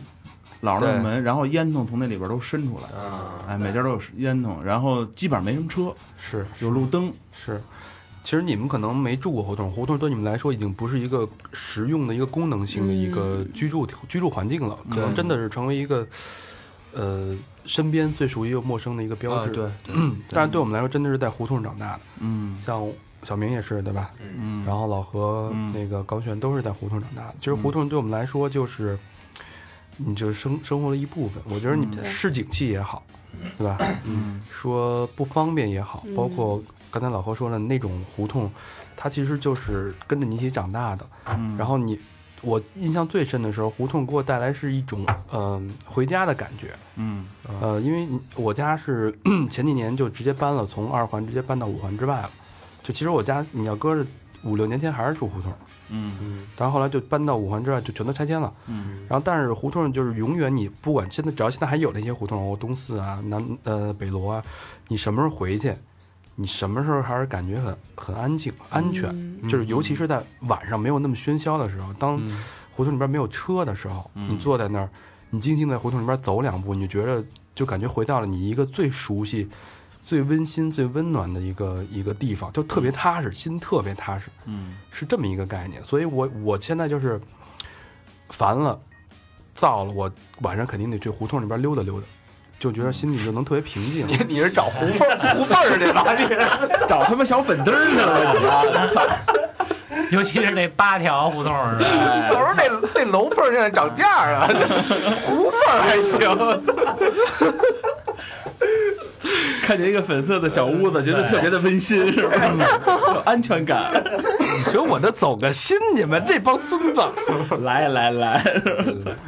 Speaker 9: 老的那种门，然后烟囱从那里边都伸出来，
Speaker 2: 啊
Speaker 9: 哎，每家都有烟囱，然后基本上没什么车，
Speaker 2: 是
Speaker 9: 有路灯，
Speaker 2: 是，其实你们可能没住过胡同，胡同对你们来说已经不是一个实用的一个功能性的一个
Speaker 10: 嗯
Speaker 2: 居住、居住环境了，可能真的是成为一个呃身边最熟悉又陌生的一个标
Speaker 10: 啊
Speaker 2: 志。嗯
Speaker 10: 对，
Speaker 2: 但是对我们来说，真的是在胡同长大的，
Speaker 9: 嗯
Speaker 2: 像小明也是，对吧？
Speaker 9: 嗯，
Speaker 2: 然后老何、
Speaker 9: 嗯
Speaker 2: 那个高璇都是在胡同长大的。其实胡同对我们来说就是，你就生生活的一部分。我觉得你
Speaker 8: 嗯
Speaker 2: 市井气也好，对吧？
Speaker 9: 嗯
Speaker 2: 说不方便也好，
Speaker 8: 嗯
Speaker 2: 包括刚才老何说的那种胡同，它其实就是跟着你一起长大的。
Speaker 9: 嗯
Speaker 2: 然后你，我印象最深的时候，胡同给我带来是一种嗯、回家的感觉。
Speaker 9: 嗯
Speaker 2: 呃，因为你我家是前几年就直接搬了，从二环直接搬到五环之外了。就其实我家你要搁着五六年前还是住胡同，
Speaker 9: 嗯
Speaker 2: 但是后来就搬到五环之外就全都拆迁了。
Speaker 9: 嗯
Speaker 2: 然后但是胡同就是永远你不管现在只要现在还有那些胡同，我东四啊、南呃北锣啊，你什么时候回去，你什么时候还是感觉很很安静、安全。
Speaker 8: 嗯
Speaker 2: 就是尤其是在晚上没有那么喧嚣的时候，当
Speaker 9: 嗯
Speaker 2: 胡同里边没有车的时候，
Speaker 9: 嗯
Speaker 2: 你坐在那儿，你静静在胡同里边走两步，你就觉得就感觉回到了你一个最熟悉、最温馨、最温暖的一个一个地方，就特别踏实，心特别踏实，
Speaker 9: 嗯
Speaker 2: 是这么一个概念。所以我我现在就是烦了、燥了，我晚上肯定得去胡同里边溜达溜达，就觉得心里就能特别平静。
Speaker 3: 你你是找胡缝胡缝儿去吧？这是
Speaker 9: 找他妈小粉灯儿呢，
Speaker 7: 尤其是那八条胡同儿，
Speaker 3: 有时候那那楼缝儿现在涨价了，胡缝儿还行。
Speaker 13: 看见一个粉色的小屋子，觉得特别的温馨，是吧？
Speaker 9: 嗯
Speaker 13: 有安全
Speaker 9: [laughs]
Speaker 13: 感。
Speaker 2: 觉得我这走个心，你们这帮孙
Speaker 9: [laughs]
Speaker 2: 子，
Speaker 13: 来来来，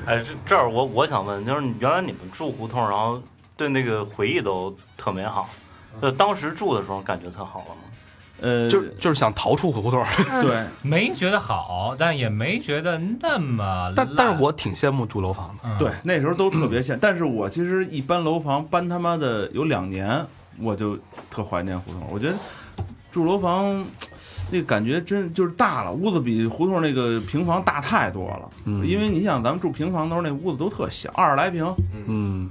Speaker 12: 哎，这这儿我我想问，就是你原来你们住胡同，然后对那个回忆都特美好，呃，当时住的时候感觉特好了吗？
Speaker 13: 呃，
Speaker 2: 就就是想逃出胡同儿。
Speaker 13: 对，
Speaker 7: 没觉得好，但也没觉得那么烂。
Speaker 2: 但但是我挺羡慕住楼房的，
Speaker 7: 嗯
Speaker 9: 对，那时候都特别羡。但是我其实一搬楼房搬他妈的有两年，我就特怀念胡同。我觉得住楼房那个感觉真就是大了，屋子比胡同那个平房大太多了。
Speaker 2: 嗯
Speaker 9: 因为你想，咱们住平房的时候，那屋子都特小，二十来平、
Speaker 2: 嗯嗯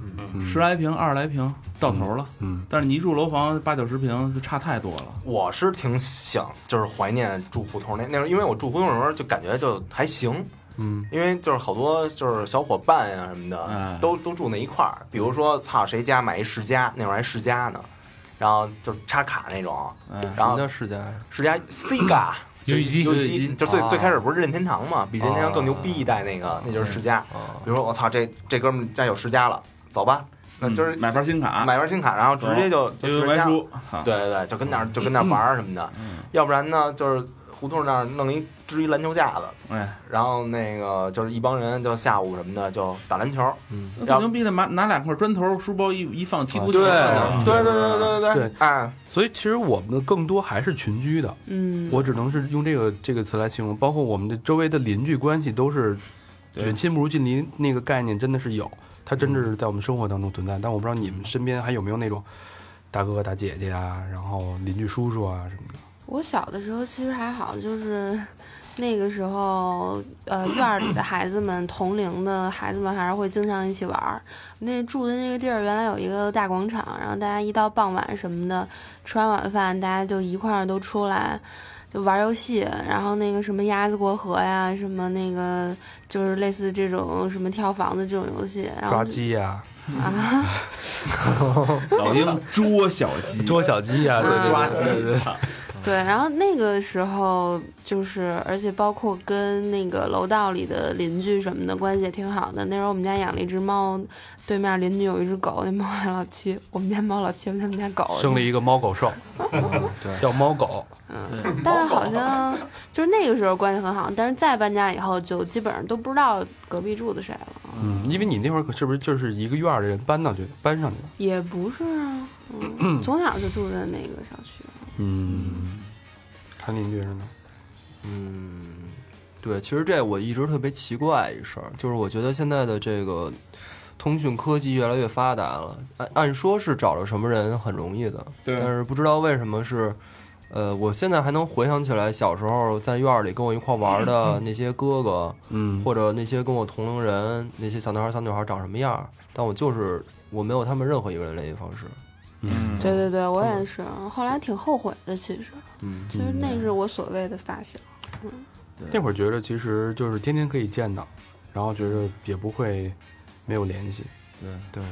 Speaker 9: 十来平、二十来平到头了。
Speaker 2: 嗯，
Speaker 9: 但是你一住楼房八九十平就差太多了。
Speaker 3: 我是挺想，就是怀念住胡同那那时候，因为我住胡同的时候就感觉就还行，
Speaker 2: 嗯，
Speaker 3: 因为就是好多就是小伙伴呀、什么的，
Speaker 9: 哎
Speaker 3: 都都住那一块儿。比如说，操谁家买一世家，那会儿还世家呢，然后就是插卡那种，
Speaker 9: 哎，
Speaker 3: 然
Speaker 10: 什么
Speaker 3: 后
Speaker 10: 叫世家呀？
Speaker 3: 世家 Sega
Speaker 7: 游戏机
Speaker 3: 游
Speaker 9: 游戏
Speaker 3: 戏
Speaker 9: 机
Speaker 3: 机，就最
Speaker 10: 啊
Speaker 3: 最开始不是任天堂嘛，比任天堂更牛逼一代那个，那就是世家。
Speaker 10: 啊
Speaker 3: 比如说，我操这这哥们家有世家了，走吧，那就是
Speaker 9: 嗯买盘新卡，
Speaker 3: 买张新卡，然后直接就就
Speaker 9: 悠
Speaker 3: 去
Speaker 9: 悠
Speaker 3: 人
Speaker 9: 白
Speaker 3: 家
Speaker 9: 书，操，
Speaker 3: 对对对，就跟那儿
Speaker 2: 嗯
Speaker 3: 就跟那儿玩儿什么的，要不然呢就是胡同那儿弄一支一篮球架子，
Speaker 9: 哎，
Speaker 3: 然后那个就是一帮人就下午什么的就打篮球，
Speaker 9: 那不牛逼的，拿拿两块砖头，书包一一放，踢足球。
Speaker 3: 对
Speaker 9: 嗯
Speaker 3: 啊对对对对对
Speaker 2: 对，
Speaker 3: 哎，
Speaker 2: 所以其实我们更多还是群居的，
Speaker 8: 嗯，
Speaker 2: 我只能是用这个这个词来形容，包括我们的周围的邻居关系都是
Speaker 9: 对
Speaker 2: 远亲不如近邻那个概念真的是有，它真的是在我们生活当中存在。但我不知道你们身边还有没有那种大哥哥大姐姐啊，然后邻居叔叔啊什么的。
Speaker 8: 我小的时候其实还好，就是那个时候，呃，院儿里的孩子们、同龄的孩子们还是会经常一起玩儿。那住的那个地儿原来有一个大广场，然后大家一到傍晚什么的，吃完晚饭大家就一块儿都出来。就玩儿游戏，然后那个什么鸭子过河呀，什么那个就是类似这种什么跳房子这种游戏，然后
Speaker 2: 抓鸡呀、
Speaker 8: 啊，
Speaker 9: 老鹰 [laughs] 捉小鸡，
Speaker 2: 嗯捉小鸡呀、对对
Speaker 8: 嗯抓
Speaker 2: 鸡，对对对
Speaker 8: 对，然后那个时候就是，而且包括跟那个楼道里的邻居什么的关系也挺好的。那时候我们家养了一只猫，对面邻居有一只狗，那猫还老欺我们家猫老欺负他们家狗。
Speaker 2: 生了一个猫狗兽，
Speaker 10: 对
Speaker 2: [laughs] 叫猫狗。
Speaker 8: 嗯，但是好像就是那个时候关系很好，但是再搬家以后就基本上都不知道隔壁住的谁了。
Speaker 2: 嗯，因为你那会儿可是不是就是一个院儿的人搬上去搬上去的？
Speaker 8: 也不是啊，嗯，从小就住在那个小区。
Speaker 2: 嗯，他邻居是呢？
Speaker 10: 嗯，对，其实这我一直特别奇怪一事儿，就是我觉得现在的这个通讯科技越来越发达了，按按说是找着什么人很容易的，
Speaker 9: 对
Speaker 10: 但是不知道为什么是。呃，我现在还能回想起来，小时候在院儿里跟我一块玩的那些哥哥，
Speaker 2: 嗯，
Speaker 10: 或者那些跟我同龄人那些小男孩儿、小女孩儿长什么样儿，但我就是我没有他们任何一个人联系方式。
Speaker 2: 嗯
Speaker 8: 对对对，我也是，后来挺后悔的。其实，
Speaker 10: 嗯，
Speaker 8: 其实那是我所谓的发小。
Speaker 2: 那会儿觉得其实就是天天可以见到，然后觉得也不会没有联系。
Speaker 10: 对，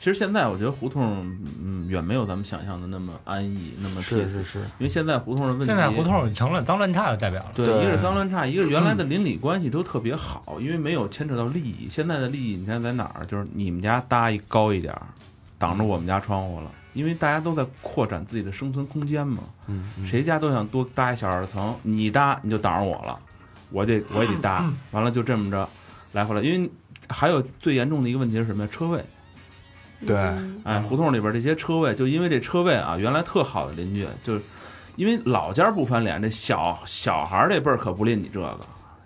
Speaker 9: 其实现在我觉得胡同，嗯，远没有咱们想象的那么安逸，那么 p
Speaker 2: 是
Speaker 9: e
Speaker 2: 是是，
Speaker 9: 因为现在胡同的问题，
Speaker 7: 现在胡同成了脏乱差的代表了。
Speaker 9: 对，
Speaker 2: 对嗯
Speaker 9: 一个是脏乱差，一个是原来的邻里关系都特别好，因为没有牵扯到利益。现在的利益，你看在哪儿？就是你们家搭一高一点儿，挡着我们家窗户了，因为大家都在扩展自己的生存空间嘛。
Speaker 2: 嗯，
Speaker 9: 谁家都想多搭一小二层，你搭你就挡着我了，我得我也得搭，
Speaker 2: 嗯
Speaker 9: 完了就这么着来回来。因为还有最严重的一个问题是什么呀？车位。
Speaker 2: 对
Speaker 8: 嗯
Speaker 9: 哎，胡同里边这些车位，就因为这车位啊，原来特好的邻居，就是因为老家不翻脸，这小小孩儿这辈儿可不吝你这个，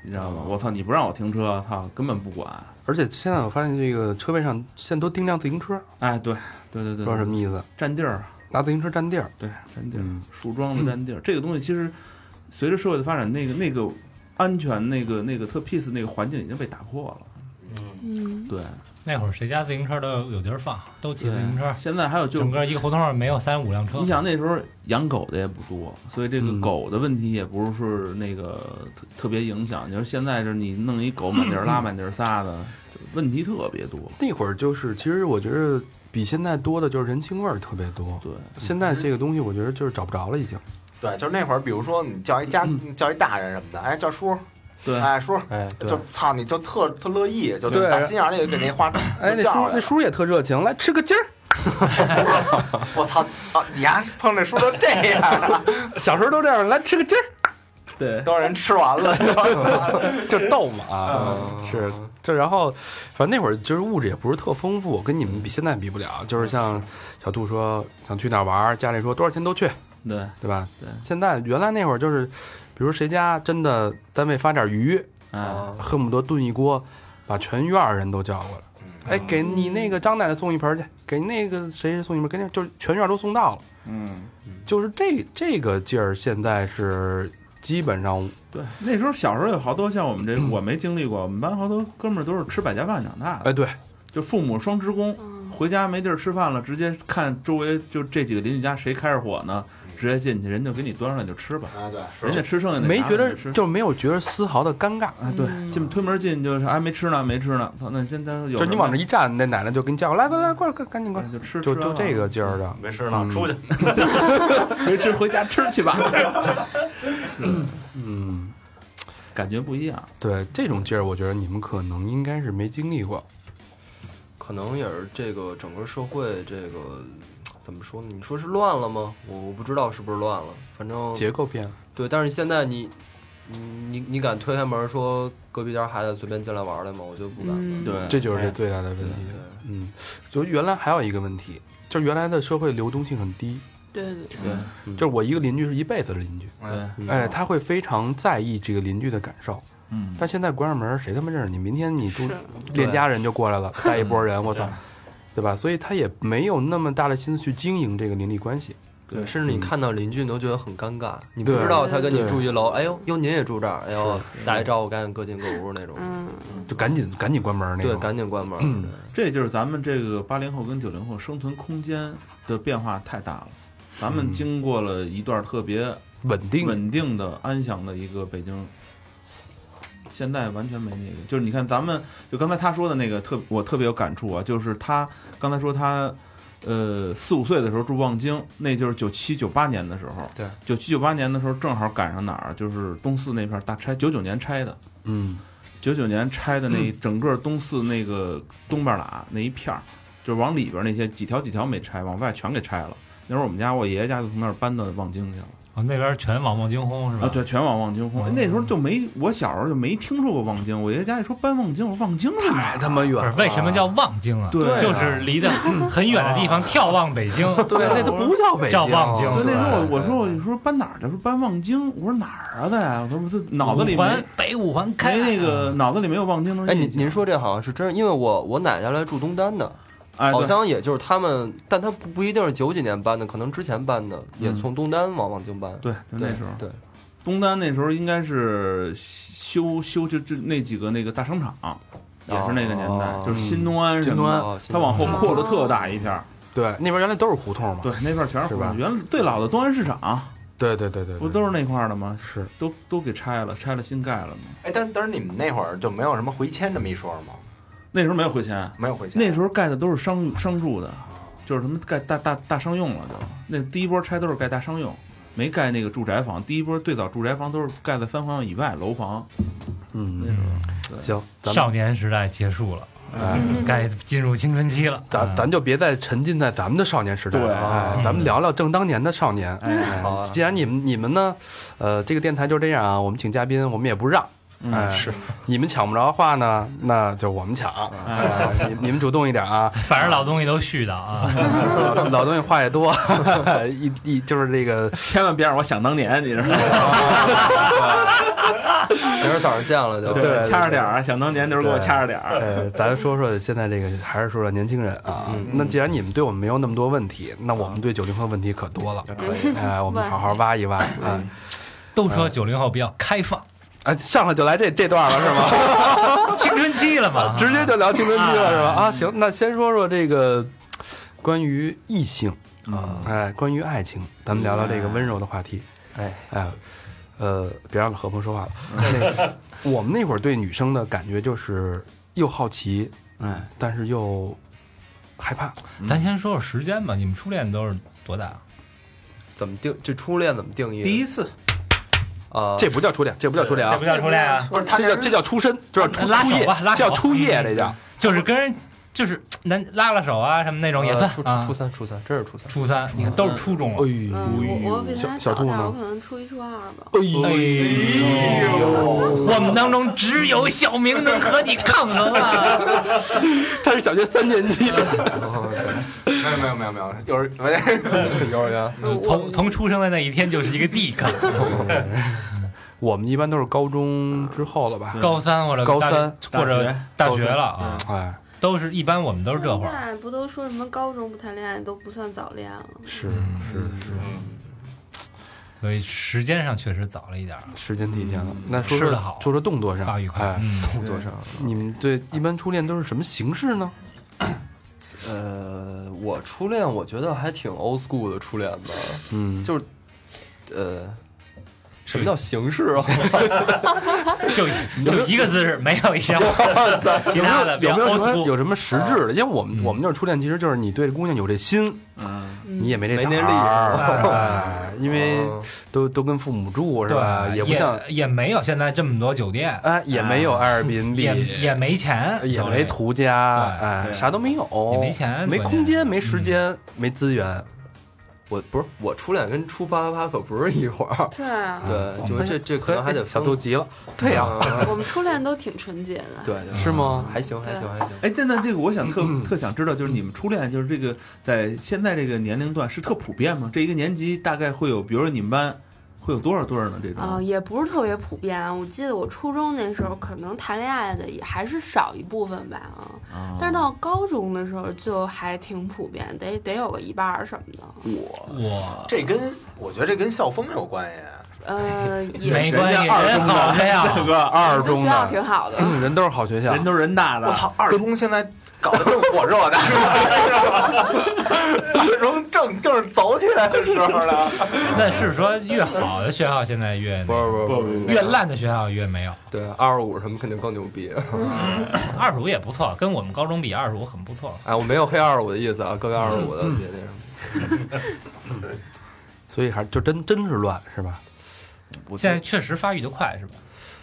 Speaker 9: 你知道
Speaker 7: 哦
Speaker 9: 吗？我操，你不让我停车，操，根本不管。
Speaker 2: 而且现在我发现这个车位上现在都定辆自行车，
Speaker 9: 哎，对，对对
Speaker 2: 不
Speaker 9: 对，
Speaker 2: 知道什么意思，
Speaker 9: 占地儿，啊
Speaker 2: 拿自行车占地儿。
Speaker 9: 对，占地儿，
Speaker 2: 嗯
Speaker 9: 树桩子占地儿，这个东西其实随着社会的发展，那个那个安全、那个那个特 peace 那个环境已经被打破了。
Speaker 12: 嗯，
Speaker 8: 嗯，
Speaker 9: 对，
Speaker 7: 那会儿谁家自行车都有有地儿放，都骑
Speaker 9: 对
Speaker 7: 自行车，
Speaker 9: 现在还有就
Speaker 7: 整个一个胡同没有三十五辆车。
Speaker 9: 你想那时候养狗的也不多，所以这个
Speaker 2: 嗯
Speaker 9: 狗的问题也不是说那个特特别影响。就是现在就是你弄一狗满地儿拉满地儿撒的，就问题特别多。
Speaker 2: 那会儿就是，其实我觉得比现在多的就是人情味儿特别多。
Speaker 9: 对，
Speaker 2: 现在这个东西我觉得就是找不着了，已经。
Speaker 3: 对，就是那会儿，比如说你叫一家叫一大人什么的，哎，叫叔，
Speaker 9: 对
Speaker 3: 哎叔，
Speaker 2: 哎，嗯对
Speaker 3: 就操你就特特乐意，就
Speaker 2: 对
Speaker 3: 打心眼里给那花
Speaker 2: 哎，那
Speaker 3: 就叫
Speaker 2: 叔
Speaker 3: 来
Speaker 2: 那
Speaker 3: 了。
Speaker 2: 叔也特热情，来吃个鸡儿。
Speaker 3: 我操啊！你丫碰这叔都这样了，
Speaker 2: 小时候都这样，来吃个鸡儿，
Speaker 13: 对，
Speaker 3: 都让人吃完
Speaker 9: [laughs]
Speaker 3: 了。
Speaker 2: 就逗嘛啊，是就然后，反正那会儿就是物质也不是特丰富，跟你们比现在比不了，就是像小杜说想去哪儿玩儿，家里说多少钱都去，
Speaker 13: 对，
Speaker 2: 对吧？
Speaker 13: 对
Speaker 2: 现在原来那会儿就是，比如谁家真的单位发点鱼，
Speaker 9: 哎
Speaker 13: 啊，
Speaker 2: 恨不得炖一锅，把全院儿人都叫过来。哎，给你那个张奶奶送一盆儿去，给那个谁谁送一盆儿，给那就是全院儿都送到了。
Speaker 13: 嗯，
Speaker 2: 就是这这个劲儿，现在是基本上
Speaker 9: 对，那时候小时候有好多像我们这，
Speaker 2: 嗯
Speaker 9: 我没经历过，我们班好多哥们儿都是吃百家饭长大的，
Speaker 2: 哎，对，
Speaker 9: 就父母双职工，
Speaker 8: 嗯，
Speaker 9: 回家没地儿吃饭了，直接看周围就这几个邻居家谁开着火呢，直接进去，人就给你端上来就吃吧，
Speaker 3: 啊，对，
Speaker 9: 人家吃剩下的
Speaker 2: 没
Speaker 9: 拿
Speaker 2: 觉
Speaker 9: 着
Speaker 2: 得
Speaker 9: 就吃。
Speaker 2: 就是没有觉得丝毫的尴尬，
Speaker 9: 啊，对，进推门进就是哎，没吃呢，没吃呢，操，那真的有
Speaker 2: 就是你往这一站，那奶奶就给你叫过来，来来，快快赶紧快
Speaker 9: 一，就吃，
Speaker 2: 就
Speaker 9: 吃
Speaker 2: 就
Speaker 9: 完
Speaker 2: 这
Speaker 9: 了
Speaker 2: 个劲儿的。
Speaker 12: 没事呢， [laughs] 出去。
Speaker 9: [laughs] 没吃回家吃去吧， [laughs]
Speaker 2: 嗯，
Speaker 9: 感觉不一样。
Speaker 2: 对，这种劲儿，我觉得你们可能应该是没经历过。
Speaker 10: 可能也是这个整个社会这个怎么说呢？你说是乱了吗？我我不知道是不是乱了，反正
Speaker 2: 结构变了，
Speaker 10: 对。但是现在你你你你敢推开门说隔壁家孩子随便进来玩来吗？我就不敢了。
Speaker 8: 嗯
Speaker 9: 对，
Speaker 2: 这就是这最大的问题。嗯，就是原来还有一个问题，就是原来的社会流动性很低，
Speaker 8: 对对对，
Speaker 9: 对
Speaker 2: 就是我一个邻居是一辈子的邻居，
Speaker 9: 对，
Speaker 10: 嗯
Speaker 2: 哎，他会非常在意这个邻居的感受。
Speaker 9: 嗯，
Speaker 2: 但现在关上门，谁他妈认识你？明天你住
Speaker 8: 是
Speaker 2: 链家人就过来了，带一波人，我操，对吧？所以他也没有那么大的心思去经营这个邻里关系。
Speaker 10: 对，嗯甚至你看到邻居，你都觉得很尴尬，你不
Speaker 2: 对
Speaker 10: 知道他跟你
Speaker 2: 对
Speaker 10: 住一楼，哎呦，哟，您也住这儿，哎呦，打一招呼赶紧各进各屋那种，
Speaker 8: 嗯，
Speaker 2: 就赶紧赶紧关门那
Speaker 10: 对，
Speaker 2: 种。
Speaker 10: 赶紧关门。
Speaker 2: 嗯
Speaker 10: 对
Speaker 9: 这就是咱们这个八零后跟九零后生存空间的变化太大了。咱们
Speaker 2: 嗯
Speaker 9: 经过了一段特别
Speaker 2: 稳定，
Speaker 9: 稳定的、安详的一个北京，现在完全没那个。就是你看，咱们就刚才他说的那个特，我特别有感触啊。就是他刚才说他，呃，四五岁的时候住望京，那就是九七九八年的时候。
Speaker 10: 对，
Speaker 9: 九七九八年的时候正好赶上哪儿，就是东四那片儿大拆，九九年拆的。
Speaker 2: 嗯，
Speaker 9: 九九年拆的那一整个东四那个东边啦那一片儿，就是往里边那些几条几条没拆，往外全给拆了。那时候我们家我爷爷家就从那儿搬到望京去了
Speaker 7: 哦那边全往望京轰是吧？
Speaker 9: 啊，对，全往望京轰。那时候就没我小时候就没听说过望京，我爷爷家一说搬望京，我说望京是哪儿啊
Speaker 2: 太他妈远
Speaker 7: 不是
Speaker 2: 了。
Speaker 7: 为什么叫望京啊？
Speaker 9: 对啊
Speaker 7: 就是离得很远的地方眺望北京。
Speaker 2: 啊对，啊那都不叫北京，
Speaker 7: 叫望京
Speaker 9: 所以那时候
Speaker 2: 对
Speaker 9: 我我说我说搬哪儿的？说搬望京。我说哪儿啊的呀？我他妈这脑子里
Speaker 7: 五
Speaker 9: 没
Speaker 7: 环北五环开啊
Speaker 9: 没那个脑子里没有望京的
Speaker 10: 哎，
Speaker 9: 印
Speaker 10: 您
Speaker 9: 象
Speaker 10: 您说这好像是真，因为我我奶奶原来住东单的，
Speaker 9: 哎，
Speaker 10: 好
Speaker 9: 对
Speaker 10: 像也就是他们，但他不不一定是九几年搬的，可能之前搬的，也从东单往望京搬。
Speaker 9: 对，就那时候
Speaker 10: 嗯对，
Speaker 9: 东单那时候应该是修修就就那几个那个大商场，也是那个年代，
Speaker 10: 哦
Speaker 9: 就是新东安什么的，
Speaker 10: 哦新
Speaker 9: 它
Speaker 10: 东安
Speaker 9: 往后扩了特大一片儿，
Speaker 2: 对，那边原来都是胡同嘛。
Speaker 9: 对，那片儿全是胡
Speaker 2: 是吧
Speaker 9: 同。原来最老的东安市场
Speaker 2: 对对对对，
Speaker 9: 不都是那块儿的吗？
Speaker 2: 是
Speaker 9: 都都给拆了，拆了新盖了嘛。
Speaker 3: 哎，但是但是你们那会儿就没有什么回迁这么一说吗？
Speaker 9: 那时候没有回迁，
Speaker 3: 没有回迁，
Speaker 9: 那时候盖的都是商商住的，就是什么盖大大大商用了就。那第一波拆都是盖大商用，没盖那个住宅房。第一波最早住宅房都是盖在三环以外楼房，那时
Speaker 2: 嗯，
Speaker 9: 候。
Speaker 2: 行，咱们
Speaker 7: 少年时代结束了，
Speaker 2: 哎
Speaker 7: 该进入青春期了。啊
Speaker 2: 咱咱就别再沉浸在咱们的少年时代了，
Speaker 9: 对
Speaker 2: 哎，咱们聊聊正当年的少年。哎
Speaker 10: 好啊
Speaker 2: 既然你们你们呢，呃，这个电台就这样啊，我们请嘉宾，我们也不让。哎，是你们抢不着话呢，那就我们抢。哎，你你们主动一点 [laughs] 啊，
Speaker 7: 反正老东西都絮叨啊，
Speaker 2: [laughs] 老老东西话也多， [laughs] 一一就是这个
Speaker 9: 千万别让我想当年，你知道吗？
Speaker 10: 明儿早上见了就。
Speaker 2: 对对
Speaker 9: 掐着点儿啊，想当年就是给我掐着点
Speaker 2: [laughs]
Speaker 9: 儿。
Speaker 2: 呃，咱说说现在这个，还是说说年轻人啊。那既然你们对我们没有那么多问题，那我们对九零后问题可多了。哎，我们好好挖一挖啊！
Speaker 7: 都说九零后比较开放，
Speaker 2: 哎，上来就来这这段了是吗？嗯
Speaker 7: 青春期了嘛，
Speaker 2: 直接就聊青春期了是吧？啊，行，那先说说这个关于异性啊，哎，关于爱情，咱们聊聊这个温柔的话题。
Speaker 10: 哎
Speaker 2: 哎，呃，别让何鹏说话了。那个，我们那会儿对女生的感觉就是又好奇，
Speaker 9: 哎，
Speaker 2: 但是又害怕。
Speaker 7: 咱先说说时间吧，你们初恋都是多大？
Speaker 10: 怎么定？这初恋怎么定义？
Speaker 9: 第一次
Speaker 10: 啊，
Speaker 2: 这不叫初恋，这不叫初恋啊啊
Speaker 7: 这不，
Speaker 8: 嗯
Speaker 7: 叫初恋啊，
Speaker 2: 这叫这叫出身，这叫出
Speaker 7: 拉
Speaker 2: 出
Speaker 7: 手
Speaker 2: 夜
Speaker 7: 吧拉手嗯
Speaker 2: 这叫初夜，这叫
Speaker 7: 就是跟人就是咱拉拉手啊什么那种也
Speaker 10: 呃
Speaker 7: 算
Speaker 10: 初
Speaker 7: 啊
Speaker 10: 初初三初三，真是初三。
Speaker 7: 初三，你看都是初中啊了。
Speaker 10: 哎呦
Speaker 8: 嗯，我我比他
Speaker 2: 小
Speaker 8: 早
Speaker 2: 小兔
Speaker 8: 点，
Speaker 2: 呢
Speaker 8: 我可能初一初二吧。
Speaker 10: 哎呦，
Speaker 7: 我们当中只有小明能和你抗衡啊！
Speaker 2: [laughs]
Speaker 3: 他是小学三年级。
Speaker 7: 嗯
Speaker 3: 没有没有没有没有，幼
Speaker 10: [laughs]
Speaker 3: 儿园幼儿园。
Speaker 8: 呃我
Speaker 7: 从从出生的那一天就是一个 D 抗，
Speaker 2: 我们一般都是高中之后了吧？
Speaker 7: 高三或
Speaker 2: 嗯
Speaker 7: 者
Speaker 2: 高
Speaker 7: 大
Speaker 2: 三
Speaker 7: 或者大学了啊，
Speaker 2: 哎，
Speaker 7: 都是一般我们都是这会
Speaker 8: 现
Speaker 2: [laughs]
Speaker 7: 儿。
Speaker 8: 在不都说什么高中不谈恋爱都不算早恋了？
Speaker 2: 是
Speaker 7: 嗯
Speaker 2: 是是，
Speaker 7: 所以时间上确实早了
Speaker 2: [laughs]
Speaker 7: 一点儿啊
Speaker 2: 时间提前了。那说
Speaker 7: 吃
Speaker 2: 说
Speaker 7: 得好
Speaker 2: 说说动作上，
Speaker 7: 发育快。
Speaker 2: 哎，
Speaker 7: 嗯，
Speaker 10: 动作上，
Speaker 2: 你们对一般初恋都是什么形式呢？
Speaker 7: 嗯
Speaker 10: 呃，我初恋我觉得还挺 old school 的初恋吧，
Speaker 2: 嗯，
Speaker 10: 就是，呃，什么叫形式啊？ [laughs]
Speaker 7: 就就一个姿势，没有
Speaker 2: [laughs]
Speaker 7: 一些 [laughs] 其他的比
Speaker 2: 有
Speaker 7: 较
Speaker 2: 没有
Speaker 7: old
Speaker 2: 什么
Speaker 7: school。
Speaker 2: 有什么实质的？因为我们
Speaker 7: 嗯
Speaker 2: 我们那初恋其实就是你对这姑娘有这心，
Speaker 8: 嗯
Speaker 2: 你也没这
Speaker 10: 没那
Speaker 2: 胆
Speaker 10: 力
Speaker 2: 儿哎因为都都跟父母住是吧？
Speaker 7: 嗯对
Speaker 2: 也不像
Speaker 7: 也没有现在这么多酒店，啊
Speaker 2: 哎，也没有 Airbnb，
Speaker 7: 也也没钱，
Speaker 2: 呃也
Speaker 7: 手里
Speaker 2: 没途家，
Speaker 7: 对
Speaker 2: 哎，
Speaker 7: 对
Speaker 2: 啥都没有，
Speaker 7: 也没钱
Speaker 2: 没
Speaker 7: 关键
Speaker 2: 空间，没时间，没资源。
Speaker 10: 我不是我初恋跟初八八八可不是一伙儿，
Speaker 8: 对啊，
Speaker 10: 对，就是这这可能还得
Speaker 2: 嗯哎小
Speaker 10: 分
Speaker 2: 肚急了，对呀，
Speaker 10: 啊，
Speaker 8: 我们初恋都挺纯洁的。
Speaker 10: 对，
Speaker 2: 是吗？
Speaker 10: 还行还行还行。
Speaker 9: 哎，但那这个我想特特想知道，就是你们初恋，就是这个在现在这个年龄段是特普遍吗？这一个年级大概会有，比如说你们班会有多少对儿呢？这种、
Speaker 8: 啊、也不是特别普遍啊。我记得我初中那时候，可能谈恋爱的也还是少一部分吧啊。
Speaker 9: 啊，
Speaker 8: 但是到高中的时候就还挺普遍，得得有个一半儿什么的。
Speaker 7: 嗯我
Speaker 3: 这跟我觉得这跟校风有关系。
Speaker 8: 呃，也
Speaker 7: 没关系，人好的呀，
Speaker 9: 哥
Speaker 2: 二
Speaker 8: 对
Speaker 2: 中
Speaker 8: 学校
Speaker 2: 的
Speaker 8: 挺好的。
Speaker 2: 嗯人都是好学校，
Speaker 9: 人都是人大的，
Speaker 3: 我操，二中现在搞得正火热呢，二中正正是走起来的时候呢。
Speaker 7: 那是说越好的学校现在越那
Speaker 10: 不是
Speaker 7: 个
Speaker 10: 不是不是，
Speaker 7: 越烂的学校越没有。
Speaker 10: 对二十五什么肯定更牛逼。
Speaker 7: 二十五也不错，跟我们高中比，二十五很不错。
Speaker 10: 哎，我没有黑二十五的意思啊，各位二十五的
Speaker 2: 嗯
Speaker 10: 别那什么。
Speaker 2: 所以还就真真是乱是吧？
Speaker 10: 我
Speaker 7: 现在确实发育的快，是吧？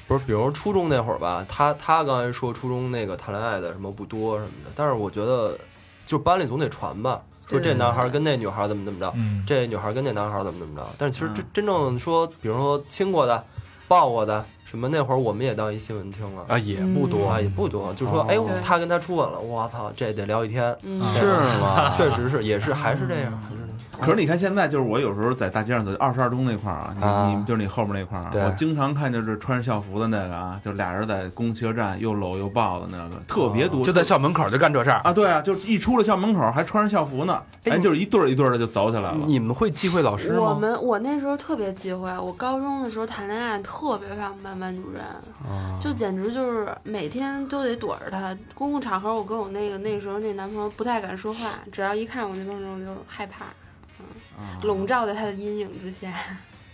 Speaker 10: 不是，比如初中那会儿吧，他他刚才说初中那个谈恋爱的什么不多什么的，但是我觉得就班里总得传吧，说
Speaker 8: 对
Speaker 10: 这男孩跟那女孩怎么怎么着，
Speaker 7: 嗯，
Speaker 10: 这女孩跟那男孩怎么怎么着。但是其实
Speaker 9: 嗯
Speaker 10: 真真正说，比如说亲过的、抱过的什么，那会儿我们也当一新闻听了。
Speaker 2: 啊，也
Speaker 8: 嗯
Speaker 2: 不多
Speaker 10: 啊，，也不多，就说
Speaker 2: 哦
Speaker 10: 哎呦
Speaker 8: 对，
Speaker 10: 他跟他初吻了，我操，这得聊一天，
Speaker 8: 嗯，
Speaker 7: 啊
Speaker 2: 是吗？
Speaker 10: 确实是，也是还是这样，还是这样
Speaker 9: 可是你看现在，就是我有时候在大街上走，二十二中那块儿啊，你、
Speaker 2: 啊
Speaker 9: 你们就是你后面那块儿啊，
Speaker 2: 对
Speaker 9: 我经常看就是穿着校服的那个啊，就俩人在公共汽车站又搂又抱的那个，特别多，
Speaker 2: 就在校门口就干这事儿。
Speaker 9: 啊，对啊，就一出了校门口还穿着校服呢，哎，就是一对儿一对儿的就走起来了。
Speaker 2: 你们会忌讳老师
Speaker 8: 我
Speaker 2: 吗？
Speaker 8: 们我那时候特别忌讳，我高中的时候谈恋爱特别怕我们班班主任，
Speaker 10: 啊
Speaker 8: 就简直就是每天都得躲着他。公共场合，我跟我那个那时候那男朋友不太敢说话，只要一看我那帮人我就害怕，嗯
Speaker 9: 啊
Speaker 8: 笼罩在他的阴影之下。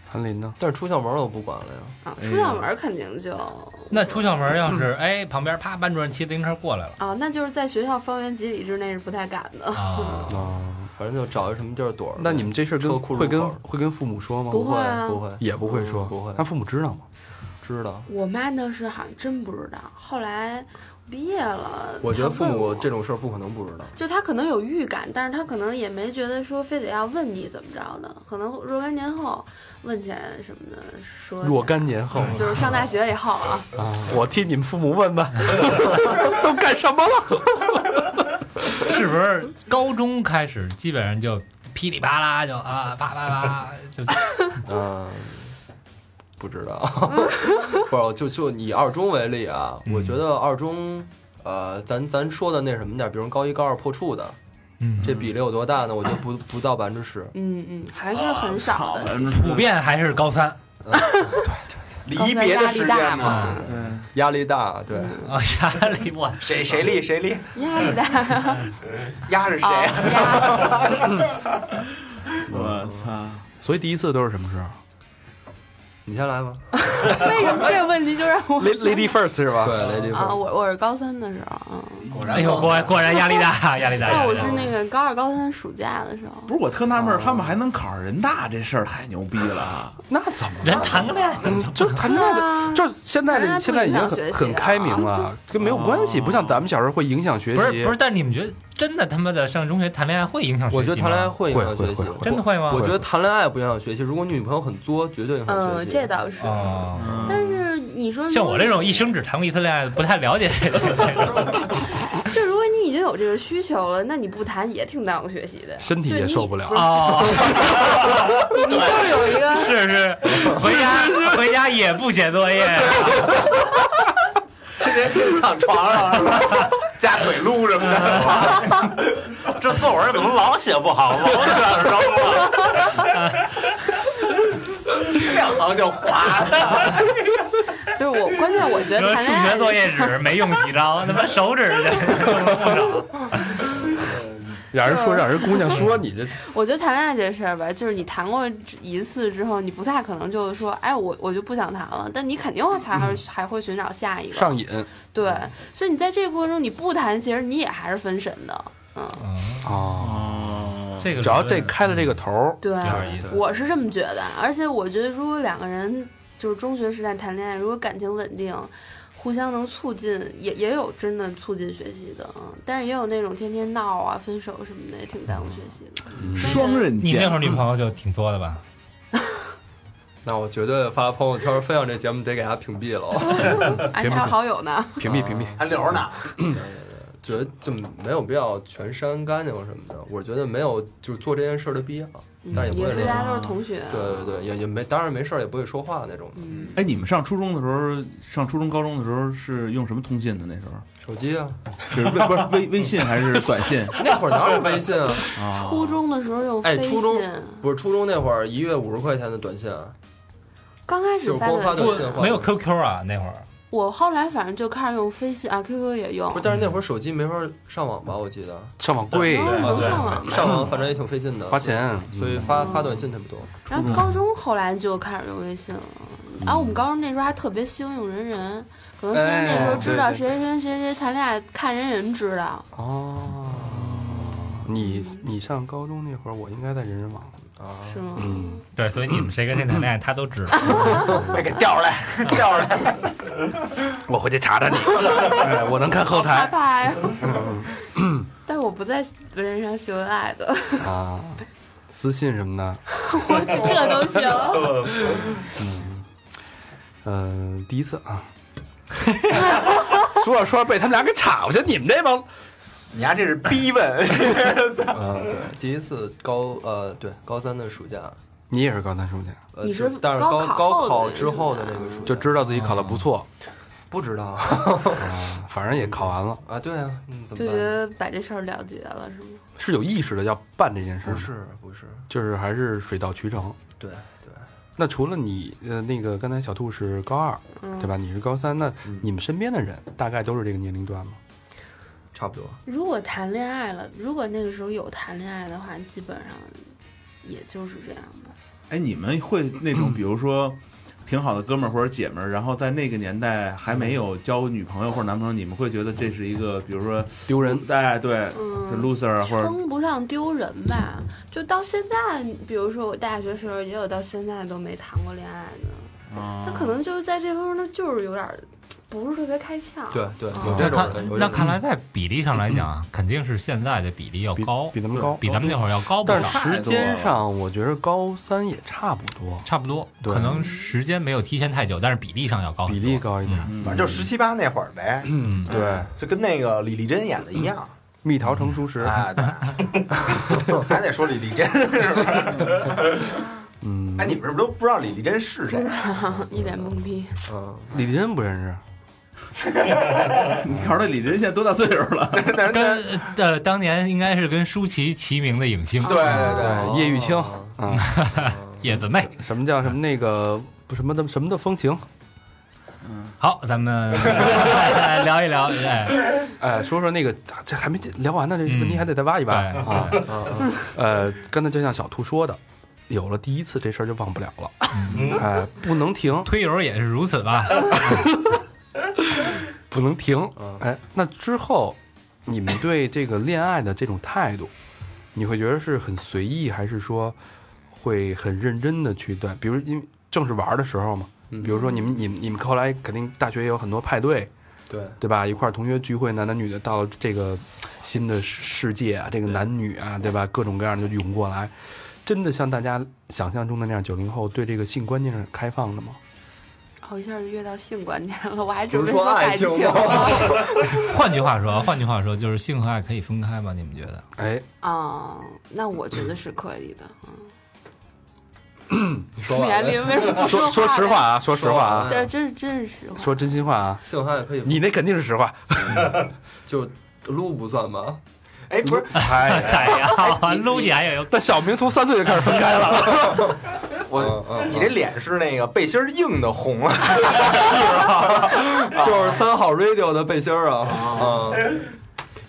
Speaker 2: 韩林呢？
Speaker 10: 但是出校门我不管了哎呀，
Speaker 8: 啊，出校门肯定就
Speaker 7: 那出校门要
Speaker 10: 嗯
Speaker 7: 是哎旁边啪班主任骑自行车过来了
Speaker 8: 啊，那就是在学校方圆几里之内是不太敢的。
Speaker 7: 啊，
Speaker 2: 啊，
Speaker 10: 反正就找一什么地儿躲着。
Speaker 2: 那你们这事儿
Speaker 10: 车
Speaker 2: 跟
Speaker 10: 库
Speaker 2: 会
Speaker 10: 入
Speaker 2: 跟
Speaker 10: 口
Speaker 2: 会跟父母说
Speaker 8: [laughs]
Speaker 2: 吗？
Speaker 8: 不
Speaker 10: 不
Speaker 8: 会
Speaker 10: 会
Speaker 8: 啊
Speaker 10: 不会
Speaker 2: 也不会说，
Speaker 10: 不会
Speaker 2: 那父母知道吗？
Speaker 10: 知道？
Speaker 8: 我妈当时好像真不知道，后来毕业了，
Speaker 10: 我觉得父
Speaker 8: 她问
Speaker 10: 母
Speaker 8: 我
Speaker 10: 这种事儿不可能不知道。
Speaker 8: 就他可能有预感，但是他可能也没觉得说非得要问你怎么着的，可能若干年后问起来什么的，说嗯
Speaker 2: 若干年后
Speaker 8: 就是上大学以后
Speaker 3: [laughs]
Speaker 8: 啊，
Speaker 2: 啊，我替你们父母问 [laughs] 问，都干什么了？
Speaker 7: 是不是高中开始基本上就噼里啪啦就啊啪啪
Speaker 10: [laughs]
Speaker 7: 啪就
Speaker 10: 嗯，不知道， [laughs] 不是，就就以二中为例啊，我觉得二中，呃，咱咱说的那什么点儿，比如高一高二破处的，
Speaker 7: 嗯
Speaker 10: 这比例有多大呢？我觉得不不到百分之十。
Speaker 8: 嗯嗯，还是很少
Speaker 3: 啊
Speaker 8: 的。其实
Speaker 9: 嗯
Speaker 7: 普遍还是高
Speaker 10: [laughs]
Speaker 7: 三
Speaker 3: 离别的时间嘛，
Speaker 7: 啊
Speaker 10: 压力大，对，
Speaker 8: 嗯
Speaker 7: 啊压力我
Speaker 3: 谁谁立谁立，
Speaker 8: 压
Speaker 3: [laughs]
Speaker 8: 力大，
Speaker 3: 压着谁
Speaker 8: 哦
Speaker 3: 啊？
Speaker 8: 压
Speaker 3: [laughs]
Speaker 8: 力大
Speaker 9: 我操！
Speaker 2: 所以第一次都是什么时候？你先来吧。
Speaker 8: 为什么这个问题就让我
Speaker 3: Lady First 是吧？
Speaker 2: 对，Lady
Speaker 8: 啊？
Speaker 2: First，
Speaker 8: 我我是高三的时候，嗯，
Speaker 7: 哎呦，
Speaker 10: [laughs]
Speaker 7: 果然果然压力大，压力大。
Speaker 8: 那
Speaker 7: 压
Speaker 8: 我
Speaker 7: 力大
Speaker 8: 是那个高二、高三暑假的时候，
Speaker 9: 不是，我特纳闷儿，他们还能考上人大，这事儿太牛逼了。啊
Speaker 2: 那怎么 [laughs]
Speaker 7: 人啊
Speaker 2: 了？
Speaker 7: 谈个恋爱，
Speaker 10: [laughs]
Speaker 2: 嗯，就谈恋爱
Speaker 8: 对
Speaker 2: 的，
Speaker 8: 啊，
Speaker 2: 就是现在
Speaker 8: 人家
Speaker 2: 这
Speaker 8: 不
Speaker 2: 现在已经
Speaker 8: 影响学
Speaker 2: 很
Speaker 8: 习
Speaker 2: 很开明了，跟没有关系，
Speaker 9: 哦
Speaker 2: 不像咱们小时候会影响学习。
Speaker 7: 不是不是，但是你们觉得真的他妈的上中学谈恋爱会影响学习吗？
Speaker 10: 我觉得谈恋爱会影响
Speaker 2: 会
Speaker 10: 学习
Speaker 2: 会会，会
Speaker 7: 真的会吗？
Speaker 10: 我觉得谈恋爱不影响学习，如果你女朋友很作，绝对影响学
Speaker 8: 嗯，
Speaker 10: 习。
Speaker 8: 这倒是。
Speaker 7: 哦
Speaker 8: 但是你说，
Speaker 7: 像我这种一生只谈过一次恋爱的，不太了解这个。这
Speaker 10: [laughs]
Speaker 7: 个
Speaker 8: [laughs] 就如果你已经有这个需求了，那你不谈也挺耽误学习的，
Speaker 2: 身体
Speaker 8: 就
Speaker 2: 也
Speaker 8: 你
Speaker 2: 受不了啊
Speaker 8: 是
Speaker 7: 哦，
Speaker 8: 你你就是有一个， [laughs]
Speaker 7: 是是，回家回家也不写作业啊，
Speaker 3: 躺床上是吧？加腿撸什么的，
Speaker 12: 这作文怎么老写不好？老卷上了。
Speaker 3: 两行就
Speaker 10: 哦
Speaker 3: 划。
Speaker 8: 就是我，关键我觉
Speaker 7: 说
Speaker 8: 得
Speaker 7: 数
Speaker 8: 谈恋爱
Speaker 7: 学作业纸没用几张，他妈
Speaker 8: [laughs]
Speaker 7: 手指去。
Speaker 2: 让人说让人姑娘说你这
Speaker 8: 我觉得谈恋爱这事儿吧，就是你谈过一次之后，你不太可能就是说，哎，我我就不想谈了。但你肯定才还、还会寻找下一个。
Speaker 2: 嗯上瘾，
Speaker 8: 对，所以你在这个过程中你不谈，其实你也还是分神的。嗯，
Speaker 2: 哦，
Speaker 7: 这个
Speaker 2: 只要这开了这个头儿，
Speaker 8: 对，
Speaker 7: 点意思
Speaker 8: 我是这么觉得。而且我觉得，如果两个人就是中学时代谈恋爱，如果感情稳定。互相能促进，也也有真的促进学习的，嗯，但是也有那种天天闹啊、分手什么的，也挺耽误
Speaker 10: 嗯
Speaker 8: 学习的。
Speaker 13: 双刃
Speaker 7: 你那
Speaker 13: 剑
Speaker 7: 会儿女朋友就挺作的吧？
Speaker 10: 那我绝对发朋友圈分享这节目得给他屏蔽了， [laughs]
Speaker 8: 哎，你还有好友呢，
Speaker 2: 屏蔽屏蔽。
Speaker 3: 还留着呢，
Speaker 10: 觉得就没有必要全删干净什么的。我觉得没有就是做这件事儿的必要，嗯但也不会
Speaker 8: 嗯也是
Speaker 10: 说啊
Speaker 8: 大家都是同学，
Speaker 10: 对对对，也也没当然没事儿也不会说话那种的，
Speaker 8: 嗯，
Speaker 9: 哎，你们上初中的时候，上初中、高中的时候是用什么通信的？那时候
Speaker 10: 手机啊，
Speaker 9: 是微不是微 [laughs] 微信还是短信？
Speaker 10: 那会儿哪有微信啊？
Speaker 9: 啊，
Speaker 8: 初中的时候用
Speaker 10: 哎
Speaker 8: 飞信，
Speaker 10: 初中不是初中那会儿一月五十块钱的短信啊，
Speaker 8: 刚开始
Speaker 10: 就是光
Speaker 8: 发
Speaker 10: 发
Speaker 8: 短
Speaker 10: 短
Speaker 8: 信，
Speaker 10: 信换
Speaker 7: 没有 QQ 啊，那会儿
Speaker 8: 我后来反正就开始用飞信啊，QQ 也用
Speaker 10: 不是，，但是那会儿手机没法上网吧，我记得
Speaker 2: 上网贵，
Speaker 8: 能嗯能上网吗？
Speaker 10: 上网反正也挺费劲的，
Speaker 2: 花钱，
Speaker 10: 所以，所以
Speaker 2: 嗯
Speaker 10: 发发短信挺不多。
Speaker 8: 然后高中后来就开始用微信了，
Speaker 2: 嗯
Speaker 8: 然后我们高中那时候还特别兴用人人，可能天
Speaker 2: 哎
Speaker 8: 天那时候知道谁谁谁谁谁谈恋爱，看人人知道，
Speaker 2: 哦。你你上高中那会儿，我应该在人人网。
Speaker 10: 啊，
Speaker 8: 是吗？
Speaker 2: 嗯，
Speaker 7: 对，所以你们谁跟谁谈恋爱，他都知道。
Speaker 3: [laughs] 哎给调出来，调出来。
Speaker 2: 我回去查查你，哎我能看后
Speaker 8: 害
Speaker 2: 台
Speaker 8: 怕
Speaker 2: [laughs]
Speaker 8: 呀！但我不在微信上秀恩爱的，
Speaker 2: 啊，私信什么的。
Speaker 8: 我这都行。
Speaker 2: 嗯，第一次啊，说着说着被他们俩给岔过去，你们这帮
Speaker 3: 你丫这是逼问，
Speaker 10: 嗯，对，第一次高呃，对高三的暑假，
Speaker 2: 你也是高三暑假，
Speaker 10: 呃
Speaker 8: 你是
Speaker 10: 就但是
Speaker 8: 高
Speaker 10: 高
Speaker 8: 考
Speaker 10: 高
Speaker 8: 后
Speaker 10: 考
Speaker 8: 的
Speaker 10: 之后的那个暑假
Speaker 2: 就知道自己考的不错，
Speaker 10: 不知道
Speaker 2: 反正也考完了，
Speaker 10: 啊？对啊，嗯，怎
Speaker 8: 就
Speaker 10: 么
Speaker 8: 觉
Speaker 10: 办？
Speaker 8: 得把这事儿了结了，是吗？
Speaker 2: 是有意识的要办这件事
Speaker 10: 不
Speaker 2: 儿，
Speaker 10: 是不是，
Speaker 2: 就是还是水到渠成。
Speaker 10: 对对，
Speaker 2: 那除了你，呃，那个刚才小兔是高二，
Speaker 8: 嗯
Speaker 2: 对，吧？你是高三，那你们身边的人大概都是这个年龄段吗？
Speaker 10: 差
Speaker 8: [laughs]
Speaker 10: 不多。
Speaker 8: 如果谈恋爱了，如果那个时候有谈恋爱的话，基本上也就是这样吧。
Speaker 9: [laughs] 哎，你们会那种比如说挺好的哥们儿或者姐们儿，然后在那个年代还没有交女朋友或者男朋友，你们会觉得这是一个比如说
Speaker 2: 丢人，
Speaker 9: 哎对
Speaker 8: 嗯
Speaker 9: 是 loser 或者
Speaker 8: 称不上丢人吧，就到现在，比如说我大学时候也有到现在都没谈过恋爱的，
Speaker 2: 哦
Speaker 9: 啊
Speaker 8: 他可能就是在这方面他就是有点儿不是特别开窍。
Speaker 10: 对对，
Speaker 8: 嗯
Speaker 10: 有
Speaker 7: 那
Speaker 10: 这种人，有
Speaker 7: 看
Speaker 10: 这
Speaker 7: 那
Speaker 10: 种
Speaker 7: 看来，在比例上来讲啊，肯定是现在的比例要
Speaker 2: 比
Speaker 7: 高，
Speaker 2: 比咱们高，
Speaker 7: 比咱们那会儿要高不
Speaker 2: 但
Speaker 7: 少，
Speaker 2: 时间上我觉得高三也差不多，
Speaker 7: 差不多，
Speaker 2: 对
Speaker 7: 可能时间没有提前太久，但是比例上要高很
Speaker 2: 比
Speaker 7: 多，
Speaker 2: 例高一点。
Speaker 9: 嗯
Speaker 3: 反正就十七八那会儿呗，
Speaker 7: 嗯，
Speaker 2: 对，
Speaker 3: 就跟那个李丽珍演的一样。
Speaker 2: 蜜桃成
Speaker 3: [laughs]
Speaker 2: 熟时，
Speaker 3: 哎，对， [laughs] 还得说李丽珍是不是？
Speaker 2: 嗯
Speaker 3: 哎，，你们是不是都不知道李丽珍是谁？啊
Speaker 8: 一脸懵逼。
Speaker 10: 嗯，
Speaker 2: 李丽珍不认识，
Speaker 9: 你告诉他李晨现在多大岁数了？
Speaker 7: 跟呃当年应该是跟舒淇齐名的影星，
Speaker 3: 对对
Speaker 2: 对，叶玉卿啊，
Speaker 7: 叶子妹。
Speaker 2: 什么叫什么那个不什么的什么的风情？
Speaker 7: 好，咱们来聊一聊，哎，
Speaker 2: 哎，说说那个，这还没聊完呢，这
Speaker 7: 嗯
Speaker 2: 问题还得再挖一挖
Speaker 7: 对
Speaker 2: 啊。
Speaker 10: 嗯嗯
Speaker 2: 呃，刚才就像小兔说的，有了第一次这事儿就忘不了了，哎，不能停，
Speaker 7: 推友也是如此吧？
Speaker 2: 不能停。哎，那之后你们对这个恋爱的这种态 [laughs] 度，你会觉得是很随意，还是说会很认真的去对？比如因为正是玩的时候嘛，比如说你们你们你们后来肯定大学也有很多派对，
Speaker 3: 对
Speaker 2: 对吧？一块儿同学聚会，男男女的到了这个新的世界啊，这个男女啊，对吧？各种各样的就涌过来，真的像大家想象中的那样，九零后对这个性观念是开放的吗？
Speaker 8: 哦，一下就越到性观念了，我还
Speaker 3: 不
Speaker 8: 准备
Speaker 3: 是说爱
Speaker 8: 感
Speaker 3: 情吗
Speaker 2: [laughs]
Speaker 8: 了。
Speaker 7: 换句话说，换句话说，就是性和爱可以分开吗？你们觉得？
Speaker 2: 哎，
Speaker 8: 啊、那我觉得是可以的。
Speaker 3: 你说吧
Speaker 8: 园林为什么不
Speaker 2: 说说
Speaker 8: 话
Speaker 2: 实
Speaker 8: 呀
Speaker 2: 话啊，说实话啊，
Speaker 8: 对，这是真是实话。
Speaker 2: 说真心话啊，
Speaker 10: 性爱可以
Speaker 2: 你那肯定是实话。
Speaker 10: 就撸不算吧？
Speaker 3: 哎，不是，
Speaker 2: [laughs] 哎，
Speaker 7: 咋样？搂起来也有
Speaker 2: 那小明从三岁就开始分开 [laughs] 了，
Speaker 3: 我你这脸是那个背心儿硬的红啊了，
Speaker 10: 就是三好 radio 的背心儿啊，嗯，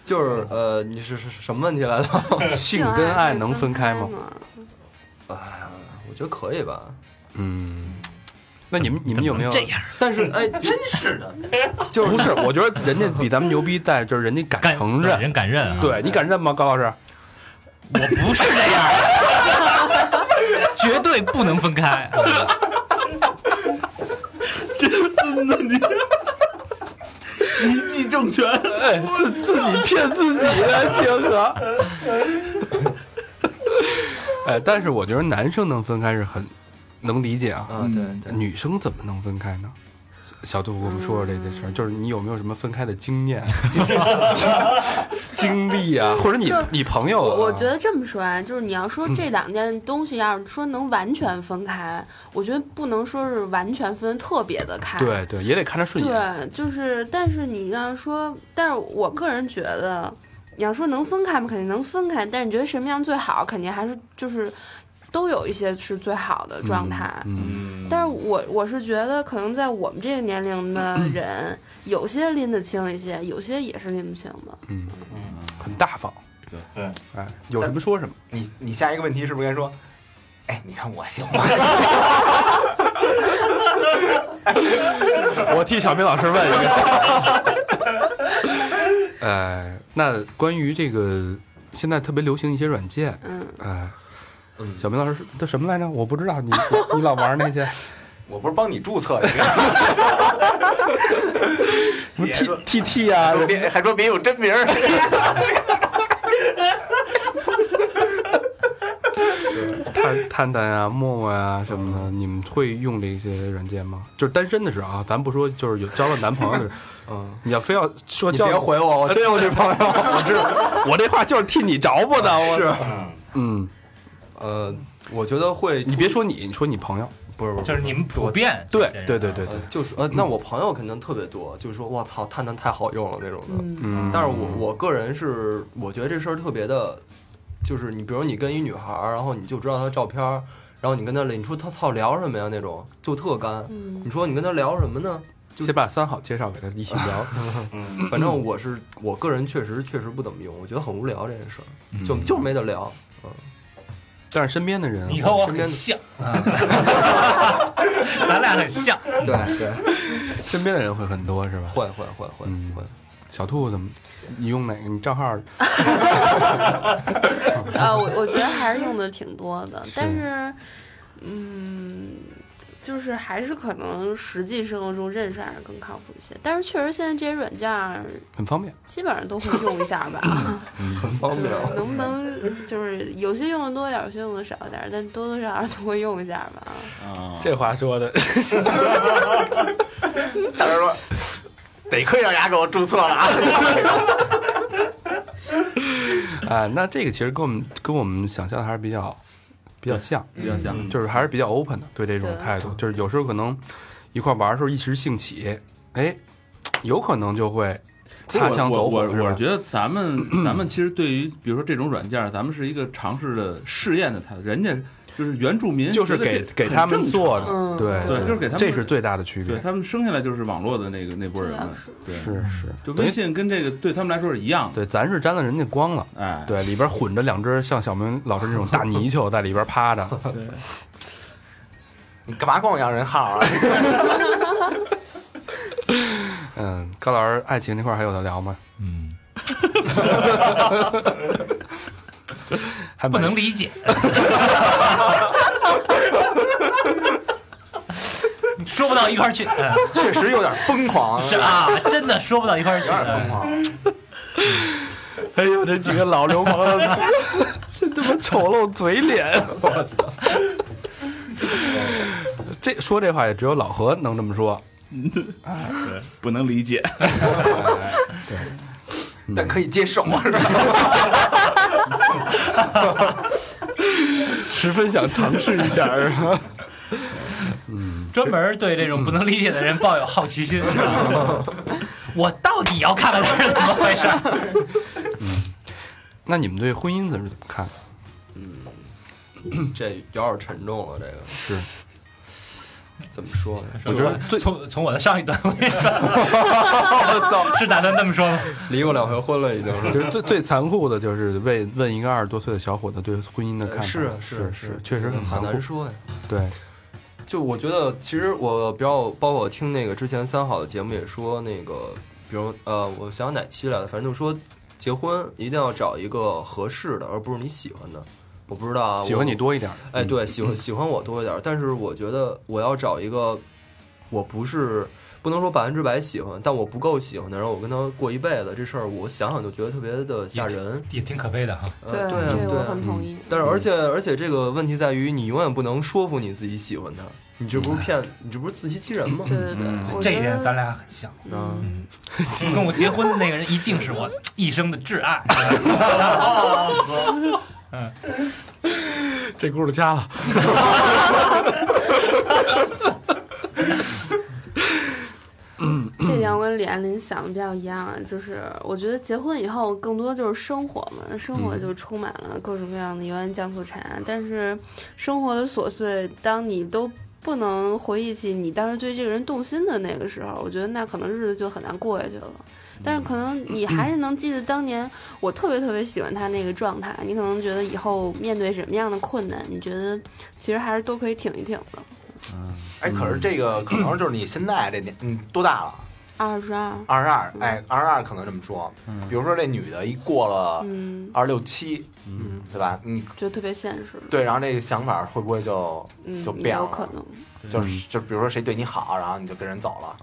Speaker 10: 就是呃，你是是是什么问题来着？
Speaker 2: 性跟爱
Speaker 8: 可以
Speaker 2: 能分
Speaker 8: 分
Speaker 2: 开吗
Speaker 8: 吗？？
Speaker 10: [laughs] 我觉得可以吧，
Speaker 2: 嗯，那你们你们有 [laughs] 没有？
Speaker 7: 这样？
Speaker 10: 但是哎，
Speaker 2: 就是不是？我觉得人家比咱们牛逼在，就是人家敢
Speaker 7: 敢
Speaker 2: 承
Speaker 7: 对
Speaker 2: 认，
Speaker 7: 人敢认啊？
Speaker 2: 对你敢认吗，高老 [laughs] 师？
Speaker 7: 我不是这样的，绝对不能分开。
Speaker 2: 自己骗自己啊的情和。 [laughs] 哎，但是我觉得男生能分开是很能理解啊，
Speaker 10: 嗯，对对，
Speaker 2: 女生怎么能分开呢？小杜，我们说说这件事
Speaker 8: 嗯
Speaker 2: 儿，就是你有没有什么分开的
Speaker 8: [laughs]
Speaker 2: 经验、经 [laughs] 经历啊，或者你
Speaker 8: 就是
Speaker 2: 你朋友啊？
Speaker 8: 我我觉得这么说啊，就是你要说这两件东西，要是说能完全分开，我觉得不能说是完全分得特别的开。
Speaker 2: 对对，也得看着顺眼。
Speaker 8: 对，就是，但是你要说，但是我个人觉得，你要说能分开吗？肯定能分开，但是你觉得什么样最好？肯定还是就是都有一些是最好的状态。
Speaker 2: 嗯，
Speaker 8: 但是我我是觉得，可能在我们这个年龄
Speaker 2: [clears throat]
Speaker 8: 的人，有些拎得清一些，有些也是拎不清的。
Speaker 2: 嗯嗯，很大方。
Speaker 12: 对，
Speaker 2: 哎，有什么说什么。
Speaker 3: 你你下一个问题是不是该说？哎，你看我行吗？ [laughs]
Speaker 2: 我替小明老师问一个。呃，那关于这个，现在特别流行一些软件，
Speaker 8: 嗯，
Speaker 2: 哎、
Speaker 3: 嗯
Speaker 2: 小明老师这什么来着？我不
Speaker 8: [laughs]
Speaker 2: 知道，你你你老玩那些
Speaker 3: 我不是帮你注册的，你
Speaker 2: 什么 T T T 啊，
Speaker 3: 看别还说别有真名儿，
Speaker 2: 探探探啊、陌陌啊什么的，你们会用这些软件吗？就是单身的时候啊，咱不说，就是有交了男朋友的时候，嗯，你要非要说
Speaker 3: 你
Speaker 2: 交
Speaker 3: 别回我，我真有女朋友。
Speaker 2: 我知道，我这话就是替你着不的，我是，嗯，
Speaker 10: 呃，我觉得会，
Speaker 2: 你别说你，你说你朋友，
Speaker 10: 不是不
Speaker 7: 就是你们普遍
Speaker 2: 对
Speaker 7: 这样
Speaker 2: 对对对对
Speaker 10: 呃，，就是呃，那我朋友肯定特别多，就是说我操，探探太好用了那种的。
Speaker 8: 嗯，
Speaker 2: 嗯，
Speaker 10: 但是我我个人是，我觉得这事儿特别的，就是你比如你跟一女孩儿，然后你就知道她的照片儿，然后你跟她聊，你说她操聊什么呀那种，就特干。
Speaker 8: 嗯
Speaker 10: 你说你跟她聊什么呢？就
Speaker 2: 先把三好介绍给他一起聊，
Speaker 12: 嗯，
Speaker 10: 反正我是我个人确实确实不怎么用，我觉得很无聊这件事儿，就就是没得聊。
Speaker 2: 但是身边的人，
Speaker 7: 你和我
Speaker 2: 身边
Speaker 7: 很
Speaker 2: 的
Speaker 7: 像，啊咱俩很像。
Speaker 10: 对对，
Speaker 2: 身边的人会很多是吧？
Speaker 10: 会会会会
Speaker 2: 嗯
Speaker 10: 会。
Speaker 2: 小兔怎么？你用哪个？你账号？
Speaker 8: 呃，我我觉得还是用的挺多的，但是，嗯，就是还是可能实际生活中认识还是更靠谱一些。但是确实现在这些软件儿
Speaker 2: 很方便。
Speaker 8: 基本上都会用一下
Speaker 7: [laughs]
Speaker 8: 吧，
Speaker 10: 嗯很方啊
Speaker 8: 就是能不能就是有些用的多一点，有些用的少一点，但多多少少都会用一下吧。
Speaker 2: 这话说
Speaker 3: [laughs]
Speaker 2: 的，
Speaker 3: 大哥说，得亏让丫给我注册了啊！
Speaker 2: [laughs] 啊，那这个其实跟我们跟我们想象的还是比较比较像，
Speaker 3: 嗯
Speaker 9: 比较像。
Speaker 2: 就是还是比较 open 的对这种
Speaker 8: 对
Speaker 2: 态度，就是有时候可能一块玩的时候一时兴起，哎，有可能就会擦
Speaker 9: 我
Speaker 2: 枪
Speaker 9: 我
Speaker 2: 走火。
Speaker 9: 我
Speaker 2: 是吧
Speaker 9: 我觉得咱
Speaker 2: [clears throat]
Speaker 9: 们咱们其实对于比如说这种软件儿，咱们是一个尝试的试验的态度。人家就是原住民
Speaker 2: 就是
Speaker 9: 觉得这
Speaker 2: 给给
Speaker 9: 很
Speaker 2: 他们
Speaker 9: 正
Speaker 2: 做
Speaker 9: 常
Speaker 8: 嗯，
Speaker 2: 的，
Speaker 9: 啊
Speaker 2: 对
Speaker 9: 对就是给他们
Speaker 2: 这是最大的区别
Speaker 9: 对，他们生下来就是网络的那个那波人
Speaker 8: 这
Speaker 9: 了
Speaker 8: 倒是，
Speaker 9: 对，
Speaker 2: 是是，
Speaker 9: 就
Speaker 2: 等于
Speaker 9: 微信跟这个对他们来说是一样的，
Speaker 2: 对，咱是沾了人家光了。
Speaker 9: 哎，
Speaker 2: 对，里边混着两只像小明老师这种大泥鳅在里边趴着，
Speaker 10: [laughs]
Speaker 3: 你干嘛光养人号啊？ [laughs]
Speaker 2: 嗯，高老师，爱情这块还有得聊吗？
Speaker 7: 嗯，
Speaker 2: 还
Speaker 7: 不
Speaker 2: 蛮
Speaker 7: 能理解。说不到一块儿去，哎
Speaker 3: 确实有点疯狂，
Speaker 7: 是啊，真的说不到一块儿去。
Speaker 3: 有点疯
Speaker 7: 哎
Speaker 3: 狂。
Speaker 10: 哎呦，这几个老流氓的， [laughs] 他妈丑陋嘴脸。 [laughs]
Speaker 2: 这说这话也只有老何能这么说。
Speaker 9: 不能理解，
Speaker 3: 但可以接受，是吧？
Speaker 2: 十分想尝试一下，是吧？
Speaker 7: 专门对这种不能理解的人抱有好奇心，是吧？我到底要看看他是怎么回事儿？
Speaker 2: 那你们对婚姻怎么怎么看？嗯
Speaker 10: 这有点沉重了，这个是怎么说呢？
Speaker 2: 我觉得最
Speaker 7: 从从我的上一段，我跟你说，是打算这么说吗？
Speaker 10: 离过两回婚了，已经是。
Speaker 2: 就是最最残酷的，就是问问一个二十多岁的小伙子对婚姻的看法。
Speaker 10: 是啊是啊
Speaker 2: 是
Speaker 10: 是啊，
Speaker 2: 确实很残
Speaker 10: 很
Speaker 2: 酷
Speaker 10: 难。说呀。
Speaker 2: 对，
Speaker 10: 就我觉得，其实我比较，包括我听那个之前三好的节目也说，那个，比如呃，我想想哪期来的，反正就说结婚一定要找一个合适的，而不是你喜欢的。我不知道啊，
Speaker 2: 喜欢
Speaker 10: 我
Speaker 2: 你多一点儿。
Speaker 10: 哎，对，喜欢喜欢我多一点儿，但是我觉得我要找一个，我不是不能说百分之百喜欢，但我不够喜欢的，然后我跟他过一辈子，这事儿我想想就觉得特别的吓人。
Speaker 7: 也挺可悲的哈。
Speaker 10: 呃对啊
Speaker 8: 这个
Speaker 10: 对
Speaker 8: 我
Speaker 10: 啊
Speaker 8: 很同意。
Speaker 10: 但是而且
Speaker 9: 嗯
Speaker 10: 而且这个问题在于，你永远不能说服你自己喜欢他，你这不是
Speaker 9: 嗯
Speaker 10: 骗，你这不是自欺欺
Speaker 9: [clears throat]
Speaker 10: 人吗？
Speaker 8: 对对对，我
Speaker 7: 嗯这一
Speaker 8: 觉
Speaker 7: 点
Speaker 8: 得
Speaker 7: 咱俩很像。
Speaker 10: 嗯，
Speaker 7: 嗯，跟我结婚的那个人一定是我一生的挚爱。
Speaker 2: 这轱辘掐了。
Speaker 3: 嗯
Speaker 8: 这点我跟李安林想的比较一样啊，就是我觉得结婚以后更多就是生活嘛，生活
Speaker 3: 嗯
Speaker 8: 就充满了各种各样的油盐酱醋茶，但是生活的琐碎，当你都不能回忆起你当时对这个人动心的那个时候，我觉得那可能日子就很难过下去了。
Speaker 3: 嗯
Speaker 8: 但是可能你还是能记得当年我特别特别喜欢他那个状态，你可能觉得以后面对什么样的困难，你觉得其实还是都可以挺一挺的。
Speaker 3: 哎，可是这个可能就是你现在这年，嗯，多大了？
Speaker 8: 二十二，
Speaker 3: 二十二，哎，二十二可能这么说。比如说这女的一过了
Speaker 8: 嗯，
Speaker 3: 二十六七，嗯，对吧？嗯，
Speaker 8: 就特别现实，
Speaker 3: 对，然后这个想法会不会就
Speaker 8: 嗯
Speaker 3: 就，变
Speaker 8: 也有
Speaker 3: 了？
Speaker 8: 可能。
Speaker 3: 就是就比如说谁对你好，然后你就跟人走了，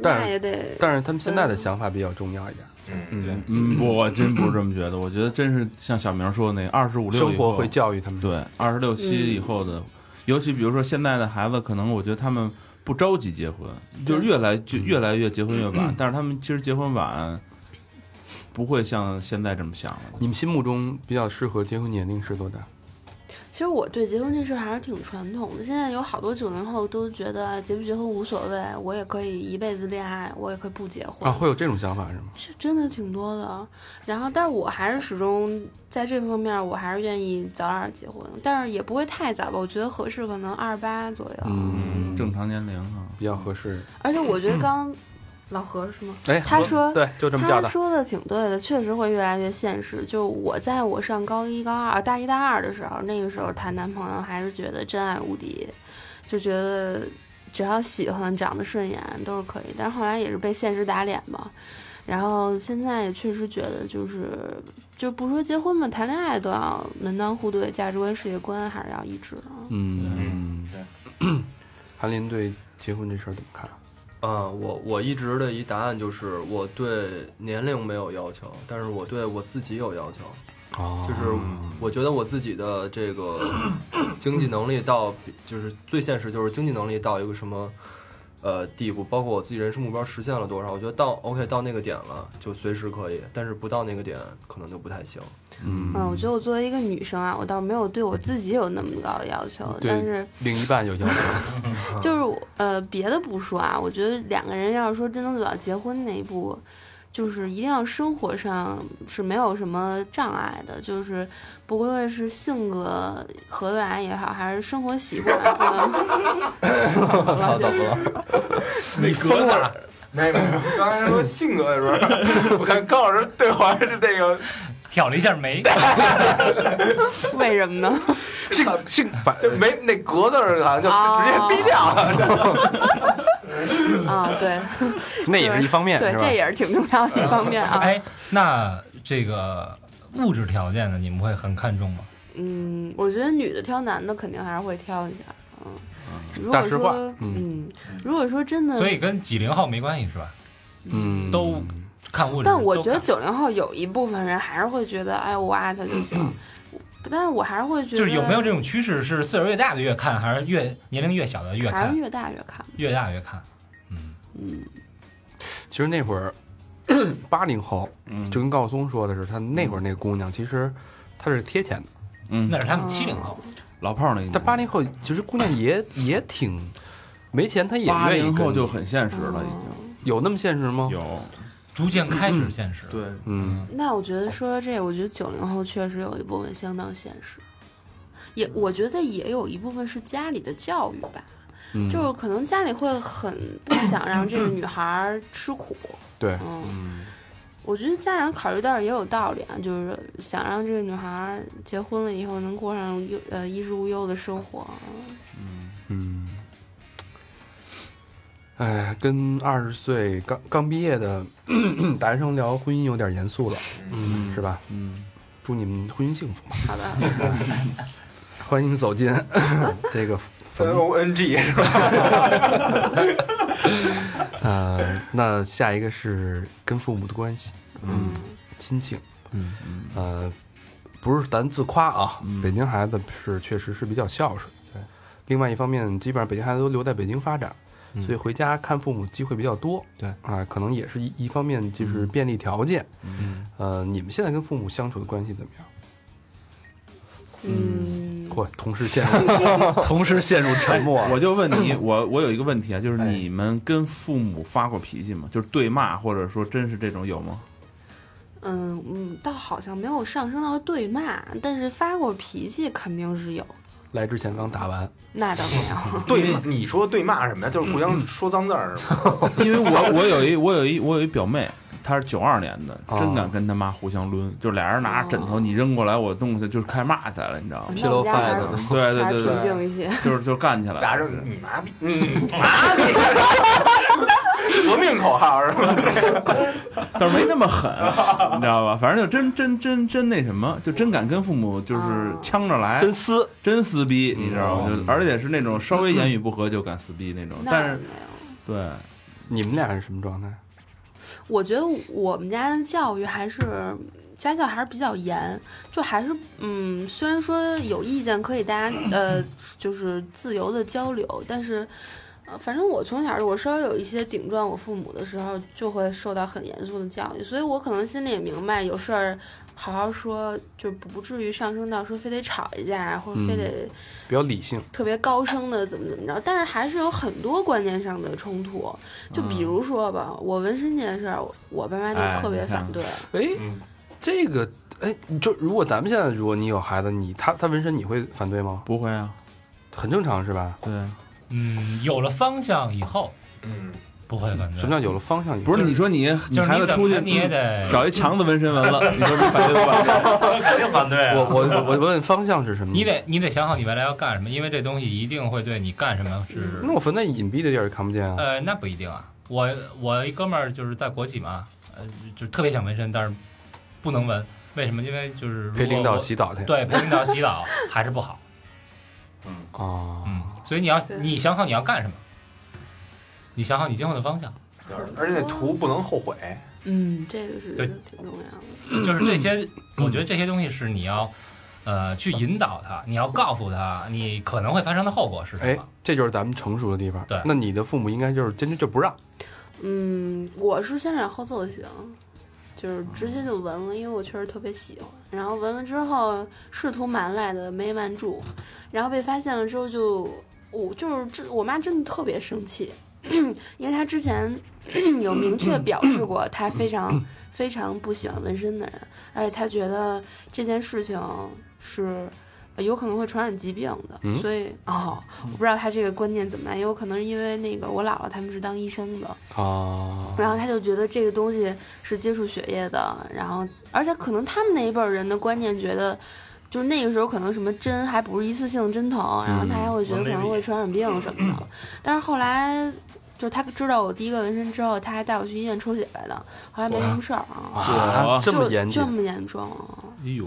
Speaker 2: 但
Speaker 8: 那也得，
Speaker 2: 但是他们现在的想法比较重要一点，
Speaker 3: 嗯，
Speaker 9: 嗯，我我真不是这么觉得，我觉得真是像小明说的那二十五六
Speaker 2: 生活会教育他们。
Speaker 9: 对，二十六七以后的，尤其比如说现在的孩子，可能我觉得他们不着急结婚，就是越来
Speaker 2: 嗯
Speaker 9: 就越来越结婚越晚，但是他们其实结婚晚，不会像现在这么想了。
Speaker 2: 你们心目中比较适合结婚年龄是多大？
Speaker 8: 其实我对结婚这事儿还是挺传统的。现在有好多九零后都觉得啊结不结婚无所谓，我也可以一辈子恋爱，我也可以不结婚，
Speaker 2: 啊，会有这种想法是吗？
Speaker 8: 这真的挺多的。然后，但是我还是始终在这方面，我还是愿意早点结婚，但是也不会太早吧。我觉得合适，可能二十八左右。
Speaker 2: 嗯，
Speaker 9: 正常年龄啊，
Speaker 2: 比较合适。
Speaker 8: 而且我觉得刚老何是吗？
Speaker 2: 哎，
Speaker 8: 他
Speaker 2: 我
Speaker 8: 说
Speaker 2: 对，就这么叫
Speaker 8: 他
Speaker 2: 的。
Speaker 8: 说的挺对的，确实会越来越现实。就我在我上高一、高二、大一、大二的时候，那个时候谈男朋友还是觉得真爱无敌，就觉得只要喜欢、长得顺眼都是可以。但是后来也是被现实打脸嘛。然后现在也确实觉得，就是就不说结婚吧，谈恋爱都要门当户对，价值观、世界观还是要一致啊。
Speaker 2: 嗯，韩林对结婚这事儿怎么看？
Speaker 10: 啊，我我一直的一答案就是，我对年龄没有要求，但是我对我自己有要求。
Speaker 2: 哦
Speaker 10: 就是
Speaker 9: 嗯
Speaker 10: 我觉得我自己的
Speaker 9: [clears throat]
Speaker 10: 这个经济能力到，就是最现实就是经济能力到一个什么呃地步，包括我自己人生目标实现了多少，我觉得到 OK 到那个点了就随时可以，但是不到那个点可能就不太行。
Speaker 8: 嗯，我觉得我作为一个女生啊，我倒没有对我自己有那么高的要求，
Speaker 2: 对
Speaker 8: 但是。
Speaker 2: 另一半有要求，
Speaker 8: [laughs]
Speaker 2: 嗯
Speaker 8: 就是我呃，别的不说啊，我觉得两个人要是说真能走到结婚那一步，就是一定要生活上是没有什么障碍的，就是不论是性格合得来也好，还是生活习惯，不能
Speaker 10: 操，怎么了？
Speaker 3: 你疯了？没没有，刚才说性格的时候，我看高老师对我还是那个
Speaker 7: 挑了一下眉，
Speaker 8: 为什么呢？
Speaker 3: 性性就没那格字儿，好像 [laughs] 就
Speaker 8: 哦
Speaker 3: 直接逼掉了。
Speaker 8: [laughs] 啊，对
Speaker 2: 那也是一 [laughs] 方面，
Speaker 8: 对
Speaker 2: 是，吧
Speaker 8: 这？也是挺重要的一方面啊。
Speaker 7: 哎，那这个物质条件呢，你们会很看重吗？
Speaker 8: 嗯，我觉得女的挑男的肯定还是会挑一下，嗯。如
Speaker 2: 大
Speaker 8: 果
Speaker 2: 实话
Speaker 8: 说，
Speaker 2: 嗯
Speaker 8: 嗯，如果说真的，
Speaker 7: 所以跟几零后没关系是吧？
Speaker 2: 嗯，
Speaker 7: 都看物质，
Speaker 8: 但我
Speaker 7: 都
Speaker 8: 觉得
Speaker 7: 看
Speaker 8: 九零后有一部分人还是会觉得，哎，我爱他就行。 [clears throat] 但是我还是会觉得，
Speaker 7: 嗯就是有没有这种趋势，是岁数越大的越看，还是越年龄越小的越
Speaker 8: 还是
Speaker 7: 看？
Speaker 8: 越大越看？
Speaker 7: 越大越看，嗯，
Speaker 2: 其实那会儿 [clears throat] 八零后，就跟高晓松说的是，他那会儿那姑娘其实她是贴钱的，
Speaker 9: 嗯，
Speaker 7: 那是他们七零后，
Speaker 8: 哦
Speaker 9: 老炮儿那一年
Speaker 2: 但八零后其实姑娘也也挺没钱，她也
Speaker 9: 八
Speaker 2: 愿意
Speaker 9: 零
Speaker 2: 跟
Speaker 9: 后
Speaker 2: 你哦
Speaker 9: 就很现实了，已
Speaker 2: 有那么现实吗
Speaker 9: 经？有
Speaker 7: 逐渐开始现实。
Speaker 9: 对
Speaker 2: 嗯，
Speaker 8: 那我觉得说到这个，我觉得九零后确实有一部分相当现实，也我觉得也有一部分是家里的教育吧，
Speaker 2: 嗯
Speaker 8: 就是可能家里会很不想让这个女孩儿吃
Speaker 7: [clears throat]
Speaker 8: 苦，
Speaker 2: 对，
Speaker 8: 嗯。
Speaker 2: 嗯
Speaker 8: 我觉得家长考虑到也有道理啊，就是想让这个女孩儿结婚了以后能过上优呃衣食无忧的生活。
Speaker 2: 嗯。哎，跟二十岁刚刚毕业的 [clears throat] 大学生聊婚姻有点严肃了，嗯，是吧？
Speaker 9: 嗯，
Speaker 2: 祝你们婚姻幸福，
Speaker 8: 好的，
Speaker 2: 欢
Speaker 3: [laughs]
Speaker 2: 迎走进这个坟
Speaker 3: N
Speaker 2: 墓。
Speaker 3: O N G 是吧？
Speaker 2: 呃，那下一个是跟父母的关系，
Speaker 8: 嗯，
Speaker 2: 亲情，
Speaker 9: 嗯
Speaker 2: 呃，不是咱自夸啊，
Speaker 3: 嗯
Speaker 2: 北京孩子是确实是比较孝顺。对，另外一方面，基本上北京孩子都留在北京发展，
Speaker 3: 嗯
Speaker 2: 所以回家看父母机会比较多。
Speaker 9: 对
Speaker 2: 啊、可能也是一一方面就是便利条件。
Speaker 9: 嗯，
Speaker 2: 呃，你们现在跟父母相处的关系怎么样？
Speaker 8: 嗯，
Speaker 2: 嚯，同
Speaker 3: [laughs]
Speaker 2: 时陷入，同时陷入沉默。
Speaker 9: 我就问你，我我有一个问题啊，就是
Speaker 2: 哎
Speaker 9: 你们跟父母发过脾气吗？就是对骂，或者说真是这种有吗？
Speaker 8: 嗯嗯，倒好像没有上升到对骂，但是发过脾气肯定是有的，
Speaker 2: 来之前刚打完，
Speaker 8: 那倒没
Speaker 9: [laughs]
Speaker 8: 有。
Speaker 3: 对，你说对骂什么呀？就是互相说脏字儿是吗？
Speaker 9: 因为我我有一我有一我有一表妹，她是九二年的，
Speaker 2: 哦
Speaker 9: 真
Speaker 7: 啊
Speaker 9: 敢跟她妈互相抡，就俩人拿枕头
Speaker 8: 哦
Speaker 9: 你扔过来我弄下，就是开骂起来了，你知道吗？
Speaker 8: 那我们家还是
Speaker 9: 对对
Speaker 8: 还
Speaker 9: 对
Speaker 8: 是平
Speaker 9: 对，
Speaker 8: 静一些。
Speaker 9: 就是就干起来了，
Speaker 3: 俩人你妈逼，你妈逼， [laughs] 革命口号是吧？
Speaker 9: 但是没那么狠，你知道吧？反正就真真真真那什么，就真敢跟父母就是
Speaker 8: 啊
Speaker 9: 呛着来，
Speaker 2: 真撕。
Speaker 9: 真撕逼，你知道吗？
Speaker 7: 嗯
Speaker 9: 就而且是那种稍微言语不合就敢撕逼那种。
Speaker 8: 那
Speaker 9: 但
Speaker 8: 没
Speaker 9: 是
Speaker 8: 有。
Speaker 9: 对，
Speaker 2: 你们俩是什么状态？
Speaker 8: 我觉得我们家的教育还是嗯家教还是比较严，就还是嗯，虽然说有意见可以大家呃就是自由的交流，但是。呃，反正我从小我稍微有一些顶撞我父母的时候，就会受到很严肃的教育，所以我可能心里也明白，有事儿好好说，就不不至于上升到说非得吵一架，啊或者非得、
Speaker 2: 比较理性。
Speaker 8: 特别高声的怎么怎么着，但是还是有很多观念上的冲突。就比如说吧，我纹身这件事儿，我爸妈
Speaker 9: 哎
Speaker 8: 就特别
Speaker 9: 你看
Speaker 8: 反对。
Speaker 2: 哎，
Speaker 12: 嗯
Speaker 2: 这个，哎，就如果咱们现在如果你有孩子，你他他纹身你会反对吗？
Speaker 9: 不会啊，
Speaker 2: 很正常是吧？
Speaker 9: 对，
Speaker 7: 嗯，有了方向以后
Speaker 3: 嗯，
Speaker 7: 不会反
Speaker 2: 什
Speaker 7: 对
Speaker 2: 么，叫有了方向以后？
Speaker 9: 不是你说你
Speaker 7: 就是
Speaker 9: 孩
Speaker 7: 你
Speaker 9: 子
Speaker 7: 怎
Speaker 9: 出去嗯
Speaker 7: 么你也得
Speaker 9: 找一强子纹身纹了，你说你反对不反对？
Speaker 12: 肯定反对啊。
Speaker 2: 我我我我问方向是什么？
Speaker 7: 你得你得想好你未来要干什么，因为这东西一定会对你干什么
Speaker 8: 嗯
Speaker 7: 是
Speaker 2: [laughs] 那我坟在隐蔽的地儿也看不见啊。
Speaker 7: 呃，那不一定啊。我我一哥们儿就是在国企嘛，呃，就特别想纹身，但是不能纹。为什么？因为就是如果
Speaker 2: 陪领导
Speaker 7: 我
Speaker 2: 洗澡去。
Speaker 7: 对陪领导洗澡还是不好。
Speaker 2: 啊，
Speaker 7: 嗯，所以你要
Speaker 8: 对
Speaker 7: 你想好你要干什么，你想好你今后的方向，
Speaker 3: 而且那图不能后悔。
Speaker 8: 嗯，这个是
Speaker 7: 对
Speaker 8: 挺重要的。
Speaker 7: 就是这些。我觉得这些东西是你要呃去引导他，你要告诉他你可能会发生的后果是什
Speaker 2: 哎
Speaker 7: 么。，
Speaker 2: 这就是咱们成熟的地方。
Speaker 7: 对
Speaker 2: 那你的父母应该就是坚决就不让。
Speaker 8: 嗯，我是先斩后奏型，就是直接就纹了，因为我确实特别喜欢。然后纹了之后，试图瞒来的没瞒住，然后被发现了之后就，我就是这我妈真的特别生气， [clears throat] 因为他之前 [clears throat] 有明确表示过，他非常非常不喜欢纹身的人，而且他觉得这件事情是呃有可能会传染疾病的，
Speaker 2: 嗯
Speaker 8: 所以哦，我不知道他这个观念怎么样，也有可能是因为那个我姥姥他们是当医生的，
Speaker 2: 啊，
Speaker 8: 然后他就觉得这个东西是接触血液的，然后而且可能他们那一辈儿人的观念觉得，就是那个时候可能什么针还不是一次性针头，然后他
Speaker 2: 嗯
Speaker 8: 还会觉得可能会传染病什么的。 [clears throat] 但是后来就是他知道我第一个纹身之后，他还带我去医院抽血来的，后来没什么事儿啊，
Speaker 2: 哇，
Speaker 8: 就
Speaker 2: 这么严谨
Speaker 8: 这，么严重啊。
Speaker 9: 哎呦，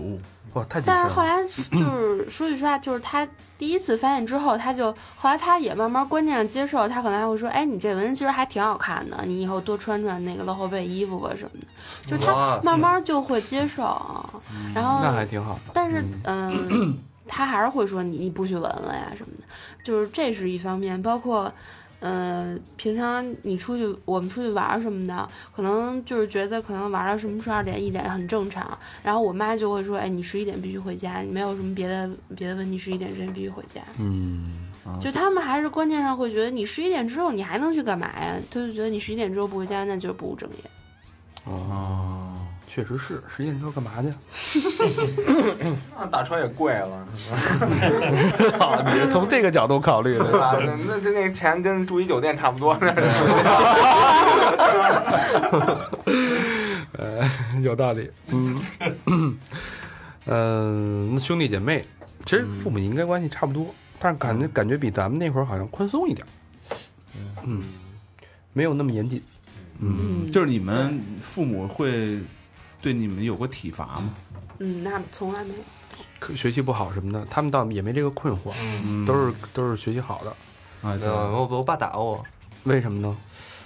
Speaker 2: 哇， [clears throat] 太谨
Speaker 8: 但
Speaker 2: 慎
Speaker 8: 是后
Speaker 2: 了。
Speaker 8: 来就是说句实话，就是他第一次发现之后，他就后来他也慢慢观念上接受，他可能还会说，哎，你这纹身其实还挺好看的，你以后多穿穿那个露后背衣服吧啊什么的，就是他慢慢就会接受啊。然后
Speaker 2: 嗯那还挺好的，
Speaker 8: 但是嗯、他还是会说你你不许纹了呀什么的，就是这是一方面，包括。呃，平常你出去，我们出去玩儿什么的，可能就是觉得可能玩到什么十二点一点很正常。然后我妈就会说：“哎，你十一点必须回家，你没有什么别的别的问题，十一点之前必须回家。
Speaker 2: 嗯，”
Speaker 8: 就他们还是观念上会觉得你十一点之后你还能去干嘛呀？他就觉得你十一点之后不回家，那就是不务正业。
Speaker 2: 哦，确实是，实验之后干嘛去？
Speaker 3: 那打车也贵了，
Speaker 2: [laughs] 啊你是从这个角度考虑
Speaker 3: 对
Speaker 2: 的，
Speaker 10: [laughs]
Speaker 3: 吧？那那这那钱跟住一酒店差不多，
Speaker 10: 嗯
Speaker 3: [laughs]
Speaker 2: 呃， [laughs] 有道理，嗯，嗯，那兄弟姐妹，其实父母应该关系差不多，但是感觉感觉比咱们那会儿好像宽松一点，嗯，没有那么严谨，
Speaker 9: 嗯，就是你们父母会对你们有过体罚吗？
Speaker 8: 嗯，那从来没有。
Speaker 2: 可学习不好什么的，他们倒也没这个困惑，
Speaker 9: 嗯
Speaker 2: 都是都是学习好的，
Speaker 9: 啊，对
Speaker 10: 呃，我我爸打过我，
Speaker 2: 为什么呢？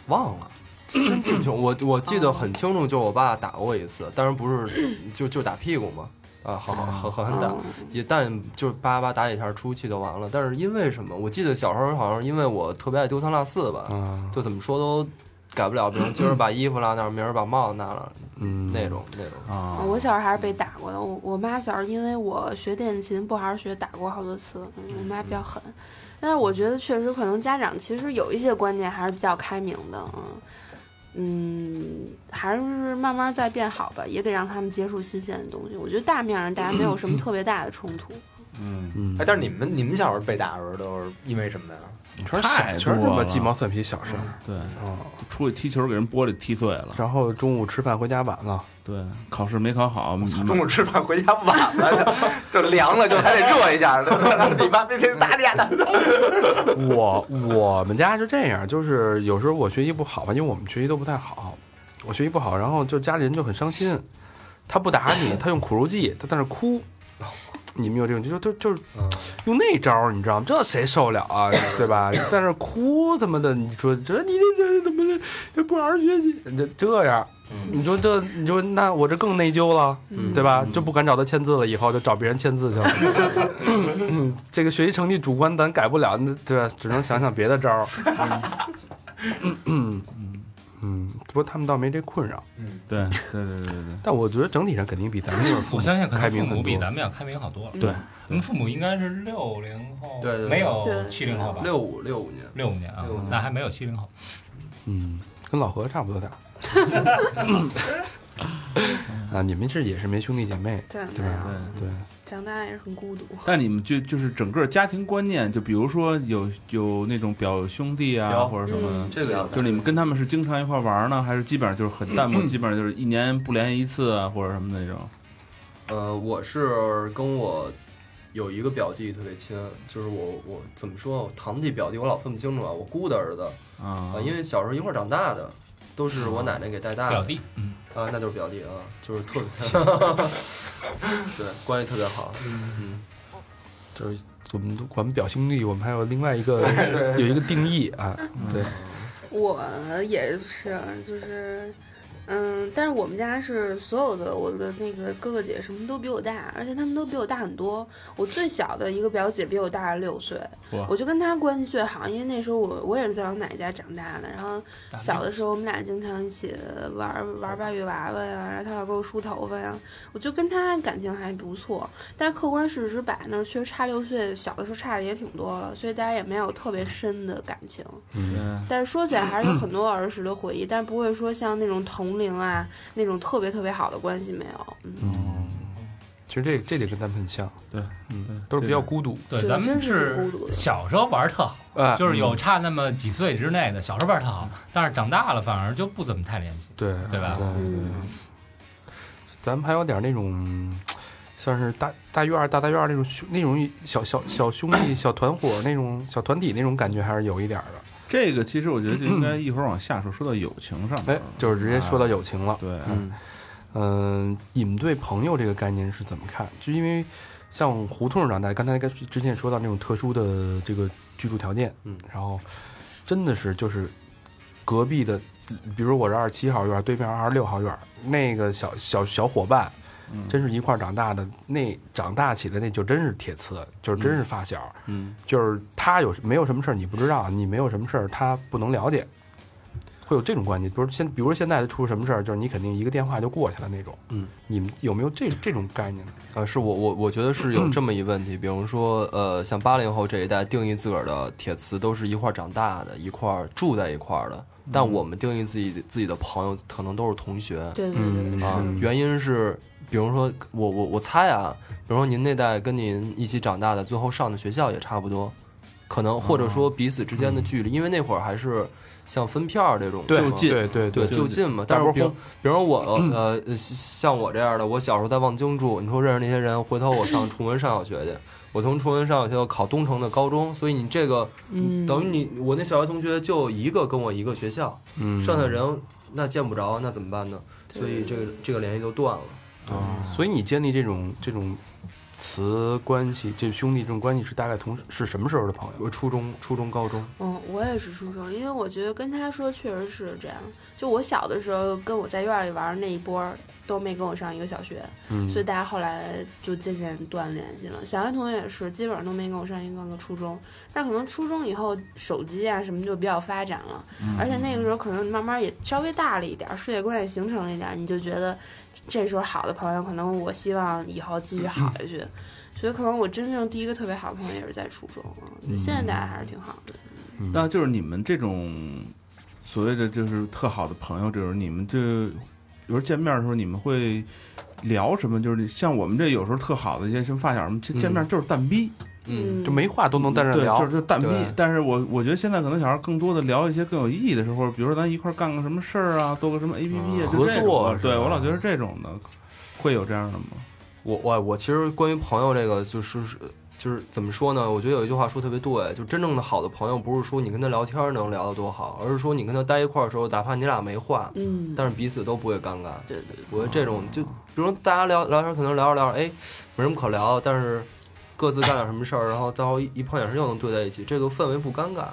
Speaker 10: 忘了，真记不清。我我记得很清楚，就我爸打过我一次，当然不是就就打屁股嘛，啊，好好狠狠打，
Speaker 8: 嗯
Speaker 10: 也但就是叭叭打几下出气就完了。但是因为什么？我记得小时候好像因为我特别爱丢三落四吧，
Speaker 2: 啊，
Speaker 10: 就怎么说都改不了，比如今儿把衣服落那儿，明儿把帽子落那儿，
Speaker 2: 嗯，
Speaker 10: 那种那种。
Speaker 9: 啊，
Speaker 8: 我小时候还是被打过的。我我妈小时候因为我学电琴不好好学，打过我好多次。嗯我妈比较狠，但是我觉得确实可能家长其实有一些观念还是比较开明的，嗯嗯，还是慢慢在变好吧，也得让他们接触新鲜的东西。我觉得大面上大家没有什么特别大的冲突。
Speaker 3: 嗯。
Speaker 2: 嗯
Speaker 3: 哎，，但是你们你们小时候被打的时候都是因为什么呀？
Speaker 2: 全是
Speaker 9: 太
Speaker 2: 小全是这
Speaker 9: 多
Speaker 2: 么
Speaker 9: 了
Speaker 2: 鸡毛蒜皮小事儿
Speaker 9: 对，
Speaker 2: 啊。
Speaker 9: 出去踢球给人玻璃踢碎了，
Speaker 2: 然后中午吃饭回家晚了，
Speaker 9: 对，考试没考
Speaker 3: [laughs]
Speaker 9: 好，嗯
Speaker 3: 中午吃饭回家晚了，就就凉了，就还得热一下。 [laughs] 你爸那天打你打的，
Speaker 2: [laughs] 我我们家是这样，就是有时候我学习不好吧，因为我们学习都不太好，我学习不好，然后就家里人就很伤心。他不打你，他用苦肉计，他在那哭。你们有这种，就就就是用那招儿，你知道吗？这谁受得了啊，对吧？在那哭他妈的，你说这你这这怎么这这不好好学习，这这样，你说这你说那我这更内疚了，对吧？就不敢找他签字了，以后就找别人签字去了。嗯，这个学习成绩主观咱改不了，那对吧？只能想想别的招儿。嗯嗯，不过他们倒没这困扰，
Speaker 9: 对对对对对对，
Speaker 2: 但我觉得整体上肯定比咱们那会儿父
Speaker 7: 我
Speaker 2: 母
Speaker 7: 相信可
Speaker 2: 开
Speaker 7: 能父
Speaker 2: 明很多
Speaker 7: 母比咱们要开明好多了。
Speaker 9: 对，
Speaker 7: 你们父母应该是六零后，
Speaker 10: 对对对
Speaker 7: 没有
Speaker 8: 对
Speaker 7: 七零后吧？
Speaker 10: [laughs] 六五六五年，
Speaker 7: 六五年啊
Speaker 10: 六五，年
Speaker 7: 那还没有七零后。
Speaker 2: 嗯，跟老何差不多大。啊，你们是也是没兄弟姐妹，
Speaker 8: 对
Speaker 2: 对
Speaker 9: 啊
Speaker 2: 吧？对，
Speaker 8: 长大也是很孤独。
Speaker 9: 但你们就就是整个家庭观念，就比如说有有那种表兄弟啊，
Speaker 10: 有
Speaker 9: 或者什么
Speaker 2: 嗯
Speaker 9: 的，
Speaker 10: 这个有
Speaker 9: 就是你们跟他们是经常一块玩呢，还是基本上就是很淡
Speaker 2: 嗯
Speaker 9: 漠，基本上就是一年不联系一次啊，或者什么那种？
Speaker 10: 呃，我是跟我有一个表弟特别亲，就是我我怎么说，我堂弟表弟我老分不清楚啊，我姑的儿子啊、
Speaker 9: 啊，
Speaker 2: 哎
Speaker 10: 因为小时候一块儿长大的，都是我奶奶给带大的。
Speaker 7: 表弟，嗯，
Speaker 10: 啊，那就是表弟啊，就是特别，对，关系特别好。嗯，
Speaker 2: 就是我们我们表兄弟，我们还有另外一个有一个定义啊，对，
Speaker 8: 我也是，就是嗯，但是我们家是所有的我的那个哥哥姐什么都比我大，而且他们都比我大很多。我最小的一个表姐比我大了六岁
Speaker 9: 哇，
Speaker 8: 我就跟她关系最好，因为那时候我我也是在我奶奶家长大的，然后小的时候我们俩经常一起玩儿玩儿八月娃娃呀，然后她老给我梳头发呀，我就跟她感情还不错。但是客观事实摆那儿，确实差六岁，小的时候差的也挺多了，所以大家也没有特别深的感情。但是说起来还是有很多儿时的回忆，但不会说像那种同龄啊那种特别特别好的关系没有。嗯，
Speaker 2: 其实这这点跟他们很像，
Speaker 9: 对，
Speaker 2: 嗯，都是比较孤独，
Speaker 7: 对，
Speaker 8: 对
Speaker 7: 咱
Speaker 8: 真
Speaker 7: 们
Speaker 8: 是挺孤独的
Speaker 7: 小时候玩儿特好，
Speaker 2: 哎，
Speaker 7: 就是有差那么几岁之内的，小时候玩儿特好，但是长大了反而就不怎么太联系。
Speaker 2: 对
Speaker 7: 对吧
Speaker 8: 嗯
Speaker 2: 咱们还有点那种，像是大大院儿、大大院儿那种兄那种小小小兄弟、小团伙那种小团体那种感觉，还是有一点儿的。
Speaker 9: 这个其实我觉得就应该
Speaker 2: [clears throat]
Speaker 9: 一会儿往下说，说到友情上
Speaker 2: 哎
Speaker 9: 面了，，
Speaker 2: 就是直接说到友情了。
Speaker 9: 对，
Speaker 2: 嗯嗯，你们对朋友这个概念是怎么看？就因为像胡同长大，刚才跟之前也说到那种特殊的这个居住条件，
Speaker 10: 嗯，
Speaker 2: 然后真的是就是隔壁的，比如我是二十七号院，对面二十六号院，那个小小小伙伴，真是一块儿长大的，那长大起来那就真是铁磁，就是真是发小，
Speaker 9: 嗯，
Speaker 2: 就是他有没有什么事儿你不知道，你没有什么事儿他不能了解，会有这种关系。比如现，比如现在出什么事儿，就是你肯定一个电话就过去了那种。
Speaker 10: 嗯，
Speaker 2: 你们有没有这这种概念呢？
Speaker 10: 啊，是我我我觉得是有这么一问题，比如说，呃，像八零后这一代定义自个儿的铁磁都是一块儿长大的，一块儿住在一块儿的，但我们定义自己自己的朋友可能都是同学，
Speaker 8: 对对对对，
Speaker 10: 啊
Speaker 8: 是，
Speaker 10: 原因是，比如说我我我猜啊，比如说您那代跟您一起长大的，最后上的学校也差不多，可能或者说彼此之间的距离，因为那会儿还是像分片儿这种
Speaker 2: 对
Speaker 10: 什么
Speaker 2: 对对
Speaker 10: 对就近嘛。但
Speaker 2: 大
Speaker 10: 是
Speaker 2: 波
Speaker 10: 比如
Speaker 2: 轰
Speaker 10: 比如说我呃呃像我这样的，我小时候在望京住，你说认识那些人，回头我上崇文上小学去。我从崇文上小学考东城的高中，所以你这个
Speaker 8: 嗯，
Speaker 10: 等于你我那小学同学就一个跟我一个学校，
Speaker 2: 嗯
Speaker 10: 剩下人那见不着，那怎么办呢？
Speaker 8: 对
Speaker 10: 所以这个这个联系就断了。
Speaker 2: 所以你建立这种这种词关系，这兄弟这种关系是大概同是什么时候的朋友？
Speaker 10: 我初中、初中、高中，
Speaker 8: 嗯，我也是初中，因为我觉得跟他说确实是这样。就我小的时候，跟我在院儿里玩儿那一波儿都没跟我上一个小学，
Speaker 2: 嗯
Speaker 8: 所以大家后来就渐渐断联系了。小学同学也是，基本上都没跟我上一个个初中。但可能初中以后，手机啊什么就比较发展了，
Speaker 9: 嗯
Speaker 8: 而且那个时候可能慢慢也稍微大了一点儿，世界观也形成了一点儿，你就觉得这时候好的朋友，可能我希望以后继续好下去。所以可能我真正第一个特别好的朋友也是在初中，嗯现在大家还是挺好的。
Speaker 9: 那就是你们这种所谓的就是特好的朋友，这种你们这有时候见面的时候，你们会聊什么？就是像我们这有时候特好的一些什么发小什么，见见面就是蛋逼，
Speaker 10: 嗯，
Speaker 2: 就没话都能在这儿
Speaker 9: 对，
Speaker 2: 聊，
Speaker 9: 就是就蛋逼
Speaker 10: 对。
Speaker 9: 但是我我觉得现在可能小孩更多的聊一些更有意义的时候，比如说咱一块儿干个什么事儿啊，做个什么 APP 啊，就
Speaker 2: 嗯合
Speaker 9: 这种
Speaker 2: 作
Speaker 9: 的
Speaker 2: 是吧
Speaker 9: 对我老觉得这种的会有这样的吗？
Speaker 10: 我我我其实关于朋友这个，就是就是怎么说呢？我觉得有一句话说得特别对，就真正的好的朋友，不是说你跟他聊天能聊得多好，而是说你跟他待一块儿的时候，哪怕你俩没话，
Speaker 8: 嗯，
Speaker 10: 但是彼此都不会尴尬。
Speaker 8: 对对对，
Speaker 10: 我觉得这种就，比如说大家聊聊天，可能聊着聊着，哎，没什么可聊，但是各自干点什么事儿，然后到时候一一碰眼神又能对在一起，这个氛围不尴尬。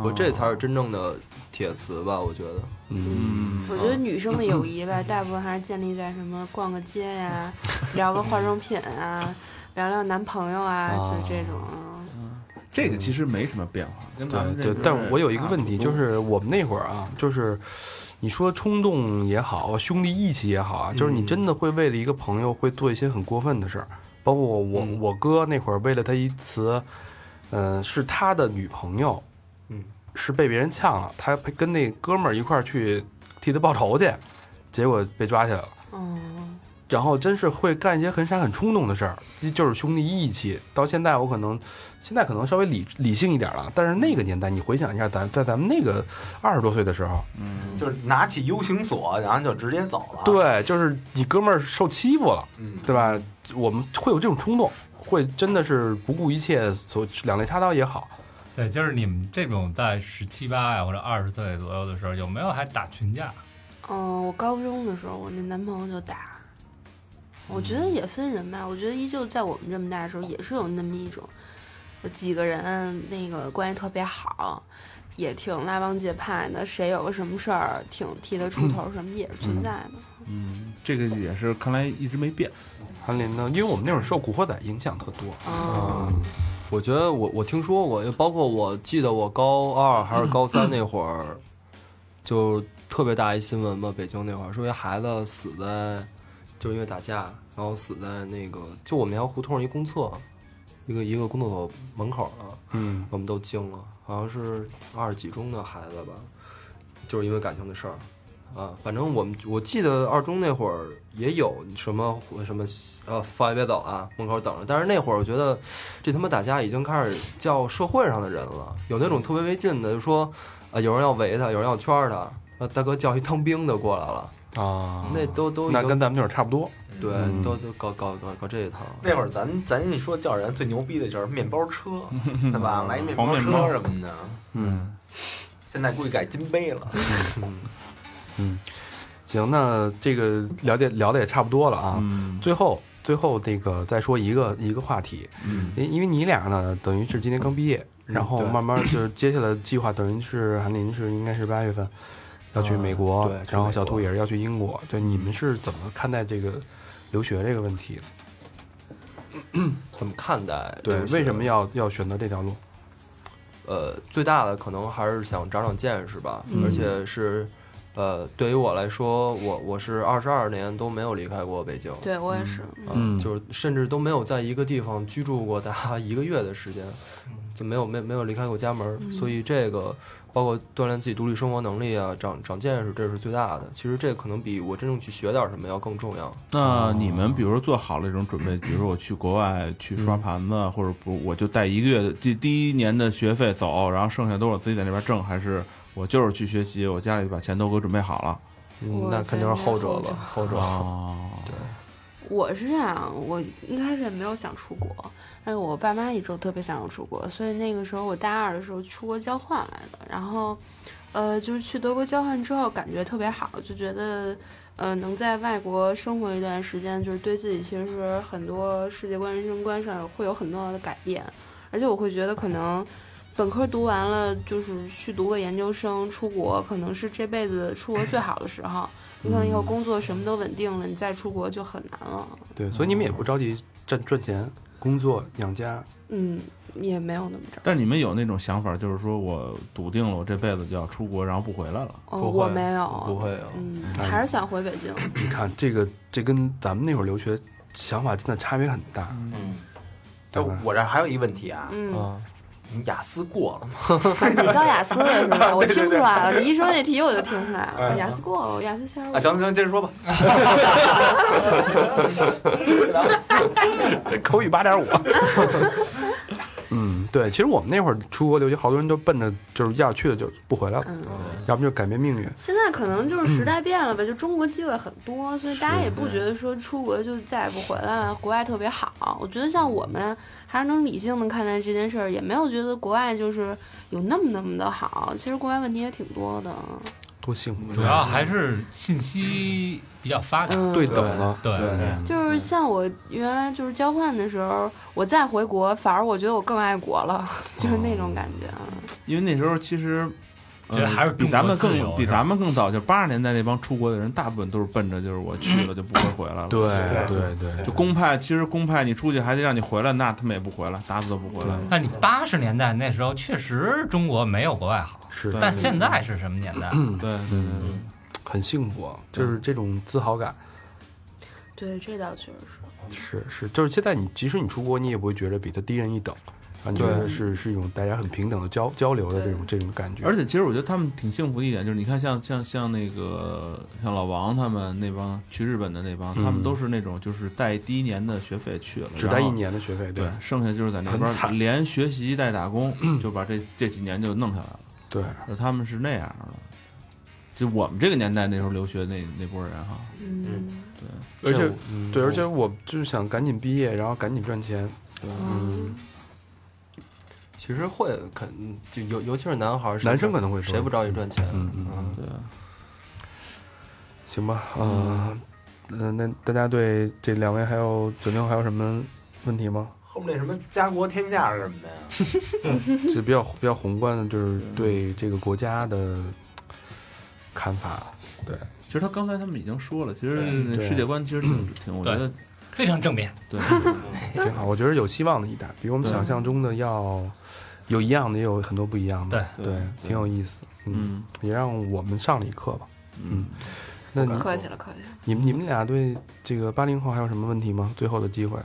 Speaker 10: 我这才是真正的铁磁吧，我觉得。
Speaker 9: 嗯，
Speaker 8: 我觉得女生的友谊吧，大部分还是建立在什么逛个街呀、聊个化妆品啊，聊聊男朋友啊，就这种。啊
Speaker 9: 这个其实没什么变化，跟咱们这
Speaker 2: 对
Speaker 9: 个
Speaker 2: 对，但是我有一个问题，
Speaker 9: 差不多
Speaker 2: 就是我们那会儿啊，就是你说冲动也好，兄弟义气也好啊，就是你
Speaker 9: 嗯
Speaker 2: 真的会为了一个朋友会做一些很过分的事儿，包括我我、
Speaker 9: 嗯
Speaker 2: 我哥那会儿为了他一词，嗯、是他的女朋友，
Speaker 10: 嗯，
Speaker 2: 是被别人呛了，他陪跟那哥们儿一块儿去替他报仇去，结果被抓起来了。
Speaker 8: 嗯，
Speaker 2: 然后真是会干一些很傻很冲动的事儿，这就是兄弟义气。到现在我可能，现在可能稍微理理性一点了，但是那个年代你回想一下，咱在咱们那个二十多岁的时候，
Speaker 3: 就是拿起 U 型锁，然后就直接走了。，
Speaker 2: 对，就是你哥们儿受欺负了，
Speaker 3: 嗯，
Speaker 2: 对吧？我们会有这种冲动，会真的是不顾一切，所两肋插刀也好，
Speaker 7: 对，就是你们这种在十七八呀或者二十岁左右的时候，有没有还打群架？
Speaker 8: 嗯，我高中的时候，我那男朋友就打。我觉得也分人吧，我觉得依旧在我们这么大的时候，也是有那么一种，有几个人那个关系特别好，也挺拉帮结派的，谁有个什么事儿挺替他出头，什么也是存在的。
Speaker 9: 嗯，这个也是看来一直没变。
Speaker 2: 韩林呢？因为我们那会儿受《古惑仔》影响特多，
Speaker 8: 嗯，
Speaker 10: 啊我觉得我我听说过，也包括我记得我高二还是高三那会儿，就特别大一新闻嘛，北京那会儿说一孩子死在，就因为打架，然后死在那个就我们那条胡同一公厕，一个一个工作所门口了，
Speaker 2: 嗯，
Speaker 10: 我们都惊了，好像是二十几中的孩子吧，就是因为感情的事儿。啊，反正我们我记得二中那会儿也有什么什么呃放一别走啊，门口等着。但是那会儿我觉得这他妈打架已经开始叫社会上的人了，有那种特别没劲的，就说啊、有人要围他，有人要圈儿他，呃大哥叫一当兵的过来了，
Speaker 2: 啊
Speaker 10: 那都都已
Speaker 2: 那
Speaker 10: 经
Speaker 2: 跟咱们那会儿差不多，
Speaker 10: 对、
Speaker 2: 嗯
Speaker 10: 都都搞搞搞搞这一套。
Speaker 3: 那会儿咱咱一说叫人最牛逼的就是面包
Speaker 10: [laughs]
Speaker 3: 车，对吧？来一面包
Speaker 9: 黄面包
Speaker 3: 车什么的。
Speaker 2: 嗯
Speaker 3: 现在估计改金杯了。
Speaker 2: 嗯，行，那这个了解聊的也差不多了啊，
Speaker 9: 嗯，
Speaker 2: 最后最后这个再说一个一个话题，
Speaker 9: 嗯
Speaker 2: 因因为你俩呢，等于是今年刚毕业，
Speaker 3: 嗯
Speaker 2: 然后慢慢就是接下来的计划，等于是韩林是应该是八月份要去美国，
Speaker 3: 啊对去
Speaker 2: 然后
Speaker 3: 美
Speaker 2: 小兔
Speaker 3: 国嗯
Speaker 2: 也是要去英国，对，你们是怎么看待这个留学这个问题的？
Speaker 10: 怎么看待？
Speaker 2: 对，为什么
Speaker 10: 要？
Speaker 2: 要要选择这条路？
Speaker 10: 呃，最大的可能还是想长长见识吧，而且是，呃，对于我来说，我我是二十二年都没有离开过北京，
Speaker 8: 对我也是，
Speaker 10: 呃
Speaker 13: 嗯
Speaker 10: 就是甚至都没有在一个地方居住过达一个月的时间，就没有没没有离开过家门儿，
Speaker 8: 嗯
Speaker 10: 所以这个包括锻炼自己独立生活能力啊，长长见识，这是最大的。其实这可能比我真正去学点什么要更重要。
Speaker 9: 那你们比如说做好了这种准备，比如说我去国外去刷盘子，
Speaker 7: 嗯
Speaker 9: 或者不我就带一个月的第第一年的学费走，然后剩下都是我自己在那边挣，还是我就是去学习，我家里把钱都给我准备好了？
Speaker 10: 嗯
Speaker 8: 我，
Speaker 10: 那
Speaker 8: 觉
Speaker 10: 肯定
Speaker 8: 得
Speaker 10: 是后
Speaker 8: 后
Speaker 10: 者
Speaker 8: 者
Speaker 10: 吧，后者。
Speaker 9: 哦，
Speaker 8: 我是这样，我一开始也没有想出国，但是我爸妈一直都特别想让我出国，所以那个时候我大二的时候出国交换来的，然后，呃，就是去德国交换之后感觉特别好，就觉得，呃，能在外国生活一段时间，就是对自己其实很多世界观、人生观上会有很多的改变，而且我会觉得可能。本科读完了，就是去读个研究生，出国可能是这辈子出国最好的时候。你可能以后工作什么都稳定了，你再出国就很难了。
Speaker 3: 嗯
Speaker 2: 对，所以你们也不着急赚赚钱、工作养家，
Speaker 8: 嗯，也没有那么着急。
Speaker 9: 但你们有那种想法，就是说我笃定了我这辈子就要出国，然后不回来了。
Speaker 8: 哦，
Speaker 2: 不会
Speaker 8: 我没有，
Speaker 2: 不会啊
Speaker 8: 嗯，
Speaker 2: 哎
Speaker 8: 还是想回北
Speaker 2: [laughs]
Speaker 8: 京。
Speaker 2: 你看这个这跟咱们那会儿留学想法真的差别很大，
Speaker 3: 嗯，哎
Speaker 2: 对吧，？
Speaker 3: 我这儿还有一问题啊，
Speaker 8: 嗯，
Speaker 10: 啊，
Speaker 3: 你雅思过了吗？
Speaker 8: 你教雅思的是吧？我听出来了，你一说那题我就听出来了。
Speaker 3: 哎
Speaker 8: 雅思过了，我雅思先
Speaker 3: 啊，行行，接着说吧。
Speaker 2: 这口语八点五。嗯，对，其实我们那会儿出国留学，好多人都奔着就是要去了就不回来了，
Speaker 8: 嗯，
Speaker 2: 要不就改变命运。
Speaker 8: 现在可能就是时代变了吧，就中国机会很多，所以大家也不觉得说出国就再也不回来了，国外特别好。我觉得像我们还是能理性的看待这件事儿，也没有觉得国外就是有那么那么的好。其实国外问题也挺多的。
Speaker 2: 多幸福！啊
Speaker 7: 主要还是信息比较发达。
Speaker 8: 嗯，
Speaker 2: 对等了，
Speaker 7: 对
Speaker 8: 就是像我原来就是交换的时候，我再回国，反而我觉得我更爱国了， [laughs] 就是那种感觉。啊
Speaker 9: 因为那时候其实，
Speaker 7: 觉得
Speaker 9: 呃，
Speaker 7: 还是
Speaker 9: 比
Speaker 7: 中
Speaker 9: 咱
Speaker 7: 国
Speaker 9: 们
Speaker 7: 自由
Speaker 9: 更比
Speaker 7: 是吧
Speaker 9: 咱们更早，就八十年代那帮出国的人，大部分都是奔着就是我去
Speaker 7: 嗯
Speaker 9: 了就不会回来了。
Speaker 2: 对对对，
Speaker 9: 就公派，其实公派你出去还得让你回来，那他们也不回来，打死都不回来。
Speaker 7: 那你八十年代那时候确实中国没有国外好，
Speaker 2: 是
Speaker 9: 对嗯
Speaker 7: 但现在是什么年代？
Speaker 2: 嗯
Speaker 9: 对对对对，
Speaker 2: 很幸福啊，就是这种自豪感，
Speaker 8: 对，这倒确实是。
Speaker 2: 是是，就是现在你即使你出国，你也不会觉得比他低人一等，啊，你觉得是是一种大家很平等的交交流的这种这种感觉。
Speaker 9: 而且其实我觉得他们挺幸福的一点就是，你看像像像那个像老王他们那帮去日本的那帮，
Speaker 2: 嗯
Speaker 9: 他们都是那种就是带第一年的学费去了，
Speaker 2: 只带一
Speaker 9: 然后。
Speaker 2: 年的学费，
Speaker 9: 对，剩下就是在那
Speaker 2: 很
Speaker 9: 边
Speaker 2: 惨
Speaker 9: 连学习带
Speaker 2: [clears throat]
Speaker 9: 打工，就把这这几年就弄下来了。
Speaker 2: 对，
Speaker 9: 就他们是那样的，就我们这个年代那时候留学那那波人哈，
Speaker 8: 嗯
Speaker 2: 而且
Speaker 10: 嗯
Speaker 2: 对，而且我就是想赶紧毕业，然后赶紧赚钱。
Speaker 8: 嗯，
Speaker 10: 其实会肯就尤尤其是男孩儿，谁
Speaker 2: 男生
Speaker 10: 不
Speaker 2: 可能会
Speaker 10: 谁不
Speaker 2: 着，
Speaker 10: 着急赚钱？
Speaker 2: 嗯嗯
Speaker 10: 嗯
Speaker 9: 对，
Speaker 2: 行吧，呃呃，嗯、那大家对这两位还有九零后还有什么问题吗？
Speaker 3: 后面那什么家国天下是什么的呀？
Speaker 2: [laughs] 就比较比较宏观的，就是对这个国家的看法。
Speaker 9: 其实他刚才他们已经说了，其
Speaker 2: 对
Speaker 9: 实
Speaker 2: 对嗯
Speaker 9: 世界观其实挺挺，我觉得
Speaker 7: 非常正面。
Speaker 9: 对，
Speaker 2: 挺好，我觉得有希望的一代，比我们
Speaker 9: 对
Speaker 2: 想象中的要有一样的，也有很多不一样的。
Speaker 9: 对
Speaker 2: 对
Speaker 9: 对
Speaker 2: 挺有意思。嗯，
Speaker 9: 嗯
Speaker 2: 也让我们上了一课吧。
Speaker 9: 嗯，
Speaker 2: 那你
Speaker 8: 客气了，客气了，
Speaker 2: 你们你们俩对这个八零后还有什么问题吗？最后的机会，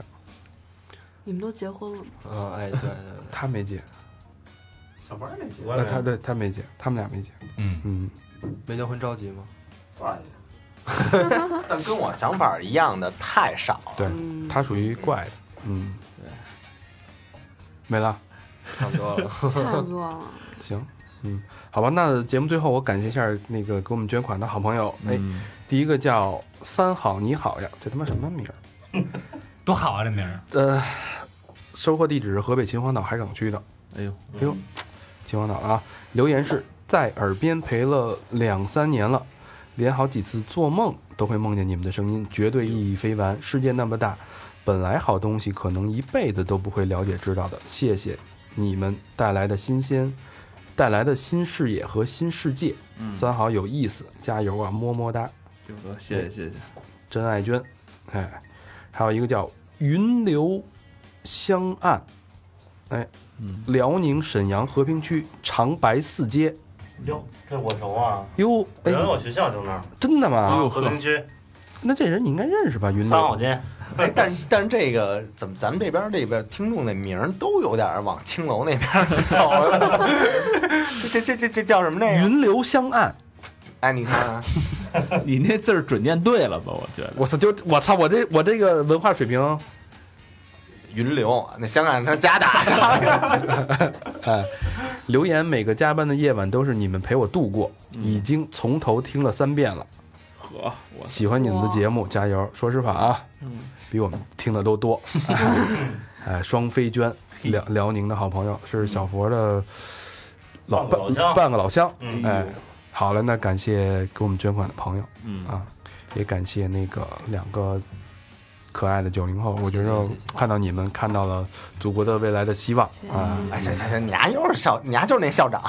Speaker 8: 你们都结婚了吗？
Speaker 10: 嗯，哎，对对对，
Speaker 2: 他没结，
Speaker 3: 小班那几个
Speaker 2: 那他对他没结，他们俩没结。
Speaker 7: 嗯，
Speaker 2: 嗯，
Speaker 10: 没结婚着急吗？
Speaker 3: 多少年？但跟我想法一样的太少了。
Speaker 2: 对
Speaker 8: 嗯，
Speaker 2: 他属于怪的。嗯，没了。
Speaker 10: 差不多了。
Speaker 8: 差不多了。
Speaker 2: 行，嗯，好吧，那节目最后我感谢一下那个给我们捐款的好朋友，
Speaker 9: 嗯
Speaker 2: 哎，第一个叫三好你好呀，这他妈什么名儿？
Speaker 7: 多好啊，这名儿。
Speaker 2: 呃，收货地址是河北秦皇岛海港区的，
Speaker 9: 哎呦，
Speaker 2: 哎呦，秦皇岛的啊，留言是在耳边陪了两三年了，连好几次做梦都会梦见你们的声音，绝对意义非凡。世界那么大，本来好东西可能一辈子都不会了解知道的。谢谢你们带来的新鲜，带来的新视野和新世界。
Speaker 9: 嗯
Speaker 2: 三好有意思，加油啊，么么哒，
Speaker 9: 谢谢谢谢，
Speaker 2: 真爱娟，哎，还有一个叫云流香岸。哎
Speaker 9: 嗯，
Speaker 2: 辽宁沈阳和平区长白寺街。
Speaker 12: 哟，这我熟啊，
Speaker 2: 哟，哎
Speaker 12: 原，来我学校就那儿，
Speaker 2: 真的吗？
Speaker 9: 哎呦
Speaker 12: 河
Speaker 9: 呵
Speaker 12: 滨，区
Speaker 2: 那这人你应该认识吧？云
Speaker 12: 三
Speaker 2: 流
Speaker 12: 好，街。
Speaker 3: 哎，但
Speaker 2: [laughs]
Speaker 3: 是但是这个怎么咱们这边这边听众那名儿都有点往青楼那边儿走了， [laughs] 这这这这叫什么那个？
Speaker 2: 云流香岸。
Speaker 3: 哎，你看啊，
Speaker 9: 你那字儿准念对了吧？我觉得
Speaker 2: 我操，就我操，我这我这个文化水平，
Speaker 3: 云流那香港他是假打的，
Speaker 2: 哎，留言每个加班的夜晚都是你们陪我度过，
Speaker 12: 嗯
Speaker 2: 已经从头听了三遍了。
Speaker 9: 呵，我
Speaker 2: 喜欢你们的节目，加油！说实话啊，
Speaker 12: 嗯
Speaker 2: 比我们听的都
Speaker 12: [laughs]
Speaker 2: 多。哎，双飞娟，辽辽宁的好朋友，是小佛的老
Speaker 12: 嗯半个老乡
Speaker 2: 半半个老乡。
Speaker 12: 嗯
Speaker 2: 哎，好了，那感谢给我们捐款的朋友
Speaker 9: 嗯
Speaker 2: 啊，也感谢那个两个可爱的九零后，我觉
Speaker 10: 谢
Speaker 2: 得
Speaker 10: 谢谢
Speaker 2: 看到你们看到了祖国的未来的希望
Speaker 8: 谢谢
Speaker 2: 啊。
Speaker 10: 嗯
Speaker 3: 哎，行行行，你丫又是校，你丫就是那校长。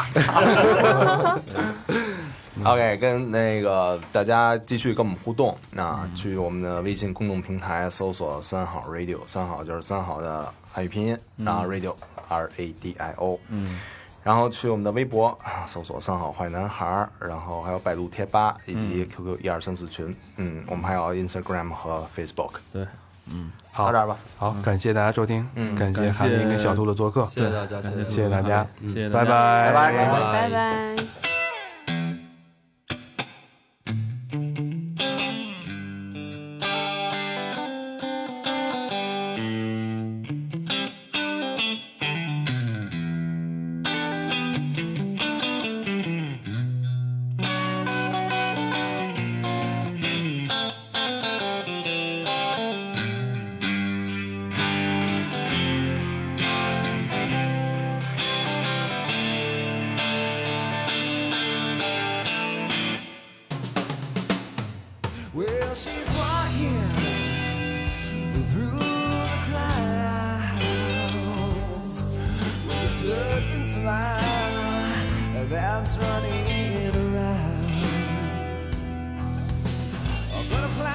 Speaker 3: OK，跟那个大家继续跟我们互动，那去我们的微信公众平台搜索“三好 radio”，三好就是三好的汉语拼音，然后 radio R A D I O，
Speaker 9: 嗯，
Speaker 3: 然后去我们的微博啊搜索“三好坏男孩儿”，然后还有百度贴吧以及 QQ 一二三四群，嗯，我们还有 Instagram 和 Facebook，
Speaker 9: 对，
Speaker 2: 好
Speaker 3: 到这儿吧，
Speaker 2: 好，感谢大家收听，
Speaker 3: 嗯
Speaker 2: 感谢
Speaker 9: 感谢
Speaker 2: 韩林跟小兔的做客，
Speaker 10: 谢谢大家，谢
Speaker 9: 感
Speaker 10: 谢大
Speaker 2: 谢
Speaker 9: 谢
Speaker 10: 家
Speaker 2: 谢大家，嗯
Speaker 9: 谢谢大
Speaker 2: 拜
Speaker 9: 家
Speaker 2: 哎拜
Speaker 3: 拜拜。
Speaker 8: [laughs] 拜拜。
Speaker 14: Well, she's walking through the clouds with a certain smile that's running around. A butterfly